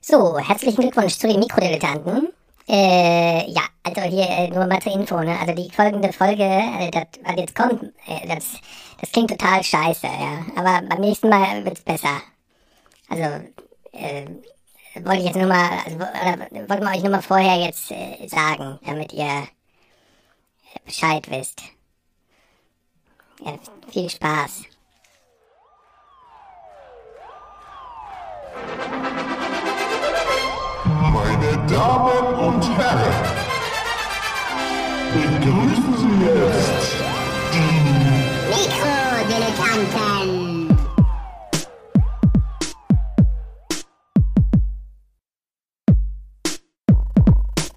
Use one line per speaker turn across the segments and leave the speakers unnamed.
So, herzlichen Glückwunsch zu den Mikrodilettanten. Äh, ja, also hier äh, nur mal zur Info, ne? Also die folgende Folge, äh, das, was jetzt kommt, äh, das, das klingt total scheiße, ja. Aber beim nächsten Mal wird's besser. Also, äh, wollte ich jetzt nur mal, also, wo- oder, wollte man euch nur mal vorher jetzt äh, sagen, damit ihr äh, Bescheid wisst. Ja, viel Spaß.
Meine Damen und Herren, begrüßen Sie jetzt
Mikrodilettanten.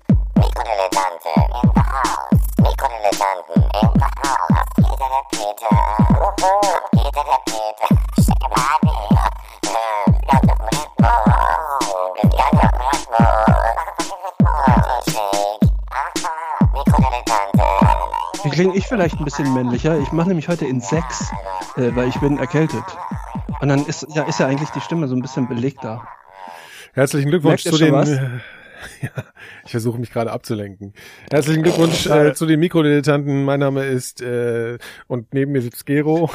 Mikrodilettanten in the house. Mikrodilettanten in the house. Peter der Peter. Wuhu. Peter der Peter. Stecke Mani. Ähm, Ganz auf Rhythmo. Ganz auf Rhythmo. DJ. Aha. Mikrodilettanten.
Wie klinge ich eh vielleicht ein bisschen männlicher? Ich mache nämlich heute in sechs, äh, weil ich bin erkältet. Und dann ist ja, ist ja eigentlich die Stimme so ein bisschen belegter.
Herzlichen
Merkt
Glückwunsch
ihr
zu
schon
den.
was?
Ja, ich versuche mich gerade abzulenken. Herzlichen Glückwunsch äh, zu den Mikrodilettanten. Mein Name ist äh, und neben mir sitzt Gero.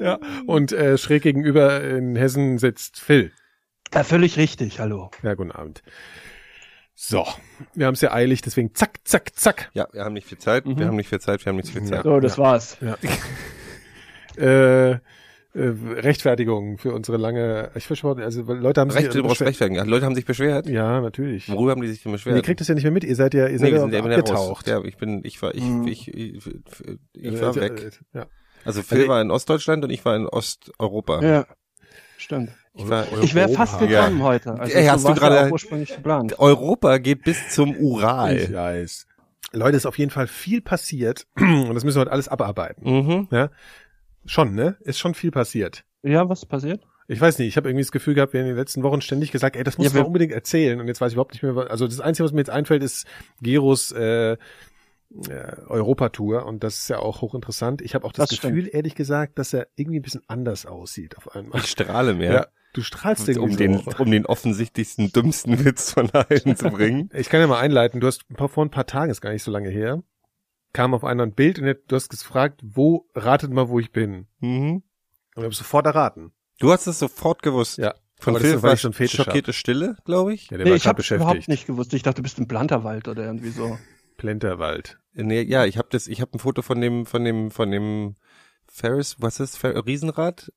Ja, und äh, schräg gegenüber in Hessen sitzt Phil.
Ja, völlig richtig, hallo.
Ja, guten Abend. So, wir haben es ja eilig, deswegen zack, zack, zack.
Ja, wir haben nicht viel Zeit,
Mhm.
wir haben nicht viel Zeit, wir haben nicht viel Zeit.
So, das war's.
Äh, äh, Rechtfertigung für unsere lange. Ich verstehe, also weil Leute haben sich.
Recht, du brauchst Recht werden. Ja, Leute haben sich beschwert.
Ja, natürlich.
Worüber haben die sich denn beschwert?
Ihr kriegt das ja nicht mehr mit. Ihr seid ja, ihr seid
wir
ja
sind ja immer
abgetaucht.
raus. Ja, ich bin, ich war, ich, ich, ich, ich, ich war
Äh,
weg.
äh, Ja.
Also Phil war in Ostdeutschland und ich war in Osteuropa.
Ja, stimmt.
Ich war,
Ich wäre fast gekommen heute. Also
Ey,
so
hast du
war's
gerade-
auch ursprünglich geplant.
Europa geht bis zum
Ich
Ural.
weiß. Leute, ist auf jeden Fall viel passiert und das müssen wir heute alles abarbeiten.
Mhm.
Schon, ne? Ist schon viel passiert.
Ja, was ist passiert?
Ich weiß nicht, ich habe irgendwie das Gefühl gehabt, wir haben in den letzten Wochen ständig gesagt, ey, das muss
Ja,
man
wir-
unbedingt erzählen und jetzt weiß ich überhaupt nicht mehr, was- also das Einzige, was mir jetzt einfällt, ist Geros äh, äh, Europatour und das ist ja auch hochinteressant. Ich habe auch das,
Das stimmt.
Gefühl, ehrlich gesagt, dass er irgendwie ein bisschen anders aussieht auf einmal.
Ich strahle mehr.
du strahlst den,
Um den, um den offensichtlichsten, dümmsten Witz von allen zu bringen.
Ich kann ja mal einleiten. Du hast ein paar, vor ein paar Tagen, ist gar nicht so lange her, kam auf einmal ein Bild und du hast gefragt, wo, ratet mal, wo ich bin.
Mhm.
Und ich habe sofort erraten.
Du hast es sofort gewusst.
Ja.
Von
Aber das
Phil
ist, weil
war
ich schon
schon
Fetisch hab.
schockierte Stille, glaube ich.
Ja,
Nee, ich habe überhaupt nicht gewusst. Ich dachte, du bist ein Planterwald oder irgendwie so.
Plenterwald.
Äh, Nee, ja, ich habe das, ich habe ein Foto von dem, von dem, von dem Ferris, was ist Fer Riesenrad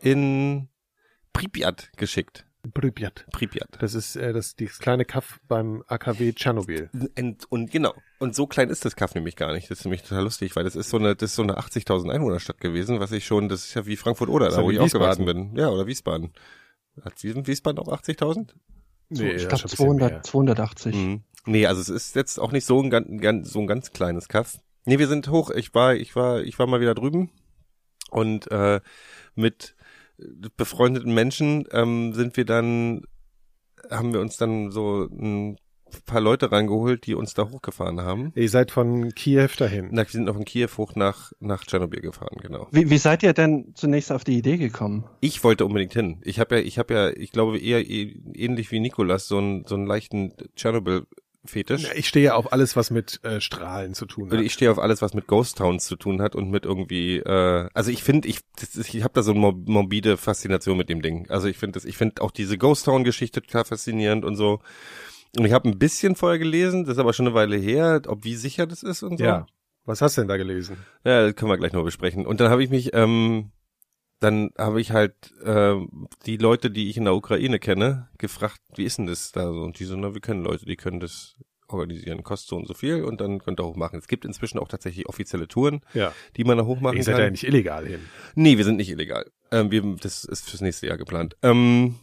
in Pripyat geschickt.
Pripyat.
Pripyat.
Das ist äh, das, das kleine Kaff beim AKW Tschernobyl.
Und, und genau. Und so klein ist das Kaff nämlich gar nicht. Das ist nämlich total lustig, weil das ist so eine, das ist so eine 80.000 Einwohnerstadt gewesen, was ich schon, das ist ja wie Frankfurt oder
Das
da,
ist
wo
ja
ich
wie
aufgewachsen bin. Ja, oder Wiesbaden. Hat Wies- Wiesbaden auch 80.000?
Nee, ich
ja,
glaube
schon ein bisschen
200, 280.
Mhm. Nee, also es ist jetzt auch nicht so ein ganz, ganz, so ein ganz kleines Kaff. Nee, wir sind hoch. Ich war, ich war, ich war mal wieder drüben und äh, mit befreundeten Menschen ähm, sind wir dann, haben wir uns dann so ein paar Leute reingeholt, die uns da hochgefahren haben.
mehr. Ihr seid von Kiew dahin.
Na, wir sind noch in Kiew hoch nach nach Tschernobyl gefahren, genau.
Wie, wie seid ihr denn zunächst auf die Idee gekommen?
Ich wollte unbedingt hin. Ich habe ja, ich habe ja, ich glaube eher eh- ähnlich wie Nikolas so einen so einen leichten Tschernobyl-Fetisch.
Ich stehe ja auf alles, was mit äh, Strahlen zu tun hat.
Und ich stehe auf alles, was mit Ghost Towns zu tun hat und mit irgendwie, äh, also ich finde, ich, das ist- ich habe da so eine mor- morbide Faszination mit dem Ding. Also ich finde das, ich finde auch diese Ghost Town Geschichte total faszinierend und so. Und ich habe ein bisschen vorher gelesen, das ist aber schon eine Weile her, ob wie sicher das ist und so.
ja. Was hast du denn da gelesen?
Ja, das können wir gleich noch besprechen. Und dann habe ich mich, ähm, dann habe ich halt ähm, die Leute, die ich in der Ukraine kenne, gefragt, wie ist denn das da so? Und die so, na, wir kennen Leute, die können das organisieren, kostet so und so viel und dann könnt ihr hochmachen. Es gibt inzwischen auch tatsächlich offizielle Touren,
Ja.
die man da hochmachen
Ihr seid
kann.
ja nicht illegal hin.
Nee, wir sind nicht illegal. Ähm, wir, das ist fürs nächste Jahr geplant. Ähm,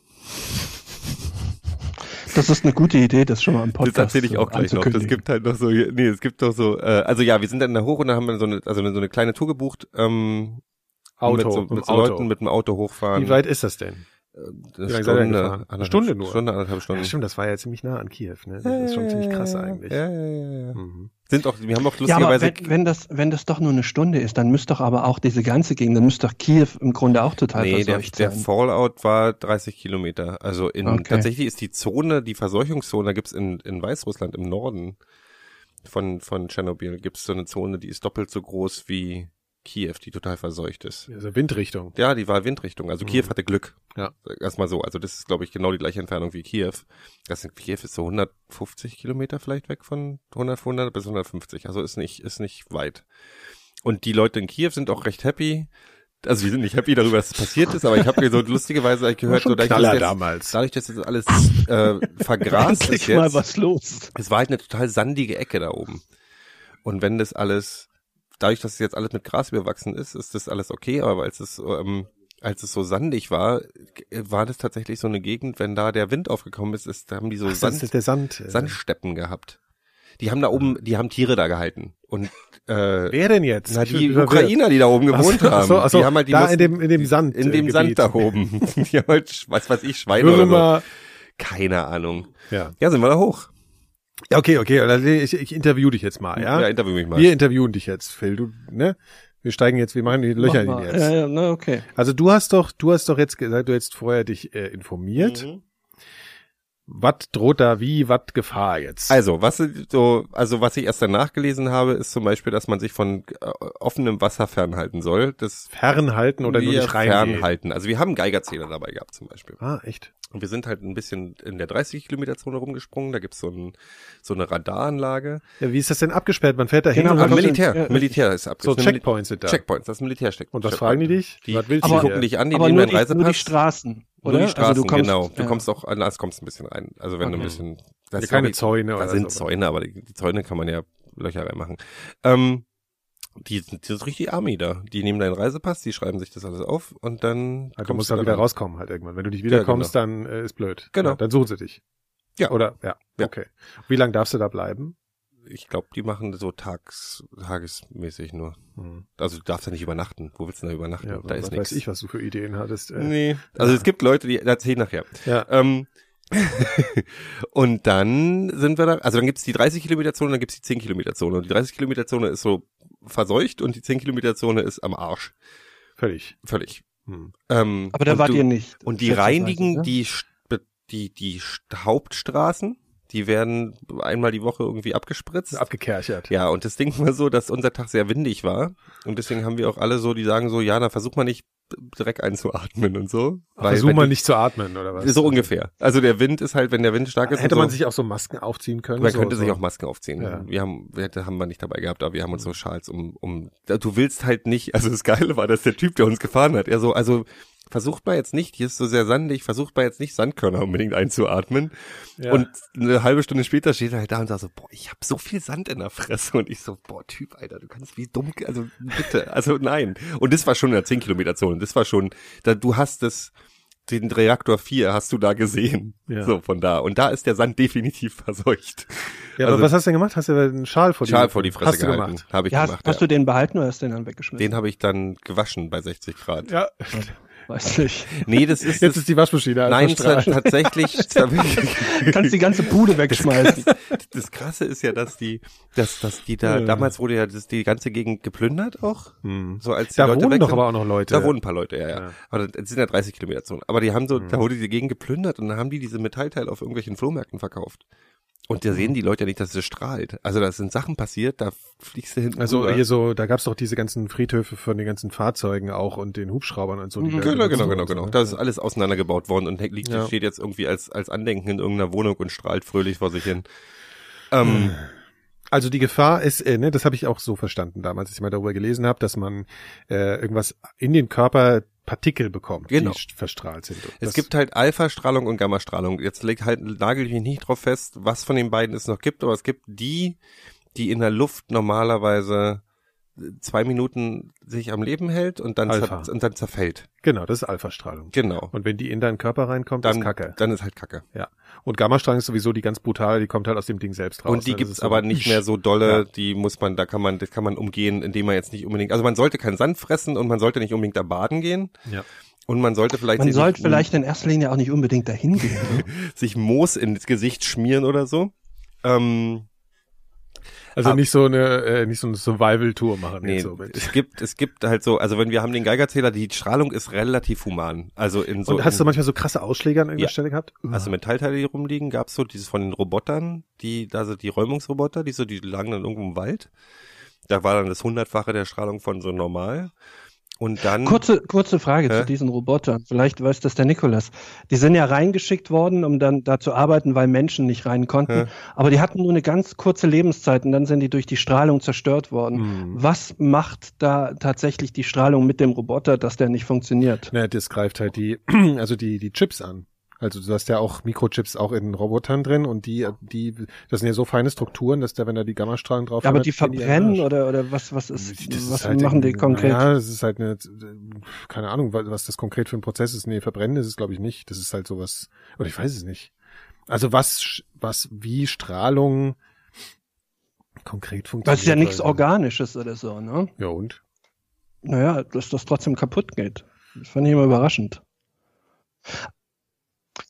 Das ist eine gute Idee, das schon mal im Podcast
das erzähle ich auch
äh,
gleich noch. Das
anzukündigen.
gibt halt noch so, nee, es gibt doch so, äh, also ja, wir sind dann da hoch und dann haben wir so eine, also so eine kleine Tour gebucht, ähm,
Auto.
mit so,
im
mit so
Auto.
Leuten mit dem Auto hochfahren.
Wie weit ist das denn?
Eine
lange seid ihr
Stunde,
gefahren? Eine
anderthalb-
Stunde nur?
Stunde, anderthalb Stunden.
Ja, stimmt, das war ja ziemlich nah an Kiew, ne? Das ist schon ziemlich krass eigentlich.
Ja, ja, ja, ja.
Mhm.
Hm. Sind auch, wir haben auch
Ja, aber
lustigerweise
wenn, wenn, das, wenn das doch nur eine Stunde ist, dann müsste doch aber auch diese ganze Gegend, dann müsste doch Kiew im Grunde auch total
Nee, der,
verseucht
der
sein.
Fallout war 30 Kilometer. Also in
Okay.
tatsächlich ist die Zone, die Verseuchungszone, gibt's in, in Weißrussland im Norden von, von Tschernobyl, gibt's so eine Zone, die ist doppelt so groß wie Kiew, die total verseucht ist.
Also Windrichtung.
Ja, die war Windrichtung. Also
Mhm.
Kiew hatte Glück.
Ja.
Erstmal so. Also das ist, glaube ich, genau die gleiche Entfernung wie Kiew. Das sind, Kiew ist so 150 Kilometer vielleicht weg von 100, 100 bis 150. Also ist nicht, ist nicht weit. Und die Leute in Kiew sind auch recht happy. Also die sind nicht happy darüber, dass es passiert ist, aber ich habe so lustigerweise eigentlich gehört, so, dadurch, dass jetzt,
damals.
dadurch, dass jetzt alles äh, vergrast ist
Endlich mal
jetzt,
was los.
es war halt eine total sandige Ecke da oben. Und wenn das alles, dadurch, dass es jetzt alles mit Gras überwachsen ist, ist das alles okay, aber als es, ähm, als es so sandig war, g- war das tatsächlich so eine Gegend, wenn da der Wind aufgekommen ist, ist da haben die so
Das
Sand,
ist der Sand. äh,
Sandsteppen gehabt. Die haben da oben, die haben Tiere da gehalten. Und äh,
Wer denn jetzt?
na,
Ich bin
die
verwirrt.
Ukrainer, die da oben
Ach so,
gewohnt
ach so,
haben,
ach so,
die haben halt die
da
mussten-
in dem, in dem Sand.
in
äh,
dem
Gebiet.
Sand da oben. die haben halt, sch- was weiß ich, Schweine oder so.
Würmer.
Keine Ahnung.
Ja.
Ja, sind wir da hoch.
Ja, Okay, okay, also ich, ich interview dich jetzt mal, ja?
interview mich mal.
wir interviewen dich jetzt, Phil, du, ne? Wir steigen jetzt, wir machen die Löcher in
Mach
ihn
mal.
jetzt.
Ja, ja, na, okay.
Also du hast doch, du hast doch jetzt gesagt, du hättest vorher dich äh, informiert.
Mhm.
Was droht da wie, was Gefahr jetzt?
Also, was so, also was ich erst danach gelesen habe, ist zum Beispiel, dass man sich von äh, offenem Wasser fernhalten soll. Das
Fernhalten oder nur
wir
nicht reingehen?
fernhalten. Also wir haben einen Geigerzähler dabei gehabt zum Beispiel.
Ah, echt?
Und wir sind halt ein bisschen in der 30 Kilometer Zone rumgesprungen. Da gibt's so, ein, so eine Radaranlage.
Ja, wie ist das denn abgesperrt? Man fährt da hin
Genau,
und
Ah,
man
dann
kommt-
Militär,
ja,
Militär ist ab.
äh, so
ist eine Mili-
Checkpoints sind da.
Checkpoints, das ist ein Militärcheck.
Und was
Checkpoint.
fragen die dich?
Die,
was willst
die
du
Aber-
gucken
hier?
dich an, die
aber
nehmen
nur
deinen
die,
Reisepass.
nur die Straßen, oder?
Nur die Straßen,
also du kommst,
genau. Du
ja.
kommst auch anders, kommst ein bisschen rein. Also wenn du ein
Okay.
bisschen.
Ja,
Das ist
keine
auch-
Zäune
Da
oder
sind
so.
Zäune, aber die, die Zäune kann man ja Löcher reinmachen. Ähm, die, sind- die sind richtig Army da. Die nehmen deinen Reisepass, die schreiben sich das alles auf und dann.
Ah, du
kommst
musst dann
da
wieder
rein.
rauskommen halt irgendwann. Wenn du nicht wiederkommst, dann äh, ist blöd.
Genau.
Ja, dann suchen sie dich.
Ja.
Oder? Ja.
Ja.
Okay. Wie lange darfst du da bleiben?
Ich glaube, die machen so tags, tagesmäßig nur.
Hm.
Also du darfst ja nicht übernachten. Wo willst du denn da übernachten?
Ja,
da ist
was weiß
nichts.
ich, was du für Ideen hattest. Äh,
Nee. Also es gibt Leute, die erzählen nachher.
Ja.
Ähm, und dann sind wir da, also dann gibt's die 30 Kilometer Zone, dann gibt's die 10 Kilometer Zone. Und die 30 Kilometer Zone ist so verseucht und die 10 Kilometer Zone ist am Arsch.
Völlig.
Völlig.
Hm.
Ähm,
Aber da
und
wart
du-
ihr nicht.
Und die
schätzungsweise, ne?
reinigen
oder?
die, Sch- be- die, die Sch- Hauptstraßen, die werden einmal die Woche irgendwie abgespritzt.
Abgekerchert.
ja, und das Ding war so, dass unser Tag sehr windig war. Und deswegen haben wir auch alle so, die sagen so, ja, dann versuch mal nicht Dreck einzuatmen und so.
Versuch
wenn
mal
die-
nicht zu atmen, oder was?
So ungefähr. Also der Wind ist halt, wenn der Wind stark ist.
Hätte
und so,
man sich auch so Masken aufziehen können?
man
so,
könnte
so.
sich auch Masken aufziehen.
Ja.
Wir haben, wir haben wir nicht dabei gehabt, aber wir haben uns so Schals um, um, du willst halt nicht, also das Geile war, dass der Typ, der uns gefahren hat, er so, also versucht mal jetzt nicht, hier ist so sehr sandig, versucht mal jetzt nicht Sandkörner unbedingt einzuatmen.
Ja.
Und eine halbe Stunde später steht er halt da und sagt so, boah, ich habe so viel Sand in der Fresse. Und ich so, boah, Typ, Alter, du kannst wie dumm, also bitte, also nein. Und das war schon in der 10 Kilometer Zone, das war schon, da, du hast das, den Reaktor 4 hast du da gesehen.
Ja.
So von da. Und da ist der Sand definitiv verseucht.
Ja, aber
also-
was hast du denn gemacht? Hast du einen Schal vor die,
Schal vor die Fresse
hast du
gehalten.
gemacht?
Habe ich
Ja, hast,
gemacht.
hast
ja.
du den behalten oder hast du den dann weggeschmissen?
den habe ich dann gewaschen bei 60 Grad.
Ja,
Weiß nicht.
Nee, das ist
jetzt
das,
ist die Waschmaschine. einfach
Nein, ta-
strahlend.
tatsächlich.
Du kannst die ganze Bude wegschmeißen.
das Krasse ist ja, dass die, dass, dass die da, damals wurde ja das, die ganze Gegend geplündert auch. So als die
Hm. Da
Leute
wohnen
weg
doch
sind.
aber auch noch Leute.
Da wohnen ein paar Leute, ja, ja.
Ja. Hm.
Aber das sind ja 30 Kilometer Zone. Aber die haben so, da wurde die Gegend geplündert und dann haben die diese Metallteile auf irgendwelchen Flohmärkten verkauft. Und da
Hm.
sehen die Leute ja nicht, dass es strahlt. Also da sind Sachen passiert, da fliegst du hinten
Also
rüber.
hier so, da gab's doch diese ganzen Friedhöfe von den ganzen Fahrzeugen auch und den Hubschraubern und so. die da
Genau,
benutzt
genau, genau,
wurden,
genau.
ne?
Da ist alles auseinandergebaut worden und liegt,
Ja.
steht jetzt irgendwie als, als Andenken in irgendeiner Wohnung und strahlt fröhlich vor sich hin.
Hm,
Ähm,
Also die Gefahr ist, äh, ne, das habe ich auch so verstanden damals, als ich mal darüber gelesen habe, dass man äh, irgendwas in den Körper Partikel bekommt,
Genau.
die st- verstrahlt sind. Und
es
das-
gibt halt Alpha-Strahlung und Gamma-Strahlung. Jetzt legt halt, nagel ich mich nicht drauf fest, was von den beiden es noch gibt, aber es gibt die, die in der Luft normalerweise äh, zwei Minuten sich am Leben hält und dann,
Alpha.
zer und dann zerfällt.
genau, das ist Alpha-Strahlung.
Genau.
Und wenn die in deinen Körper reinkommt,
Dann,
ist Kacke.
dann ist halt Kacke.
Ja. Und Gammastrahlung ist sowieso die ganz brutale, die kommt halt aus dem Ding selbst raus.
Und die
ne? Das
gibt's
ist so-
aber nicht mehr so dolle,
Ja.
die muss man, da kann man, das kann man umgehen, indem man jetzt nicht unbedingt, also man sollte keinen Sand fressen und man sollte nicht unbedingt da baden gehen.
Ja.
Und man sollte vielleicht,
Man
sich
sollte
nicht-
vielleicht in erster Linie auch nicht unbedingt dahin gehen. ne?
sich Moos ins Gesicht schmieren oder so. Ähm,
Also
Ah.
nicht so eine, äh, nicht so eine Survival-Tour machen
nee,
jetzt so mit.
es gibt, es gibt halt so, also wenn wir haben den Geigerzähler, die Strahlung ist relativ human. Also in so,
Und hast du
in,
manchmal so krasse Ausschläge an irgendeiner
Ja. Also
Stelle gehabt?
hast du Metallteile, die rumliegen, gab's so dieses von den Robotern, die, da so die Räumungsroboter, die so, die lagen dann irgendwo im Wald. Da war dann das hundertfache der Strahlung von so normal. Und
Hm?
dann,
Kurze, kurze Frage
Hä?
zu diesen Robotern. Vielleicht weiß das der Nikolas. Die sind ja reingeschickt worden, um dann da zu arbeiten, weil Menschen nicht rein konnten.
Hä?
Aber die hatten nur eine ganz kurze Lebenszeit und dann sind die durch die Strahlung zerstört
Hm.
worden. Was macht da tatsächlich die Strahlung mit dem Roboter, dass der nicht funktioniert?
Ne, das greift halt die, also die, die Chips an. Also du hast ja auch Mikrochips auch in Robotern drin und die, die, das sind ja so feine Strukturen, dass der, wenn da die Gammastrahlen drauf
Ja, aber
haben,
die
gehen am
verbrennen
Arsch.
oder, oder was, was
Das
ist,
ist
was
halt
machen die
ein-
konkret?
Ja, das ist halt eine, keine Ahnung, wa- was das konkret für ein Prozess ist. Nee, verbrennen ist es, glaube ich, nicht. Das ist halt sowas, oder ich weiß es nicht. Also was, sch- was, wie Strahlung konkret funktioniert.
Das ist ja nichts
weiß ich nicht.
Organisches oder so, ne?
Ja, und?
Naja, dass das trotzdem kaputt geht. Das fand ich immer überraschend.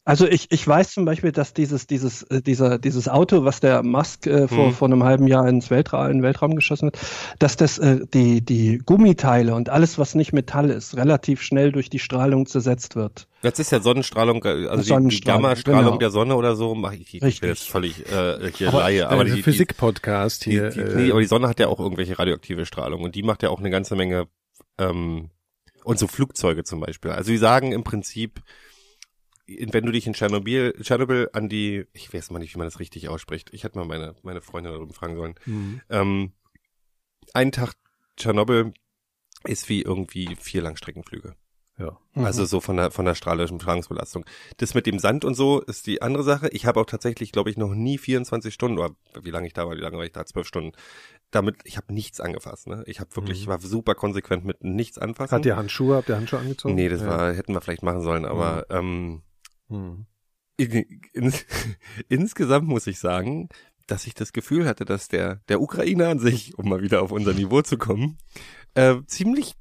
Also ich, ich weiß zum Beispiel, dass dieses, dieses, äh, dieser, dieses Auto, was der Musk äh, vor,
Hm.
vor einem halben Jahr ins Weltraum, in den Weltraum geschossen hat, dass das äh, die, die Gummiteile und alles, was nicht Metall ist, relativ schnell durch die Strahlung zersetzt wird.
das ist ja Sonnenstrahlung, also die, die
Sonnenstrahlung,
Gammastrahlung
genau.
der Sonne oder so, mach ich, ich
Richtig.
bin jetzt völlig, äh, hier Laie, aber
der
die, die,
Physik-Podcast
Die,
hier.
die,
äh,
nee, aber die Sonne hat ja auch irgendwelche radioaktive Strahlung und die macht ja auch eine ganze Menge ähm, und so Flugzeuge zum Beispiel. Also die sagen im Prinzip, wenn du dich in Tschernobyl, Tschernobyl an die, ich weiß mal nicht, wie man das richtig ausspricht. Ich hätte mal meine meine Freundin darüber fragen sollen.
hm.
Ähm, ein Tag Tschernobyl ist wie irgendwie vier Langstreckenflüge.
Ja.
Also so von der von der strahlischen Strahlungsbelastung. Das mit dem Sand und so ist die andere Sache. Ich habe auch tatsächlich, glaube ich, noch nie 24 Stunden oder wie lange ich da war, wie lange war ich da? Zwölf Stunden. Damit ich habe nichts angefasst. Ne, ich habe wirklich
Mhm.
war super konsequent mit nichts anfassen.
Hat ihr Handschuhe, habt ihr Handschuhe angezogen?
Nee, das
Ja.
war hätten wir vielleicht machen sollen, aber ähm,
Hm.
in, in, insgesamt muss ich sagen, dass ich das Gefühl hatte, dass der, der Ukrainer an sich, um mal wieder auf unser Niveau zu kommen, äh, ziemlich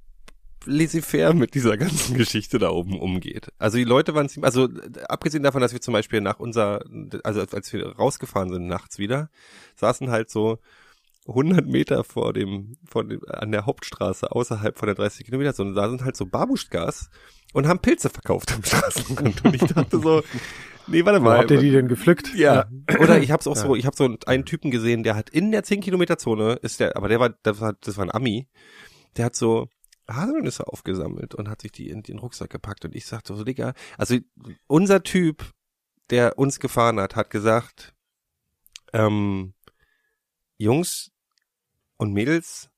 laissez-faire mit dieser ganzen Geschichte da oben umgeht. Also die Leute waren ziemlich, also äh, abgesehen davon, dass wir zum Beispiel nach unser, also als- als wir rausgefahren sind nachts wieder, saßen halt so 100 Meter vor dem, von dem, an der Hauptstraße außerhalb von der 30 Kilometer Zone, da sind halt so Babuschkas und haben Pilze verkauft am Straßenrand. Und ich dachte so, nee, warte
Wo
mal.
habt ihr die denn gepflückt?
Ja. Oder ich habe es auch
Ja.
so, ich habe so einen Typen gesehen, der hat in der 10 Kilometer Zone ist der, aber der war, das war, das war ein Ami, der hat so Haselnüsse aufgesammelt und hat sich die in den Rucksack gepackt und ich sagte so, Digga, also unser Typ, der uns gefahren hat, hat gesagt, ähm, Jungs und Mädels,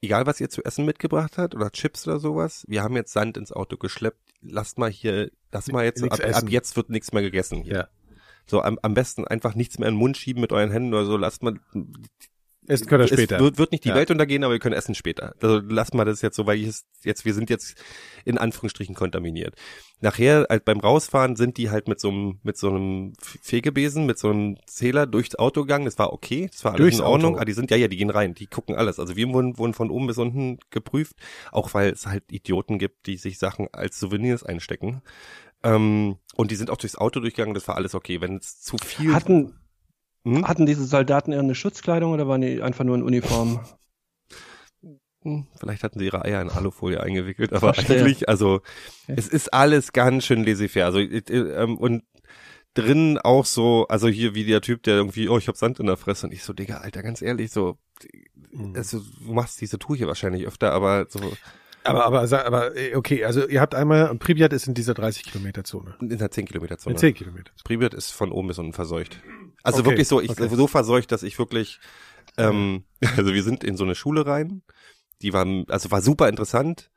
egal was ihr zu essen mitgebracht habt oder Chips oder sowas, wir haben jetzt Sand ins Auto geschleppt, lasst mal hier, lasst mal jetzt,
Nix
ab, ab
essen.
jetzt wird nichts mehr gegessen hier.
Ja.
So am, am besten einfach nichts mehr in den Mund schieben mit euren Händen oder so, lasst mal
Essen könnt ihr
es
später.
Wird, wird nicht die
Ja.
Welt untergehen, aber wir können essen später. Also lass mal das jetzt so, weil ich es jetzt, wir sind jetzt in Anführungsstrichen kontaminiert. Nachher halt beim Rausfahren sind die halt mit so einem, mit so einem Fegebesen, mit so einem Zähler durchs Auto gegangen. Das war okay, das war alles
Durchs
in Ordnung.
Auto?
Ah, die sind, ja, ja, die gehen rein, die gucken alles. Also wir wurden, wurden von oben bis unten geprüft, auch weil es halt Idioten gibt, die sich Sachen als Souvenirs einstecken. Ähm, und die sind auch durchs Auto durchgegangen, das war alles okay. Wenn es zu viel
Hatten,
Hm?
hatten diese Soldaten irgendeine Schutzkleidung oder waren die einfach nur in Uniform?
Hm, Vielleicht hatten sie ihre Eier in Alufolie eingewickelt, aber
Verstehe.
eigentlich, also
Okay.
es ist alles ganz schön laissez-faire. Also, äh, äh, ähm, und drin auch so, also hier wie der Typ, der irgendwie, oh, ich hab Sand in der Fresse und ich so, Digga, Alter, ganz ehrlich, so,
Hm.
Mhm.
also, du machst diese Tour hier wahrscheinlich öfter, aber so
Aber, aber, sa- aber, äh, okay, also ihr habt einmal, Pripyat ist in dieser 30-Kilometer-Zone.
in der 10 Kilometer Zone.
In 10 Kilometer.
Privat ist von oben bis unten verseucht. Also
Okay,
wirklich so, ich
okay.
so verseucht, dass ich wirklich, ähm, also wir sind in so eine Schule rein, die war, also war super interessant,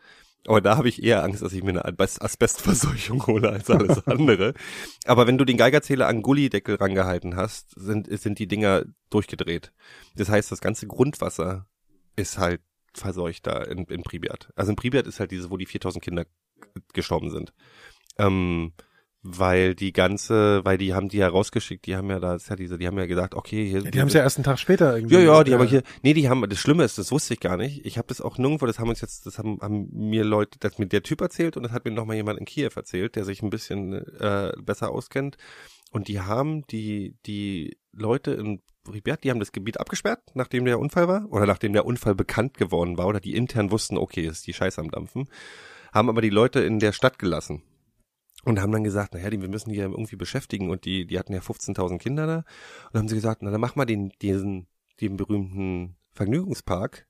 aber da habe ich eher Angst, dass ich mir eine Asbest- Asbestverseuchung hole als alles andere. aber wenn du den Geigerzähler an den Gullideckel rangehalten hast, sind, sind die Dinger durchgedreht. Das heißt, das ganze Grundwasser ist halt verseucht da in, in Pribiat. Also in Pribiat ist halt dieses, wo die 4000 Kinder gestorben sind. Ähm, weil die ganze, weil die haben die ja rausgeschickt, die haben ja da, das ist ja diese, die haben ja gesagt, okay, hier,
Ja, die haben es ja erst einen Tag später irgendwie. äh,
ja, ja, die
gemacht,
haben hier, nee, die haben, das Schlimme ist, das wusste ich gar nicht. Ich habe das auch nirgendwo, das haben uns jetzt, das haben, haben mir Leute, das hat mir der Typ erzählt und das hat mir nochmal jemand in Kiew erzählt, der sich ein bisschen äh, besser auskennt. Und die haben die, die Leute in Ribert, die haben das Gebiet abgesperrt, nachdem der Unfall war, oder nachdem der Unfall bekannt geworden war, oder die intern wussten, okay, ist die Scheiße am Dampfen, haben aber die Leute in der Stadt gelassen. Und haben dann gesagt, naja, die, wir müssen die ja irgendwie beschäftigen. Und die, die hatten ja 15.000 Kinder da. Und dann haben sie gesagt, na dann mach mal den, diesen, den berühmten Vergnügungspark.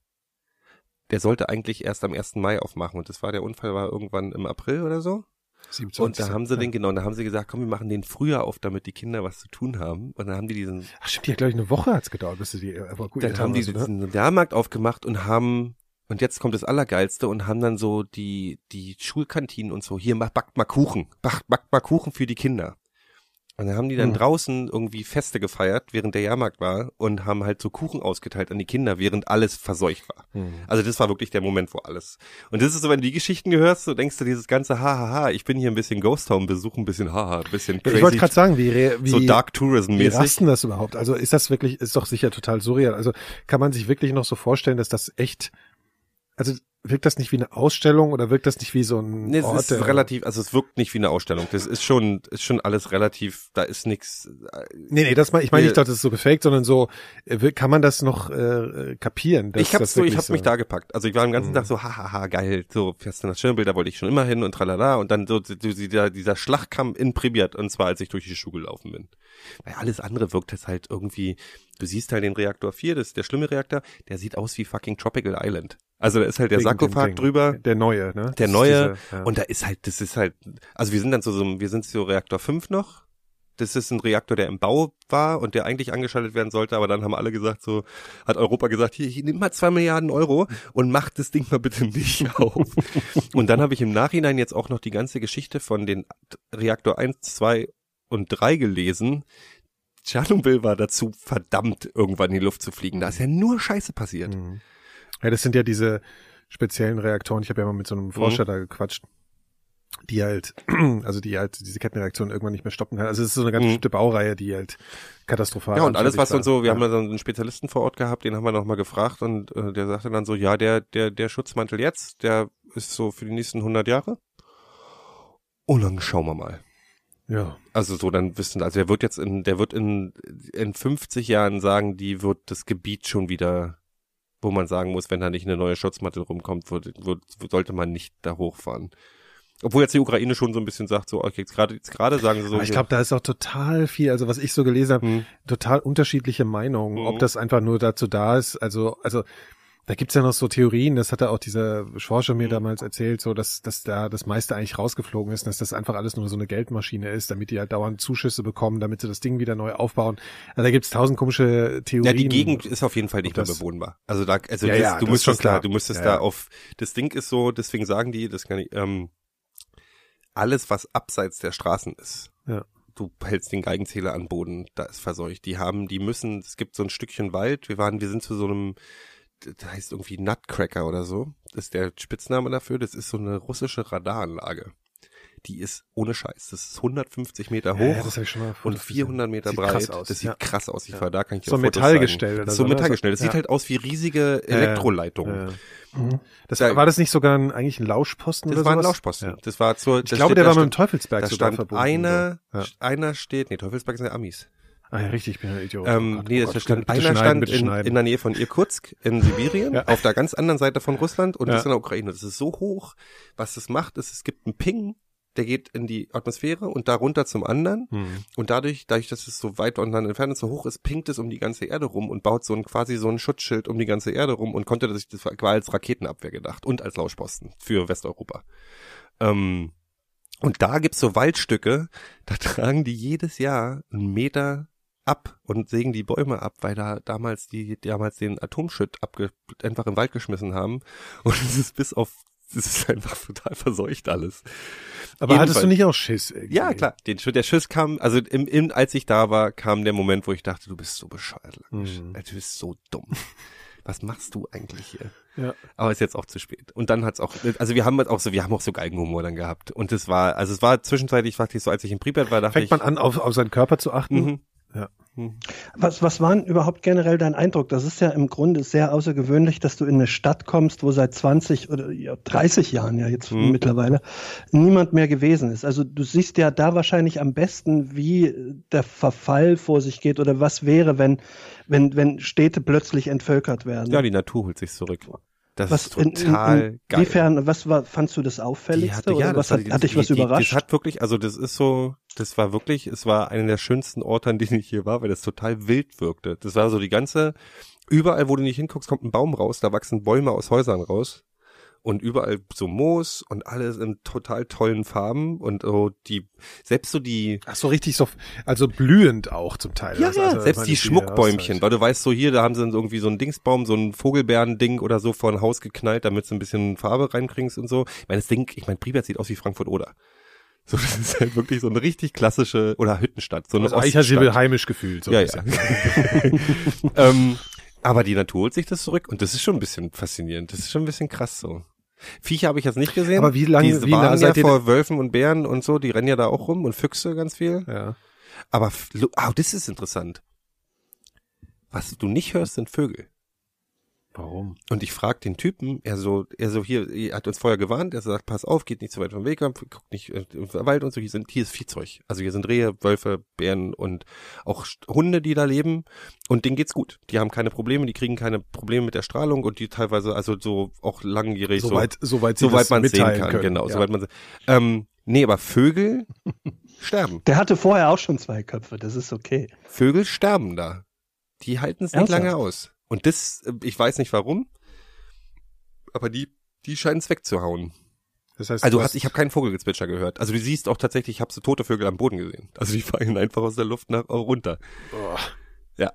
Der sollte eigentlich erst am 1. Mai aufmachen. Und das war, der Unfall war irgendwann im April oder so.
27.
Und da haben sie den, genau, und da haben sie gesagt, komm, wir machen den früher auf, damit die Kinder was zu tun haben. Und dann haben die diesen,
Ach stimmt, ja, glaube ich, eine Woche hat's gedauert, bis sie die evakuiert
dann haben die
oder?
diesen Jahrmarkt aufgemacht und haben, und jetzt kommt das Allergeilste und haben dann so die, die Schulkantinen und so, hier, mach- backt mal Kuchen, backt, backt mal Kuchen für die Kinder. Und dann haben die dann
Hm.
draußen irgendwie Feste gefeiert, während der Jahrmarkt war und haben halt so Kuchen ausgeteilt an die Kinder, während alles verseucht war.
Hm.
Also das war wirklich der Moment, wo alles. Und das ist so, wenn du die Geschichten gehörst, so denkst du dieses ganze Hahaha, ich bin hier ein bisschen Ghost Town besuchen, ein bisschen Haha, ein bisschen
Ja,
crazy.
ich wollte gerade sagen, wie, re- wie
so Dark Tourism
Wie
mäßig.
rasten das überhaupt? Also ist das wirklich, ist doch sicher total surreal. Also kann man sich wirklich noch so vorstellen, dass das echt, also wirkt das nicht wie eine Ausstellung oder wirkt das nicht wie so ein
Nee,
Ort,
es ist
der-
relativ, also es wirkt nicht wie eine Ausstellung. Das ist schon, ist schon alles relativ, da ist nichts. äh,
Nee, nee, das mein, ich meine
Nee.
nicht, dass es so gefaked, sondern so, äh, wir- kann man das noch äh, kapieren? Dass,
Ich hab's
das
so, ich
wirklich
hab mich da gepackt. Also ich war den ganzen
Mhm.
Tag so, hahaha, geil, so fährst du nach Schirmbild, da wollte ich schon immer hin und tralala. Und dann so so dieser, dieser Schlachtkampf in Pribiat, und zwar als ich durch die Schuhe gelaufen bin. Weil alles andere wirkt es halt irgendwie, du siehst halt den Reaktor 4, das ist der schlimme Reaktor, der sieht aus wie fucking Tropical Island. Also da ist halt der
wegen dem
Sarkophag
Ding.
drüber.
Der neue, ne? Das
Der
ist
neue.
diese- ja.
Und da ist halt, das ist halt, also wir sind dann zu so, einem- wir sind zu Reaktor 5 noch. Das ist ein Reaktor, der im Bau war und der eigentlich angeschaltet werden sollte, aber dann haben alle gesagt, so, hat Europa gesagt, hier, hier nimm mal zwei Milliarden Euro und mach das Ding mal bitte nicht auf. und dann habe ich im Nachhinein jetzt auch noch die ganze Geschichte von den Reaktor 1, 2 und 3 gelesen. Tschernobyl war dazu verdammt, irgendwann in die Luft zu fliegen. Da ist ja nur Scheiße passiert.
Mhm. Ja, das sind ja diese speziellen Reaktoren. Ich habe ja mal mit so
Mhm.
einem Forscher da gequatscht, die halt, also die halt diese Kettenreaktion irgendwann nicht mehr stoppen kann. Also es ist so eine ganz
Mhm.
bestimmte Baureihe, die halt katastrophal
Ja, und alles
anfällig
was
war.
und so, wir
ja.
haben da so einen Spezialisten vor Ort gehabt, den haben wir nochmal gefragt und äh, der sagte dann so, ja, der, der, der Schutzmantel jetzt, der ist so für die nächsten 100 Jahre. Und dann schauen wir mal.
Ja.
Also so, dann wissen, also der wird jetzt in, der wird in, in 50 Jahren sagen, die wird das Gebiet schon wieder, wo man sagen muss, wenn da nicht eine neue Schutzmantel rumkommt, wird, wird, sollte man nicht da hochfahren. Obwohl jetzt die Ukraine schon so ein bisschen sagt, so, okay, jetzt gerade, jetzt gerade sagen sie so.
Aber ich
wir-
glaube, da ist auch total viel, also was ich so gelesen habe,
Hm.
total unterschiedliche Meinungen,
Mhm.
ob das einfach nur dazu da ist, also, also da gibt's ja noch so Theorien, das hatte auch dieser Forscher
Mhm.
mir damals erzählt, so dass, dass da das meiste eigentlich rausgeflogen ist, und dass das einfach alles nur so eine Geldmaschine ist, damit die halt dauernd Zuschüsse bekommen, damit sie das Ding wieder neu aufbauen. Also da gibt's tausend komische Theorien.
Ja, die Gegend ist auf jeden Fall nicht
Ob
mehr
das-
bewohnbar. Also da, also
Ja,
das,
ja,
du
das ist schon
müsstest
klar.
da, du müsstest
Ja,
da
ja.
auf, das Ding ist so, deswegen sagen die, das kann ich, ähm, alles was abseits der Straßen ist.
Ja.
Du hältst den Geigenzähler an Boden, da ist verseucht. Die haben, die müssen, es gibt so ein Stückchen Wald, wir waren, wir sind zu so einem, das heißt irgendwie Nutcracker oder so, das ist der Spitzname dafür, das ist so eine russische Radaranlage. Die ist ohne Scheiß, das ist 150 Meter hoch
Ja, ja, das hab ich schon mal
und 400 Meter
Sieht
breit.
krass aus,
das sieht
ja.
krass aus. Ich war da, kann ich dir
So
auch
ein
Fotos
Metallgestell
zeigen.
oder
Das ist
so,
so ein
ne?
Metallgestell. Das
Ja.
sieht halt aus wie riesige Elektroleitungen.
Ja. Das,
Da-
war das nicht sogar ein, eigentlich ein Lauschposten
Das
oder
war ein
sowas?
Lauschposten.
Ja.
Das war zur,
Ich
das
glaube,
steht-
der
da
war mit dem
stand-
Teufelsberg
Da
sogar
stand
verbunden.
einer,
so. ja.
einer steht, nee, Teufelsberg sind ja Amis.
Ah, ja, richtig, ich bin ein Idiot.
Ähm,
Oh Gott,
nee,
oh
das
Gott,
stand,
bitte
einer
schneiden,
stand
bitte
in,
schneiden.
in der Nähe von Irkutsk in Sibirien,
Ja.
auf der ganz anderen Seite von Russland und
Ja.
das ist in der Ukraine. Das ist so hoch, was es macht, ist, es gibt einen Ping, der geht in die Atmosphäre und da runter zum anderen.
Hm.
Und dadurch, dadurch, dass es so weit und dann entfernt und so hoch ist, pinkt es um die ganze Erde rum und baut so ein quasi so ein Schutzschild um die ganze Erde rum und konnte das, das war als Raketenabwehr gedacht und als Lauschposten für Westeuropa. Ähm, und da gibt's so Waldstücke, da tragen die jedes Jahr einen Meter ab und sägen die Bäume ab, weil da damals die damals den Atomschütt abge einfach im Wald geschmissen haben und es ist bis auf es ist einfach total verseucht alles.
Aber hattest du
Jedenfalls-
nicht auch Schiss? Irgendwie?
ja, klar. Den, Schu- der Schiss kam, also im, im, als ich da war, kam der Moment, wo ich dachte, du bist so bescheuert, Langisch.
Mhm.
Alter, Du bist so dumm. was machst du eigentlich hier?
Ja.
Aber ist jetzt auch zu spät. Und dann hat's auch, also wir haben halt auch so, wir haben auch so Geigenhumor dann gehabt. Und es war, also es war zwischenzeitlich, dachte ich so, als ich in Pripyat war, dachte
Fängt
ich.
man an, auf, auf seinen Körper zu achten?
Mhm.
Ja.
Was, was war denn überhaupt generell dein Eindruck? Das ist ja im Grunde sehr außergewöhnlich, dass du in eine Stadt kommst, wo seit 20 oder ja, 30 Jahren ja jetzt
Mhm.
mittlerweile niemand mehr gewesen ist. Also du siehst ja da wahrscheinlich am besten, wie der Verfall vor sich geht oder was wäre, wenn, wenn, wenn Städte plötzlich entvölkert werden.
Ja, die Natur holt sich zurück. Das
was
ist total
in, in,
geil.
Inwiefern, was war, fandst du das
Die
auffälligste?
hatte- ja,
oder
das
was
war
hat,
die-
hat dich was
die, die,
überrascht?
Das hat wirklich, also das ist so, das war wirklich, es war einer der schönsten Orte, an denen ich hier war, weil das total wild wirkte. Das war so die ganze, überall, wo du nicht hinguckst, kommt ein Baum raus, da wachsen Bäume aus Häusern raus. Und überall so Moos und alles in total tollen Farben und so die, selbst so die,
Ach so, richtig so, also blühend auch zum Teil.
ja,
Also-
ja,
also, ich
selbst
meine,
die Schmuckbäumchen,
Auszeit.
weil du weißt so hier, da haben sie dann irgendwie so ein Dingsbaum, so ein Vogelbeeren-Ding oder so vor ein Haus geknallt, damit sie ein bisschen Farbe reinkriegst und so. Ich meine, das Ding, ich meine, Privat sieht aus wie Frankfurt-Oder. So, das ist halt wirklich so eine richtig klassische, oder Hüttenstadt, so eine
Also ich habe
Oststadt.
mich heimisch gefühlt. So
Ja,
ein
ja.
bisschen.
ähm, aber die Natur holt sich das zurück und das ist schon ein bisschen faszinierend. Das ist schon ein bisschen krass so. Viecher habe ich jetzt nicht gesehen.
Aber wie lange-
die
wie
waren
lange
ja
seid ihr
vor Wölfen und Bären und so, die rennen ja da auch rum und Füchse ganz viel.
ja.
Aber f- lu- ah, das ist interessant. Was du nicht hörst, sind Vögel.
Warum?
Und ich frag den Typen, er so, er so hier, er hat uns vorher gewarnt, er sagt, pass auf, geht nicht zu weit vom Weg, ab, guckt nicht äh, im Wald und so, hier sind, hier ist Viehzeug. Also hier sind Rehe, Wölfe, Bären und auch St- Hunde, die da leben. Und denen geht's gut. Die haben keine Probleme, die kriegen keine Probleme mit der Strahlung und die teilweise, also so auch langjährig so,
Soweit, soweit, sie
soweit
das
man sehen
mitteilen
kann,
können.
genau,
ja.
soweit man, se- ähm, nee, aber Vögel sterben.
Der hatte vorher auch schon zwei Köpfe, das ist okay.
Vögel sterben da. Die halten es nicht
Ernsthaft?
lange aus. Und das, äh, ich weiß nicht warum, aber die, die scheinen es wegzuhauen.
Das heißt,
Also
du
hast, ich habe keinen Vogelgezwitscher gehört. Also du siehst auch tatsächlich, ich habe so tote Vögel am Boden gesehen. Also die fallen einfach aus der Luft nach runter. Ja.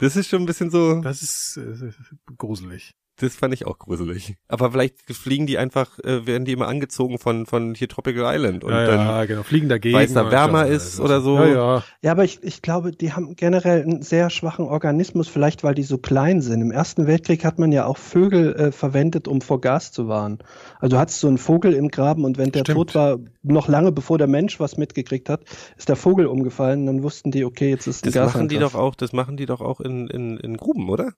Das ist schon ein bisschen so,
das ist äh, gruselig.
das fand ich auch gruselig. Aber vielleicht fliegen die einfach, äh, werden die immer angezogen von, von hier Tropical Island. Und
ja,
dann
ja, genau. Fliegen dagegen.
weil es da
und
wärmer
dann-
ist oder so.
Ja, ja.
Ja, aber ich, ich glaube, die haben generell einen sehr schwachen Organismus, vielleicht weil die so klein sind. Im Ersten Weltkrieg hat man ja auch Vögel äh, verwendet, um vor Gas zu warnen. Also hat so einen Vogel im Graben und wenn der
Stimmt.
tot war, noch lange bevor der Mensch was mitgekriegt hat, ist der Vogel umgefallen. und Dann wussten die, okay, jetzt ist ein
Das machen die
Gasangriff.
doch auch, das machen die doch auch in, in, in Gruben, oder?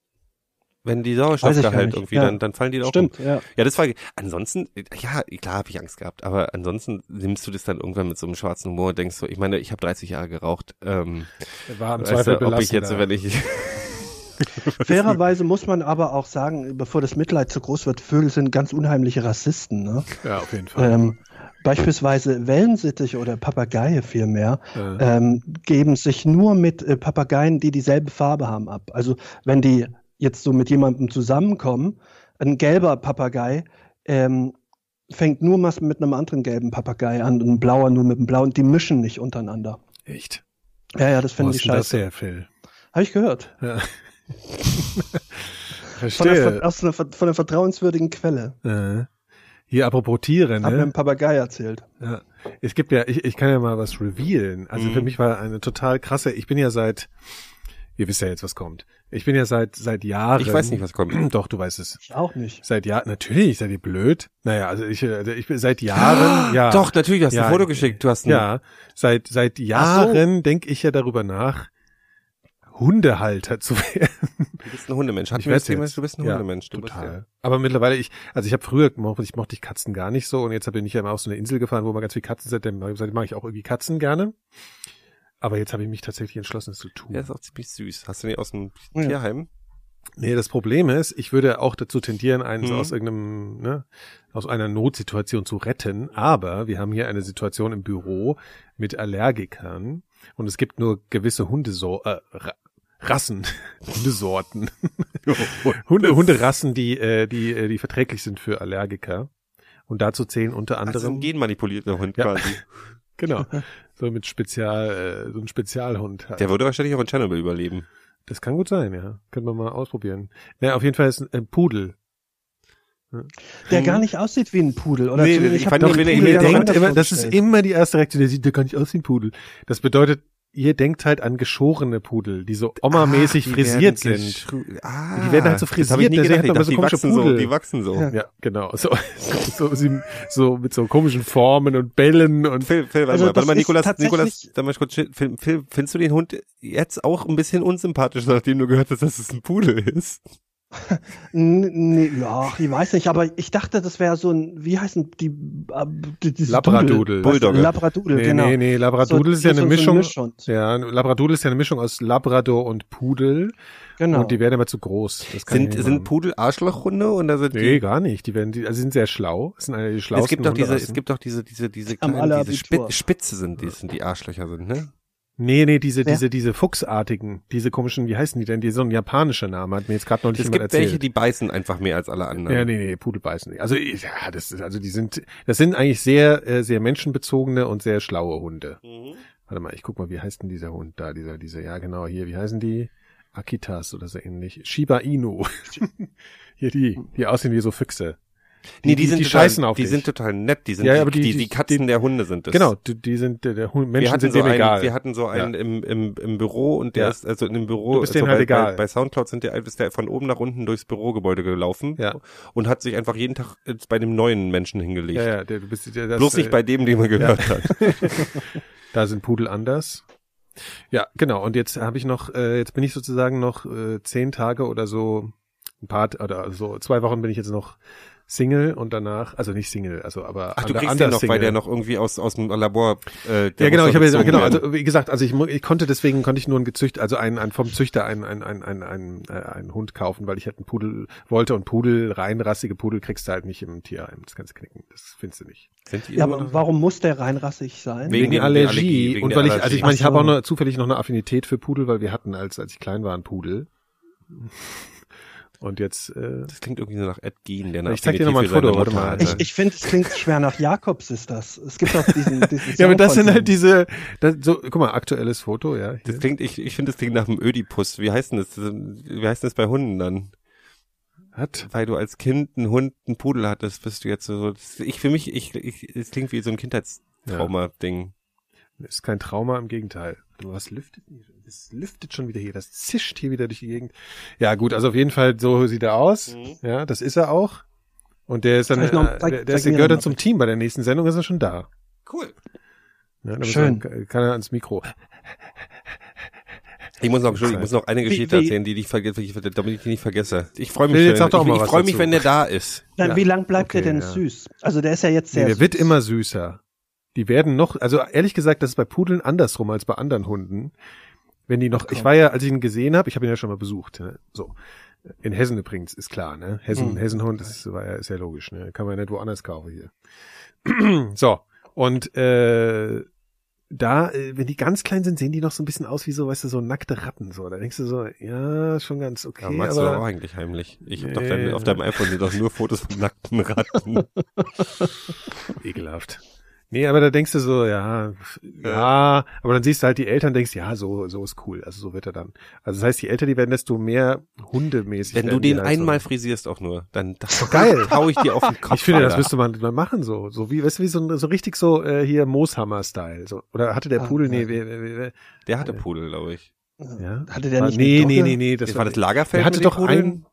Wenn die
Weiß ich gar
Sauerstoffgehalt
nicht,
irgendwie,
ja.
dann, dann fallen die doch
Stimmt,
Um.
ja.
Ja, das war, ansonsten, ja, klar habe ich Angst gehabt, aber ansonsten nimmst du das dann irgendwann mit so einem schwarzen Humor und denkst so, ich meine, ich habe 30 Jahre geraucht, ähm,
War im
weißt
Zweifel
du, ob ich jetzt,
belastender.
wenn ich,
Fairerweise muss man aber auch sagen, bevor das Mitleid zu groß wird, Vögel sind ganz unheimliche Rassisten. Ne?
Ja, auf jeden Fall.
Ähm, beispielsweise Wellensittiche oder Papageie vielmehr
Äh,
ähm, geben sich nur mit äh, Papageien, die dieselbe Farbe haben, ab. Also wenn die jetzt so mit jemandem zusammenkommen, ein gelber Papagei ähm, fängt nur was mit einem anderen gelben Papagei an und ein blauer nur mit einem blauen. Die mischen nicht untereinander.
Äh, Echt?
Ja, ja, das
Wo
finden die
ist denn das
scheiße.
her, Phil?
Habe ich gehört. Von einer,
Verstehe.
ver- aus einer, ver- von einer vertrauenswürdigen Quelle.
Äh, Hier apropos Tiere,
Hat mir
ne?
ein Papagei erzählt.
Ja. Es gibt ja, ich, ich kann ja mal was revealen. Also
Mhm.
für mich war eine total krasse, ich bin ja seit, ihr wisst ja jetzt, was kommt. Ich bin ja seit, seit Jahren.
ich weiß nicht, was kommt.
Doch, du weißt es.
Ich auch nicht.
Seit Jahren, natürlich, seid ihr blöd. Naja, also ich, äh, ich bin seit Jahren, ja.
Ah, Doch, natürlich, du hast
Ja,
ein Foto
ich-
geschickt, du hast ein,
Ja, seit, seit Jahren denke ich ja darüber nach, Hundehalter zu werden.
du bist ein Hundemensch. Hat
Ich
mir das
werd's
Thema,
jetzt.
du bist ein
Ja,
Hundemensch. Du
Total.
Bist, ja.
Aber mittlerweile, ich, also ich habe früher gemocht, ich mochte ich Katzen gar nicht so und jetzt bin ich ja immer auf so eine Insel gefahren, wo man ganz viel Katzen sind, seitdem seitdem mag ich auch irgendwie Katzen gerne. Aber jetzt habe ich mich tatsächlich entschlossen, es zu tun.
Der ist auch ziemlich süß. Hast du nicht aus dem
Ja.
Tierheim?
Nee, das Problem ist, ich würde auch dazu tendieren, einen
Mhm.
aus irgendeinem, ne, aus einer Notsituation zu retten, aber wir haben hier eine Situation im Büro mit Allergikern und es gibt nur gewisse Hundesor äh, Ra Rassen, Hundesorten,
Oh,
Hunde, Hunderassen, die, äh, die, äh, die verträglich sind für Allergiker. Und dazu zählen unter
Andere also
anderem,
ein genmanipulierter Hund
Ja.
quasi.
genau, so mit Spezial, äh, so ein Spezialhund halt.
Der würde wahrscheinlich auch in Chernobyl überleben.
Das kann gut sein, ja. Können wir mal ausprobieren. Naja, auf jeden Fall ist ein, ein Pudel. Hm.
Der gar nicht aussieht wie ein Pudel. Oder
Nee,
zumindest-
ich
hab
fand
mir
doch, wenn
einen
er-
Pudel
wenn er
ganz
Ihr
denkt
anders
denkt immer, das ist
vorgestellt.
immer die erste Reaktion, der sieht, der kann nicht aussehen, Pudel. Das bedeutet, ihr denkt halt an geschorene Pudel, die so Oma-mäßig
Ach, Ah, die
frisiert
werden
sind.
geschru- Ah,
Die werden halt so
das hab ich
frisiert,
nie
deswegen hat
gedacht. Ich
man
dachte,
so
die
komische
wachsen so,
Pudel.
die wachsen so.
Ja.
Ja, genau. So, so, so, sie- so mit so komischen Formen und Bällen und
Phil, Phil, warte
Also
mal,
das
warte mal,
ist
Nikolas,
tatsächlich-
Nikolas, da mal kurz, chill. Phil, Phil, findest du den Hund jetzt auch ein bisschen unsympathisch, nachdem du gehört hast, dass es ein Pudel ist?
N- Nee, ja, ich weiß nicht, aber ich dachte, das wäre so ein, wie heißen die, äh, die diese
Labradudel.
Dudel, weißt du,
Bulldogge.
Labradudel,
Nee,
genau.
nee, nee, Labradudel
So-
ist ja
so-
eine
so ein
Mischung.
Mischhund.
Ja, ein Labradudel ist ja eine Mischung aus Labrador und Pudel.
Genau.
Und die werden aber zu groß. Das kann
Sind,
ich nicht
sind
machen.
Pudel Arschlochhunde oder sind
Nee,
die?
gar nicht. Die werden, die, also sie sind sehr schlau. Das sind eine der schlauesten
Es gibt doch diese,
Hunderassen.
es gibt doch diese, diese, diese
Am
kleinen, diese
Alabitur.
Spit- Spitze sind, die sind, die Arschlöcher sind, ne?
Nee, nee, diese,
Wer?
diese, diese Fuchsartigen, diese komischen, wie heißen die denn? Die so ein japanischer Name hat mir jetzt gerade noch nicht
Es
jemand
gibt
erzählt.
welche, die beißen einfach mehr als alle anderen.
ja, nee, nee, Pudel beißen nicht. Also, ja, das ist, also die sind, das sind eigentlich sehr, äh, sehr menschenbezogene und sehr schlaue Hunde.
Mhm.
Warte mal, ich guck mal, wie heißt denn dieser Hund da? Dieser, dieser, ja genau, hier, wie heißen die? Akitas oder so ähnlich. Shiba Inu. hier die, die aussehen wie so Füchse.
Nee, die, sind
die
total,
scheißen auf
Die
dich.
sind total nett, die sind
Ja,
die,
aber die-
die,
die-
die Katzen
die-
der Hunde sind das.
Genau, die, die sind, der, der Hund,
Wir
Menschen
hatten,
sind
so
dem
einen,
egal.
wir hatten so einen
Ja.
im, im, im Büro und der
Ja.
ist, also in dem Büro,
Du bist
also
denen halt
bei,
egal.
Bei, bei Soundcloud sind der, ist der von oben nach unten durchs Bürogebäude gelaufen
Ja.
und hat sich einfach jeden Tag äh, bei dem neuen Menschen hingelegt.
ja, ja, der, du bist, der, das,
Bloß nicht
äh,
bei dem, den man gehört hat.
Da sind Pudel anders. Ja, genau. Und jetzt habe ich noch, äh, jetzt bin ich sozusagen noch äh, zehn Tage oder so, ein paar oder so zwei Wochen bin ich jetzt noch Single und danach, also nicht Single, also aber
Ach, du
ander-
kriegst den
anders
noch, weil
Single.
der noch irgendwie aus, aus dem Labor, äh, der
ja, genau,
muss
ich habe jetzt,
noch
genau,
gezogen werden.
also wie gesagt, also ich, mu- ich konnte deswegen konnte ich nur einen gezücht, also einen, einen vom Züchter einen, einen, einen, einen, einen, äh, einen Hund kaufen, weil ich halt einen Pudel wollte und Pudel, reinrassige Pudel kriegst du halt nicht im Tierheim, das kannst du knicken, das findest du nicht.
sind die
ja,
immer
aber
noch-
warum muss der reinrassig sein?
Wegen
Wegen, der
der- wegen der
Allergie.
Allergie, wegen
und
der
weil ich, also
Allergie.
ich meine, ich
Ach
habe
so.
auch noch, zufällig noch eine Affinität für Pudel, weil wir hatten als, als ich klein war, einen Pudel. Und jetzt, äh,
das klingt irgendwie so nach Ed Gein, der
Ich zeig dir noch mal ein Foto, warte mal.
Ich, ich finde, es klingt schwer nach Jakobs ist das. Es gibt auch diesen, diesen
ja, aber
Song
das
von
sind halt
ihm.
diese, das, so, guck mal, aktuelles Foto, ja. Hier.
das klingt, ich, ich finde, das klingt nach einem Ödipus. Wie heißt denn das? Wie heißt denn das bei Hunden dann?
hat,
weil du als Kind einen Hund, einen Pudel hattest, bist du jetzt so. Das, ich für mich, ich, ich, es klingt wie so ein Kindheitstrauma-Ding.
ist kein Trauma, im Gegenteil. Du, was lüftet denn hier? Das lüftet schon wieder hier, das zischt hier wieder durch die Gegend. Ja, gut, also auf jeden Fall, so sieht er aus.
Mhm.
Ja, das ist er auch. Und der ist dann,
Zeig noch-
äh,
zeig-
der,
zeig
der, ist, der
mir
gehört
noch
dann
mal
zum Team. Bei der nächsten Sendung ist er schon da.
Cool.
Ja, damit
Schön.
Kann, kann er äh, ans Mikro.
Ich muss noch, Entschuldigung, ich muss noch eine Geschichte
wie-
erzählen, die ich vergesse, damit ich die nicht vergesse. Ich freue mich,
Phil,
wenn,
jetzt sag doch
ich,
mal
ich
was
freue mich,
dazu.
wenn der da ist.
Dann,
Ja.
Wie lang bleibt
Okay,
der denn
ja.
süß? Also der ist ja jetzt
Nee,
sehr
der wird
süß.
immer süßer. Die werden noch, also ehrlich gesagt, das ist bei Pudeln andersrum als bei anderen Hunden. Wenn die noch, ich war ja, als ich ihn gesehen habe, ich habe ihn ja schon mal besucht, ne? so. In Hessen übrigens, ist klar, ne? Hessen,
Hm.
Mhm.
Hessenhund, das ist, war ja, ist ja logisch, ne? Kann man ja nicht woanders kaufen hier. so. Und, äh, da, äh, wenn die ganz klein sind, sehen die noch so ein bisschen aus wie so, weißt du, so nackte Ratten, so. Da denkst du so, ja, schon ganz okay.
Ja, magst du
aber,
doch auch eigentlich heimlich. Ich hab doch
Nee.
dein, auf deinem iPhone sind doch nur Fotos von nackten Ratten.
Ekelhaft. Nee, aber da denkst du so, ja, ja, aber dann siehst du halt die Eltern, denkst, ja, so, so ist cool, also so wird er dann. Also das heißt, die Eltern, die werden desto mehr hundemäßig.
wenn du
werden die
den
halt
einmal
so.
frisierst auch nur, dann das
geil.
hau ich dir auf den Kopf.
Ich finde, das
Alter.
müsste man mal machen, so, so wie, weißt du, wie so, ein- so richtig so, äh, hier Mooshammer-Style, so. Oder hatte der
Ah,
Pudel,
ja.
nee, wer, wer, wer,
Der hatte Pudel, glaube ich.
ja?
Hatte der
Ah,
nicht
nee,
eine
nee,
Dogge?
nee, nee, das war,
das Lagerfeld.
Der hatte
mit den
doch
Pudeln?
einen-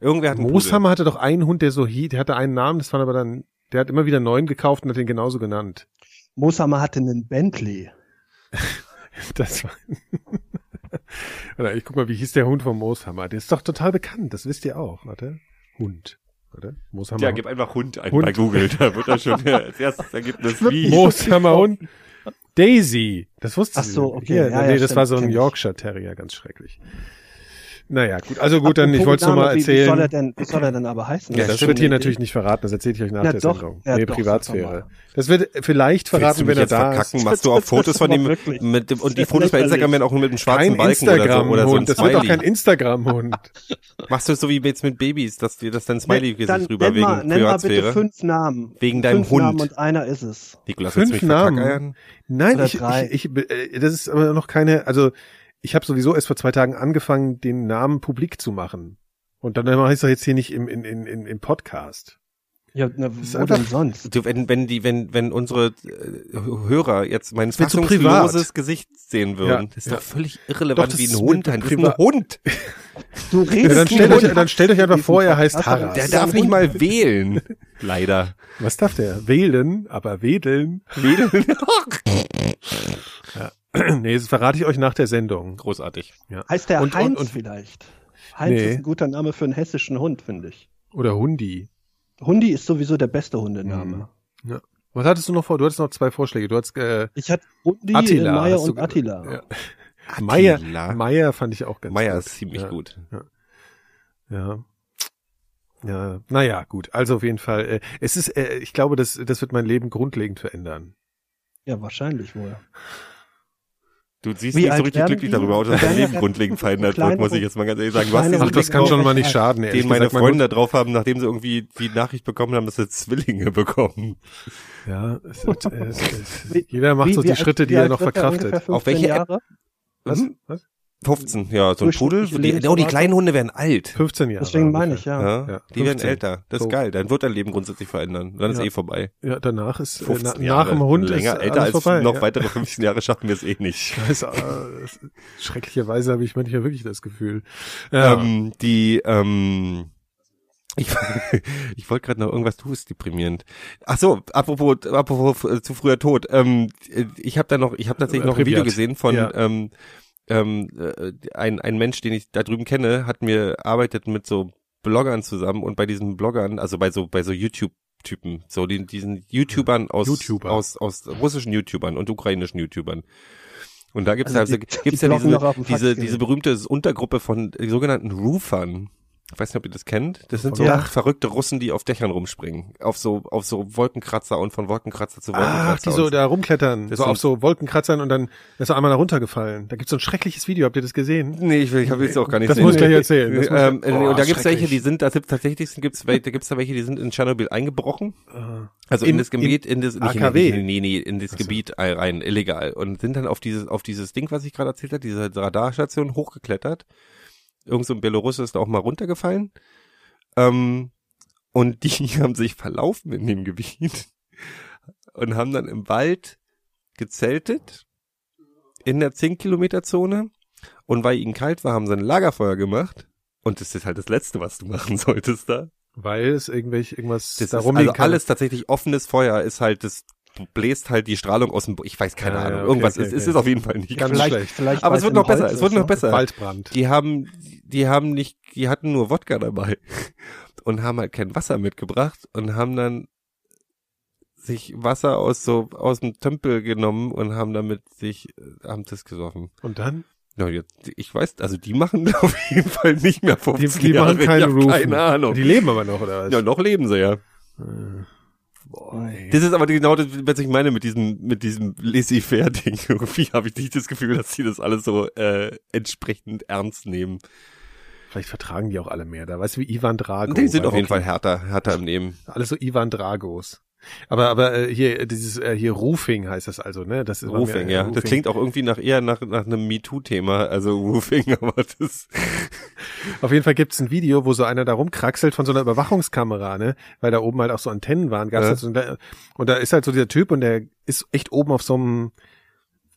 Irgendwer hat einen
Mooshammer hatte doch einen Hund, der so hielt, der hatte einen Namen, das war aber dann, der hat immer wieder einen neuen gekauft und hat den genauso genannt.
Mosama hatte einen Bentley.
Das war. Warte, ich guck mal, wie hieß der Hund von Mooshammer? Der ist doch total bekannt, das wisst ihr auch, warte. Hund. Warte. Mooshammer.
Ja, gib einfach Hund ein
Hund.
bei Google, da wird das schon als erstes Ergebnis wie.
Mooshammer Hund. Daisy. Das wusste
Ach so,
sie nicht.
okay,
Hier,
ja,
nee,
ja,
das
stimmt,
war so ein
kenn ich.
Yorkshire Terrier, ganz schrecklich. Naja, gut. Also gut, dann, ich
Apropos
wollte es
Name,
nochmal
wie- Wie soll, er
erzählen.
denn, wie soll er denn aber heißen?
Ja,
Ja,
das
stimmt,
wird hier
nee,
natürlich nicht verraten, das erzähle ich euch nach
Ja,
der
doch,
Sendung.
ja,
nee,
doch, sag
Privatsphäre.
doch
Das wird vielleicht
Willst du
verraten,
mich
wenn er
jetzt
da ist.
verkacken? Machst du auch Fotos von ihm
Wirklich.
mit dem, und die
Das ist
Fotos bei Instagram
lächerlich.
werden auch mit einem schwarzen
Kein
Balken oder so, oder so ein
Instagram-Hund. Das wird doch kein
Smiley.
Instagram-Hund.
Machst du es so wie jetzt mit Babys, dass dir das dein
Dann
Smiley-Gesicht drüber
nenn
wegen
mal, nenn mal bitte
Privatsphäre?
fünf Namen.
Wegen deinem
fünf
Hund.
Namen und einer ist es.
Nikolas, willst du
Fünf
mich
Namen.
verkackeiern?
Nein,
Oder
ich,
drei.
ich, ich, äh, das ist aber noch keine, also ich habe sowieso erst vor zwei Tagen angefangen, den Namen publik zu machen. Und dann mache ich es doch jetzt hier nicht im, in, in, in, im Podcast.
Ja, na, wo denn sonst?
Du, wenn, wenn die, wenn, wenn unsere äh, Hörer jetzt mein
wird zu privat.
fassungsloses Gesicht sehen würden,
Ja,
das ist
ja.
doch völlig
Doch,
irrelevant
das
wie ein
ist
Hund.
mit
Ein, das ist ein
privat-
Hund.
Du redest
dann
wie
stellt
ein
euch-
Hund.
dann stellt euch einfach
Diesen
vor, er heißt
Podcast.
Harald.
Der
Das ist
darf
ein
nicht
Hund.
mal wählen. Leider.
Was darf der? Wählen, aber wedeln.
Wählen?
nee, das verrate ich euch nach der Sendung.
Großartig.
Heißt der
Und- und-
Heinz
und-
vielleicht? Heinz
Nee.
ist ein guter Name für einen hessischen Hund, finde ich.
Oder Hundi.
Hundi ist sowieso der beste Hundename.
Mhm. Ja. Was hattest du noch vor? Du hattest noch zwei Vorschläge. Du hattest äh,
Ich hatte Hundi,
Attila.
Meier
hast du
und
ge-
Attila.
Ja. Meier,
Attila.
Meier fand ich auch ganz
Meier
gut.
ist ziemlich
ja.
gut.
Ja. Ja, naja, gut. Also auf jeden Fall. Äh, es ist, äh, ich glaube, das, das wird mein Leben grundlegend verändern.
Ja, wahrscheinlich wohl.
Du siehst
Wie
nicht so
alt
richtig
werden
glücklich
die?
darüber aus, dass dein
Kleine-
Leben grundlegend verändert wird, muss ich jetzt mal ganz ehrlich sagen. Was
Kleine-
ist
Ach, das
Grundlegend
kann schon mal
verändert.
nicht schaden. ehrlich
den meine
gesagt. Mein
Freunde da drauf haben, nachdem sie irgendwie die Nachricht bekommen haben, dass sie Zwillinge bekommen.
Hund- Ja, es, wird, äh, es, es,
Wie-
jeder macht
Wie-
so
wie
die
alt-
Schritte, die
wie
er
alt
noch
wird
verkraftet.
ungefähr?
Auf welche
15 Jahre?
Was?
Hm?
Was?
15, ja, so ein Pudel.
Durchschnittliche
Die, oh, die kleinen Hunde werden alt.
15 Jahre.
Deswegen meine
ungefähr.
ich, ja.
Ja,
Ja,
die werden
15.
älter. Das ist
So.
geil. Dann wird dein Leben grundsätzlich verändern. Dann ist
Ja.
eh vorbei.
Ja, danach ist äh,
15
na, nach
Jahre
dem Hund
länger
ist
älter
alles
als
vorbei.
noch
ja.
weitere 15 Jahre schaffen wir es eh nicht.
Das, äh, es- schrecklicherweise habe ich manchmal wirklich das Gefühl. Ja.
Ähm, die ähm, ich, ich wollte gerade noch irgendwas, du ist deprimierend. Ach so, apropos, apropos äh, zu früher Tod. Ähm, ich habe da noch, ich habe tatsächlich
Äh,
noch ein Video
privat.
gesehen von
Ja.
ähm, ähm, äh, ein, ein Mensch, den ich da drüben kenne, hat mir arbeitet mit so Bloggern zusammen und bei diesen Bloggern, also bei so bei so YouTube Typen, so den, diesen YouTubern aus,
YouTuber.
aus aus russischen YouTubern und ukrainischen YouTubern. Und da gibt's
Also
also,
die-
gibt's
die
ja
bloggen
diese,
doch auf dem
diese,
Faxgerät.
diese berühmte Untergruppe von äh, sogenannten Roofern. Ich weiß nicht, ob ihr das kennt. Das sind so
Ja.
verrückte Russen, die auf Dächern rumspringen. Auf so, auf so Wolkenkratzer und von Wolkenkratzer zu Wolkenkratzer.
Ach, die so
und
da rumklettern,
Das
so
sind-
auf so Wolkenkratzern und dann ist er einmal da runtergefallen. Da gibt's so ein schreckliches Video, habt ihr das gesehen?
Nee, ich, will- ich habe jetzt auch gar nicht
Das
sehen.
muss ich gleich erzählen. Das muss ich-
Ähm, äh,
Boah,
und da gibt's welche,
schrecklich.
die sind, da gibt's tatsächlich gibt's, wel- da gibt's da welche, die sind in Tschernobyl eingebrochen.
Ah,
Also in,
In-
das Gebiet, in das nicht in-
AKW.
nee, nee, in das Gebiet rein, illegal. Und sind dann auf dieses, auf dieses Ding, was ich gerade erzählt habe, diese Radarstation hochgeklettert. Irgend so ein Belarus ist da auch mal runtergefallen. Ähm, und die haben sich verlaufen in dem Gebiet und haben dann im Wald gezeltet in der 10-Kilometer-Zone. Und weil ihnen kalt war, haben sie ein Lagerfeuer gemacht. Und das ist halt das Letzte, was du machen solltest da.
Weil es irgendwelche irgendwas
Das
da
ist also
rumliegen kann.
alles tatsächlich offenes Feuer ist halt, das bläst halt die Strahlung aus dem, Bo ich weiß keine
Ja, ja,
Ahnung,
okay,
irgendwas
okay,
ist,
okay.
es ist auf jeden Fall nicht
Ganz
gut.
schlecht.
vielleicht
Aber
war
es wird
im
noch
Holz
besser, es
oder
wird noch
so.
besser.
Waldbrand.
Die haben, die haben nicht, die hatten nur Wodka dabei und haben halt kein Wasser mitgebracht und haben dann sich Wasser aus so, aus dem Tümpel genommen und haben damit sich, äh, haben das gesoffen.
Und dann?
Na, jetzt, ich weiß, also die machen auf jeden Fall nicht mehr 15
Die, die
Jahre.
machen keine
ich hab
Roofen.
keine Ahnung.
Die leben aber noch, oder was? Ah,
ja, noch leben sie ja.
Boah, ey.
Das ist aber genau das, was ich meine mit diesem, mit diesem laissez-faire-Ding. Irgendwie habe ich nicht das Gefühl, dass die das alles so äh, entsprechend ernst nehmen.
Vielleicht vertragen die auch alle mehr da. Weißt du, wie Ivan Drago.
die sind
bei
auf jeden
Rocky.
Fall härter, härter im Nehmen.
Alles so Ivan Dragos. Aber, aber äh, hier, äh, dieses, äh, hier Roofing heißt das also, ne? Das war mir-
Roofing, ja. Das
Roofing.
klingt auch irgendwie nach eher nach, nach einem MeToo-Thema, also Roofing, aber das.
Auf jeden Fall gibt's ein Video, wo so einer da rumkraxelt von so einer Überwachungskamera, ne? Weil da oben halt auch so Antennen waren. Gab's
Ja.
halt so, ein- und da ist halt so dieser Typ und der ist echt oben auf so einem,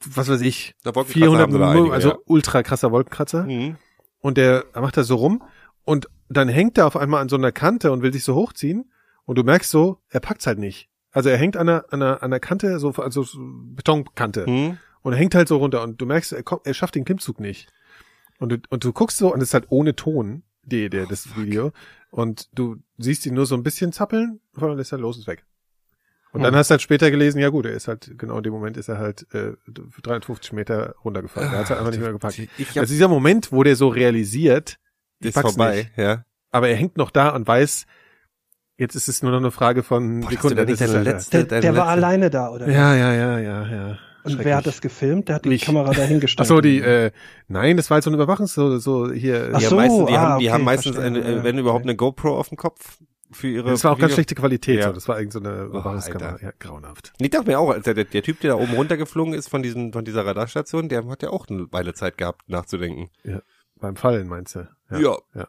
was weiß ich,
Da Wolkenkratzer
400,
haben sie da
Mo-
einige,
also
ja.
ultra krasser Wolkenkratzer.
Mhm.
Und der macht da so rum und dann hängt er auf einmal an so einer Kante und will sich so hochziehen und du merkst so, er packt's halt nicht. Also er hängt an einer, an einer, an einer Kante, so, also so Betonkante
Mhm.
und er hängt halt so runter und du merkst, er, kommt, er schafft den Klimmzug nicht. Und du, und du guckst so und es ist halt ohne Ton, die, der, das Video. Und du siehst ihn nur so ein bisschen zappeln und dann ist er los und weg. Und dann hast du halt später gelesen, ja gut, er ist halt, genau in dem Moment ist er halt äh, 350 Meter runtergefallen. Er hat halt einfach nicht mehr gepackt.
Ich hab,
Also dieser Moment, wo der so realisiert, ich
ist
pack's
vorbei,
nicht.
ja.
aber er hängt noch da und weiß, jetzt ist es nur noch eine Frage von
Boah, dass du
Sekunden.
da nicht
Das ist
deine
leider-
letzte-
Der,
Deine
der war
letzte-
alleine da, oder?
Ja, ja, ja, ja, ja.
Und wer hat
Schrecklich.
das gefilmt? Der hat die
Ich.
Kamera
Ach
dahingestellt.
so, die, äh, nein, das war jetzt so ein Überwachungs-, so, so hier.
Ach
die
so,
haben meistens, die
ah,
haben, die
okay,
haben meistens,
verstehe,
eine,
ja,
äh, wenn überhaupt, eine GoPro auf dem Kopf für ihre.
Das war auch ganz
Video-
schlechte Qualität,
Ja. Oh,
so. Das war irgend so eine Überwachungskamera.
Alter.
ja, grauenhaft.
Ich dachte mir auch, als der, der Typ, der da oben runtergeflogen ist von diesem, von dieser Radarstation, der hat ja auch eine Weile Zeit gehabt, nachzudenken.
Beim Fallen, meinst du?
Ja.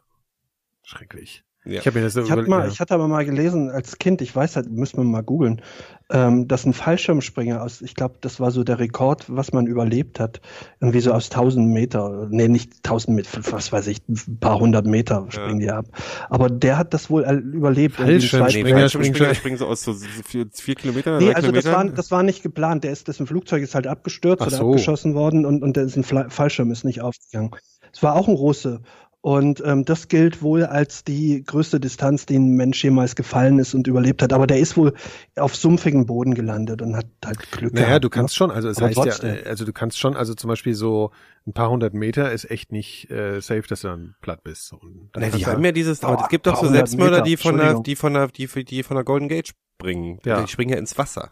Schrecklich.
Ja.
Ich habe mir das
Ich, hab
überle-
mal,
ja.
ich hatte aber mal gelesen, als Kind, ich weiß halt, müssen wir mal googeln, ähm, dass ein Fallschirmspringer aus, ich glaube, das war so der Rekord, was man überlebt hat, irgendwie so aus 1000 Meter, nee, nicht 1000 Meter, was weiß ich, ein paar hundert Meter springen die ab. Aber der hat das wohl all- überlebt. irgendwie einen zweiten
Fallschirmspringer
Nee,
Springer,
Fallschirmspringer
Springer.
springen so aus so so vier, vier Kilometer,
Nee,
drei
also das
Kilometer.
war, das war nicht geplant. Der ist, dessen Flugzeug ist halt abgestürzt
Ach
oder
so.
abgeschossen worden und, und dessen Fla- Fallschirm ist nicht aufgegangen. Es war auch ein Russe. Und ähm, das gilt wohl als die größte Distanz, die ein Mensch jemals gefallen ist und überlebt hat. Aber der ist wohl auf sumpfigen Boden gelandet und hat halt Glück
Naja,
gehabt.
du
ne?
kannst schon, also es
Aber
heißt ja,
trotzdem.
äh, also du kannst schon, also zum Beispiel so ein paar hundert Meter ist echt nicht äh, safe, dass du dann platt bist. So, Und dann
Na, die
kannst du-
haben ja dieses, aber es gibt doch so
300
Selbstmörder, die
Meter,
von der,
Entschuldigung.
die von der, die, die von der Golden Gate springen.
Ja.
Die springen ja ins Wasser.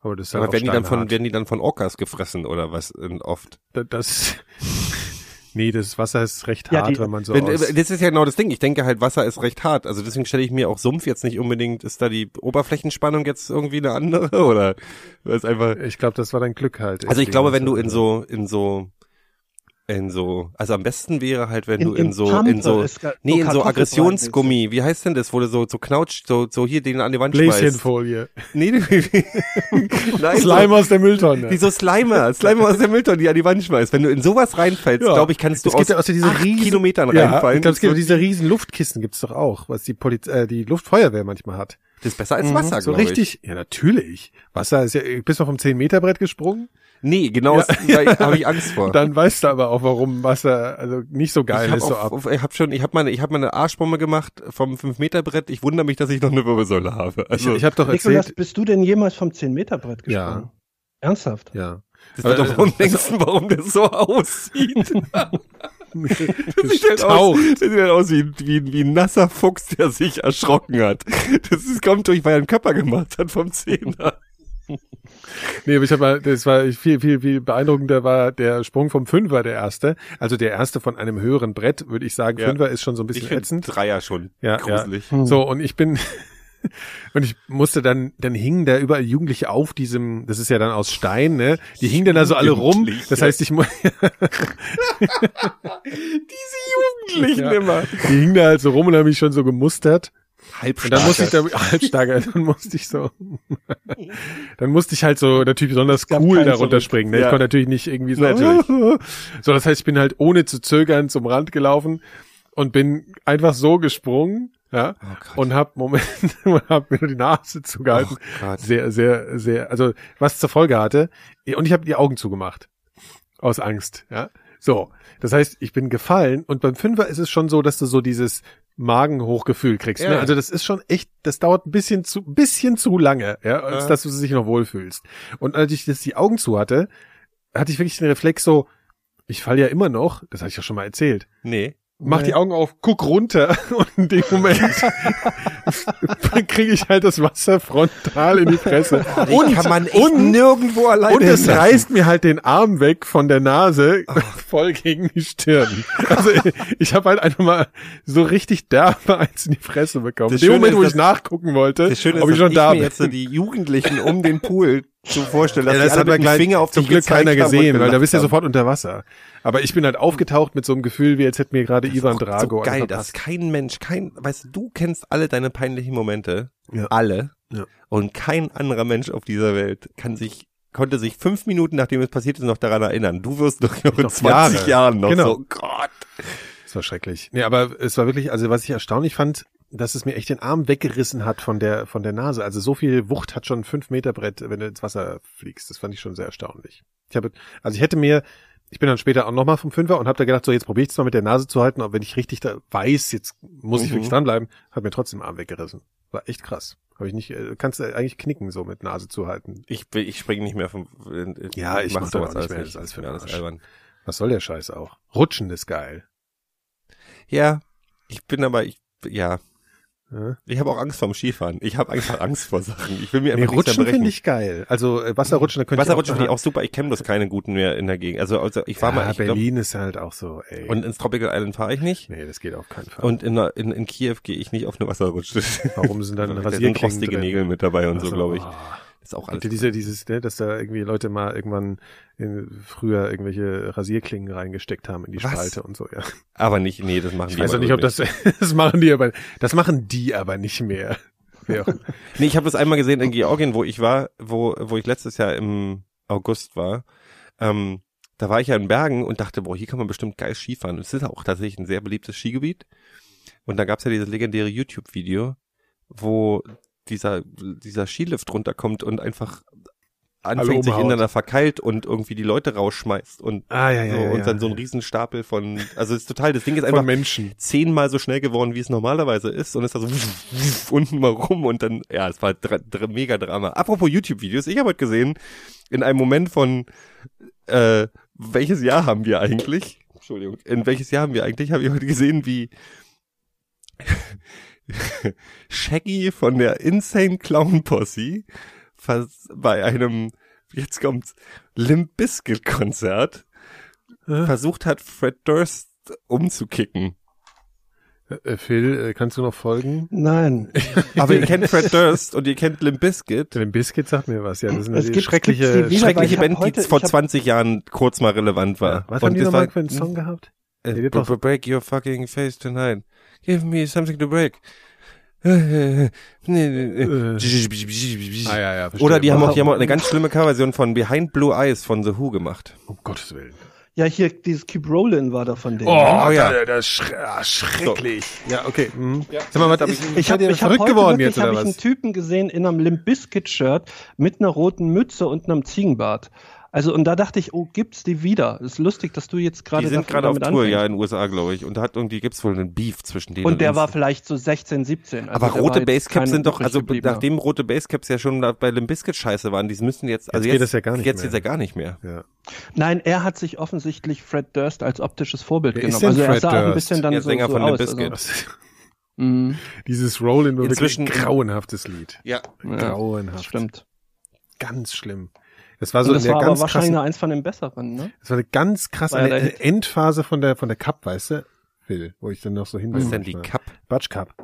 aber das ist halt
Aber
auch
werden die dann von,
steinhart.
werden die dann von Orcas gefressen oder was ähm, oft?
Da- das Nee, das Wasser ist recht
Ja,
hart,
die-
wenn man so
Wenn,
aus,
das ist ja genau das Ding. Ich denke halt, Wasser ist recht hart. Also deswegen stelle ich mir auch Sumpf jetzt nicht unbedingt, ist da die Oberflächenspannung jetzt irgendwie eine andere oder ist einfach.
Ich glaube, das war dein Glück halt.
Also ich
Irgendwie
glaube, wenn du
so-
in so, in so, in so, also am besten wäre halt, wenn
ne? In-
du in
in
so,
Pampe
in so,
ist gar-
nee,
so
in so
Kartoffelbrei
Aggressionsgummi, wie heißt denn das, wo du so, so knautscht, so, so hier den an die Wand schmeißt.
Bläschenfolie.
Nee, du- Nein,
Slime
Slimer.
aus der Mülltonne.
So, wie so Slimer, Slimer aus der Mülltonne, die an die Wand schmeißt. Wenn du in sowas reinfällst, glaube ich, kannst du
es gibt
aus,
ja auch so diese
acht
riesen,
Kilometern
ja,
reinfallen.
Ich glaube, es gibt
das,
auch diese riesen Luftkissen gibt's doch auch, was die Poliz äh, die Luftfeuerwehr manchmal hat.
ist besser als Wasser,
Mhm. so
glaub ich.
richtig? Ja, natürlich. Wasser ist ja, äh, bist um du vom 10-Meter-Brett gesprungen?
Nee, genau,
Ja.
das- da habe ich Angst vor.
Dann weißt du aber auch, warum Wasser, also nicht so geil
ich habe
ist so ab.
hab schon, ich habe meine, ich habe meine Arschbombe gemacht vom 5-Meter-Brett. Ich wundere mich, dass ich noch eine Wirbelsäule habe.
ich
Also,
ich habe doch
Nikolas,
erzählt,
bist du denn jemals vom 10-Meter-Brett
Ja.
gesprungen? Ernsthaft?
ja.
das wird
aber-
doch am längsten, warum das so aussieht. Das sieht halt aus,
Gestaucht.
das sieht halt aus wie, wie, wie ein nasser Fuchs, der sich erschrocken hat. Das ist, kommt durch, weil er einen Körper gemacht hat vom Zehner.
Nee, aber ich habe das war viel, viel, viel beeindruckender war der Sprung vom Fünfer der erste. Also der erste von einem höheren Brett, würde ich sagen.
Ja.
Fünfer ist schon so ein bisschen
find
ätzend.
Dreier schon
Ja, Ja.
Hm.
So, und ich bin, und ich musste dann, dann hingen da überall Jugendliche auf diesem, das ist ja dann aus Stein, ne? Die hingen dann da so alle rum.
Jugendliche.
Das heißt, ich muss,
Diese Jugendlichen
Ja.
immer.
die hingen da halt so rum und haben mich schon so gemustert.
Halb
Und dann musste ich da, halbstarker, dann musste ich so, dann musste ich halt so natürlich besonders
gab
cool
keinen
darunter
zurück.
springen. Ne? Ich
Ja.
konnte natürlich nicht irgendwie so,
Natürlich.
so, das heißt, ich bin halt ohne zu zögern zum Rand gelaufen und bin einfach so gesprungen, ja,
Oh Gott.
und hab Moment, und hab mir nur die Nase zugehalten.
Oh Gott.
sehr, sehr, sehr, also was zur Folge hatte. Und ich habe die Augen zugemacht. Aus Angst, ja. So, das heißt, ich bin gefallen und beim Fünfer ist es schon so, dass du so dieses Magenhochgefühl kriegst.
Ja.
Ne? Also das ist schon echt, das dauert ein bisschen zu, bisschen zu lange, ja, als
Ja.
dass du dich noch wohlfühlst. Und als ich das die Augen zu hatte, hatte ich wirklich den Reflex so, ich falle ja immer noch, das hatte ich ja schon mal erzählt.
Nee.
Mach die Augen auf, guck runter und in dem Moment kriege ich halt das Wasser frontal in die Fresse. Und, und,
nirgendwo alleine
und es reißt mir halt den Arm weg von der Nase voll gegen die Stirn. Also ich, ich habe halt einfach mal so richtig derbe eins in die Fresse bekommen.
Das
in dem
Schöne
Moment,
ist,
wo
dass-
ich nachgucken wollte,
Das Schöne ist,
ob ich
dass
schon
ich
da
mir
bin. Also,
jetzt so die Jugendlichen um den Pool zu vorstellen, dass
Ja,
die alle mit dem
gleich
Finger auf
zum
dich
Glück
gezeigt
keiner
haben und
gesehen, weil da
gelacht
bist du ja
haben.
sofort unter Wasser. Aber ich bin halt aufgetaucht mit so einem Gefühl, wie als hätte mir gerade Ivan
Auch
Drago
so geil,
einen
dass
verpasst.
kein Mensch, kein, weißt du, du kennst alle deine peinlichen Momente,
Ja.
alle,
Ja.
und kein anderer Mensch auf dieser Welt kann sich konnte sich fünf Minuten nachdem es passiert ist noch daran erinnern. Du wirst doch noch in
Noch
20
Jahre.
Jahren noch
Genau.
so, Gott.
Das war schrecklich. Nee, aber es war wirklich, also was ich erstaunlich fand, dass es mir echt den Arm weggerissen hat von der, von der Nase. Also so viel Wucht hat schon ein 5-Meter-Brett, wenn du ins Wasser fliegst. Das fand ich schon sehr erstaunlich. Ich habe, also ich hätte mir, ich bin dann später auch nochmal vom Fünfer und habe da gedacht, so jetzt probiere ich es mal mit der Nase zu halten, aber wenn ich richtig da weiß, jetzt muss ich
Mhm.
wirklich dranbleiben, hat mir trotzdem den Arm weggerissen. War echt krass. Habe ich nicht, äh, kannst du eigentlich knicken, so mit Nase zu halten.
Ich, will- ich springe nicht mehr vom, äh,
Ja, ich mach
sowas
das auch nicht mehr, das
alles
ist alles für
Ja,
den
das ist
Arsch.
albern.
Was soll der Scheiß auch? Rutschen ist geil.
Ja, ich bin aber, ich, ja,
Ja?
ich habe auch Angst vorm Skifahren. Ich habe einfach Angst vor Sachen. Ich will mir
Nee,
einfach nichts
Rutschen
mehr
finde
brechen.
ich geil. Also äh, Wasserrutschen, da könnte
Wasserrutschen
ich
finde ich auch super. Ich kenne bloß keine guten mehr in der Gegend. Also, also ich war
ja,
mal, ich glaub,
Berlin ist halt auch so, ey.
und ins Tropical Island fahre ich nicht.
nee, das geht auf keinen Fall.
Und in, in, in Kiew gehe ich nicht auf eine Wasserrutsche.
warum sind dann
Da sind
Rasierklingen
rostige
drin?
Nägel mit dabei und
Also,
so, glaube ich.
ah,
Ist auch alles.
Also diese, dieses, ne, dass da irgendwie Leute mal irgendwann in, früher irgendwelche Rasierklingen reingesteckt haben in die
Was?
Spalte und so, ja.
aber nicht, nee, das machen
Ich
die
weiß auch
aber
nicht, ob
irgendwie
das, das machen die aber, das machen die aber nicht mehr. Wer auch
Nee, ich habe das einmal gesehen in Georgien, wo ich war, wo, wo ich letztes Jahr im August war. Ähm, da war ich ja in Bergen und dachte, boah, hier kann man bestimmt geil Skifahren. Und es ist auch tatsächlich ein sehr beliebtes Skigebiet. Und da gab's ja dieses legendäre YouTube-Video, wo dieser, dieser Skilift runterkommt und einfach
Alle
anfängt, sich
umhaut.
ineinander verkeilt und irgendwie die Leute rausschmeißt und
Ah, ja,
so,
ja, ja.
und dann so ein Riesenstapel von, also es ist total, das Ding ist
von
einfach
Menschen.
zehnmal so schnell geworden, wie es normalerweise ist und ist da so unten mal rum und dann, ja, es war dra dra mega Drama. Apropos YouTube-Videos, ich habe heute gesehen, in einem Moment von, äh, welches Jahr haben wir eigentlich? Entschuldigung, in welches Jahr haben wir eigentlich? Habe ich heute gesehen, wie Shaggy von der Insane Clown Posse vers- bei einem, jetzt kommt's, Limp Bizkit Konzert versucht hat, Fred Durst umzukicken.
Äh, Phil, äh, kannst du noch folgen?
Nein.
Aber ihr kennt Fred Durst und ihr kennt Limp Bizkit.
Dem Biscuit sagt mir was, ja. Das sind
Es
ja die
gibt-
schreckliche,
gibt's die wieder-
schreckliche.
Schreckliche
ich hab
Band,
heute-
die vor
ich hab-
20 Jahren kurz mal relevant war.
Was haben die
das
nochmal
war-
für einen Song gehabt?
Äh,
Der wird
b- break your fucking face tonight. Give me something to break.
Äh. Ah,
Nee, nee,
Äh.
nee.
ja, ja, verstehe.
Oder die haben auch, die haben auch
jemand.
eine ganz schlimme Coverversion von Behind Blue Eyes von The Who gemacht.
Um Gottes Willen.
Ja, hier, dieses Keep Rollin' war da von denen.
Oh, ja.
da- das ist schre- ah, schrecklich. Ja, okay. Mhm. Sag mal, was, hab ich,
Ich
seid
habe
ihr
ich hab
verrückt
heute
geworden
wirklich,
jetzt
hab ich
oder
einen
was?
Typen gesehen in einem Limp Bizkit Shirt mit einer roten Mütze und einem Ziegenbart. Also und da dachte ich, oh, gibt's die wieder? Ist lustig, dass du jetzt gerade
Die sind
dafür
gerade auf
damit
Tour,
anfängst.
ja, in den USA, glaube ich. Und da hat irgendwie, gibt's wohl einen Beef zwischen denen.
Und der
uns.
war vielleicht so 16, 17. Also
Aber
der
rote
war jetzt kein
Basecaps sind doch,
übrig
also
gebliebener.
nachdem rote Basecaps ja schon da bei Limp Bizkit scheiße waren, die müssen jetzt, also
Jetzt
jetzt,
geht das ja gar nicht
jetzt
mehr.
geht's ja gar nicht mehr.
Ja.
Nein, er hat sich offensichtlich Fred Durst als optisches Vorbild
Wer ist
genommen. also
denn
er
Fred
sah auch ein
Durst?
bisschen dann
Der
so,
Sänger
so
von Limp
aus.
Bizkit.
Also, mhm, mh,
Dieses Rolling war wirklich ein
Inzwischen-
grauenhaftes Lied.
Ja.
ja, das
Grauenhaft.
stimmt.
Ganz schlimm. Das war so
Also
Und das
in der
war aber
ganz
wahrscheinlich
krassen,
nur eins von den besseren, ne?
das war eine ganz krasse
War ja
eine
der Hit.
Endphase von der, von der Cup, weißt du? Phil, wo ich dann noch so hin
Was ist denn die Cup?
Batsch Cup.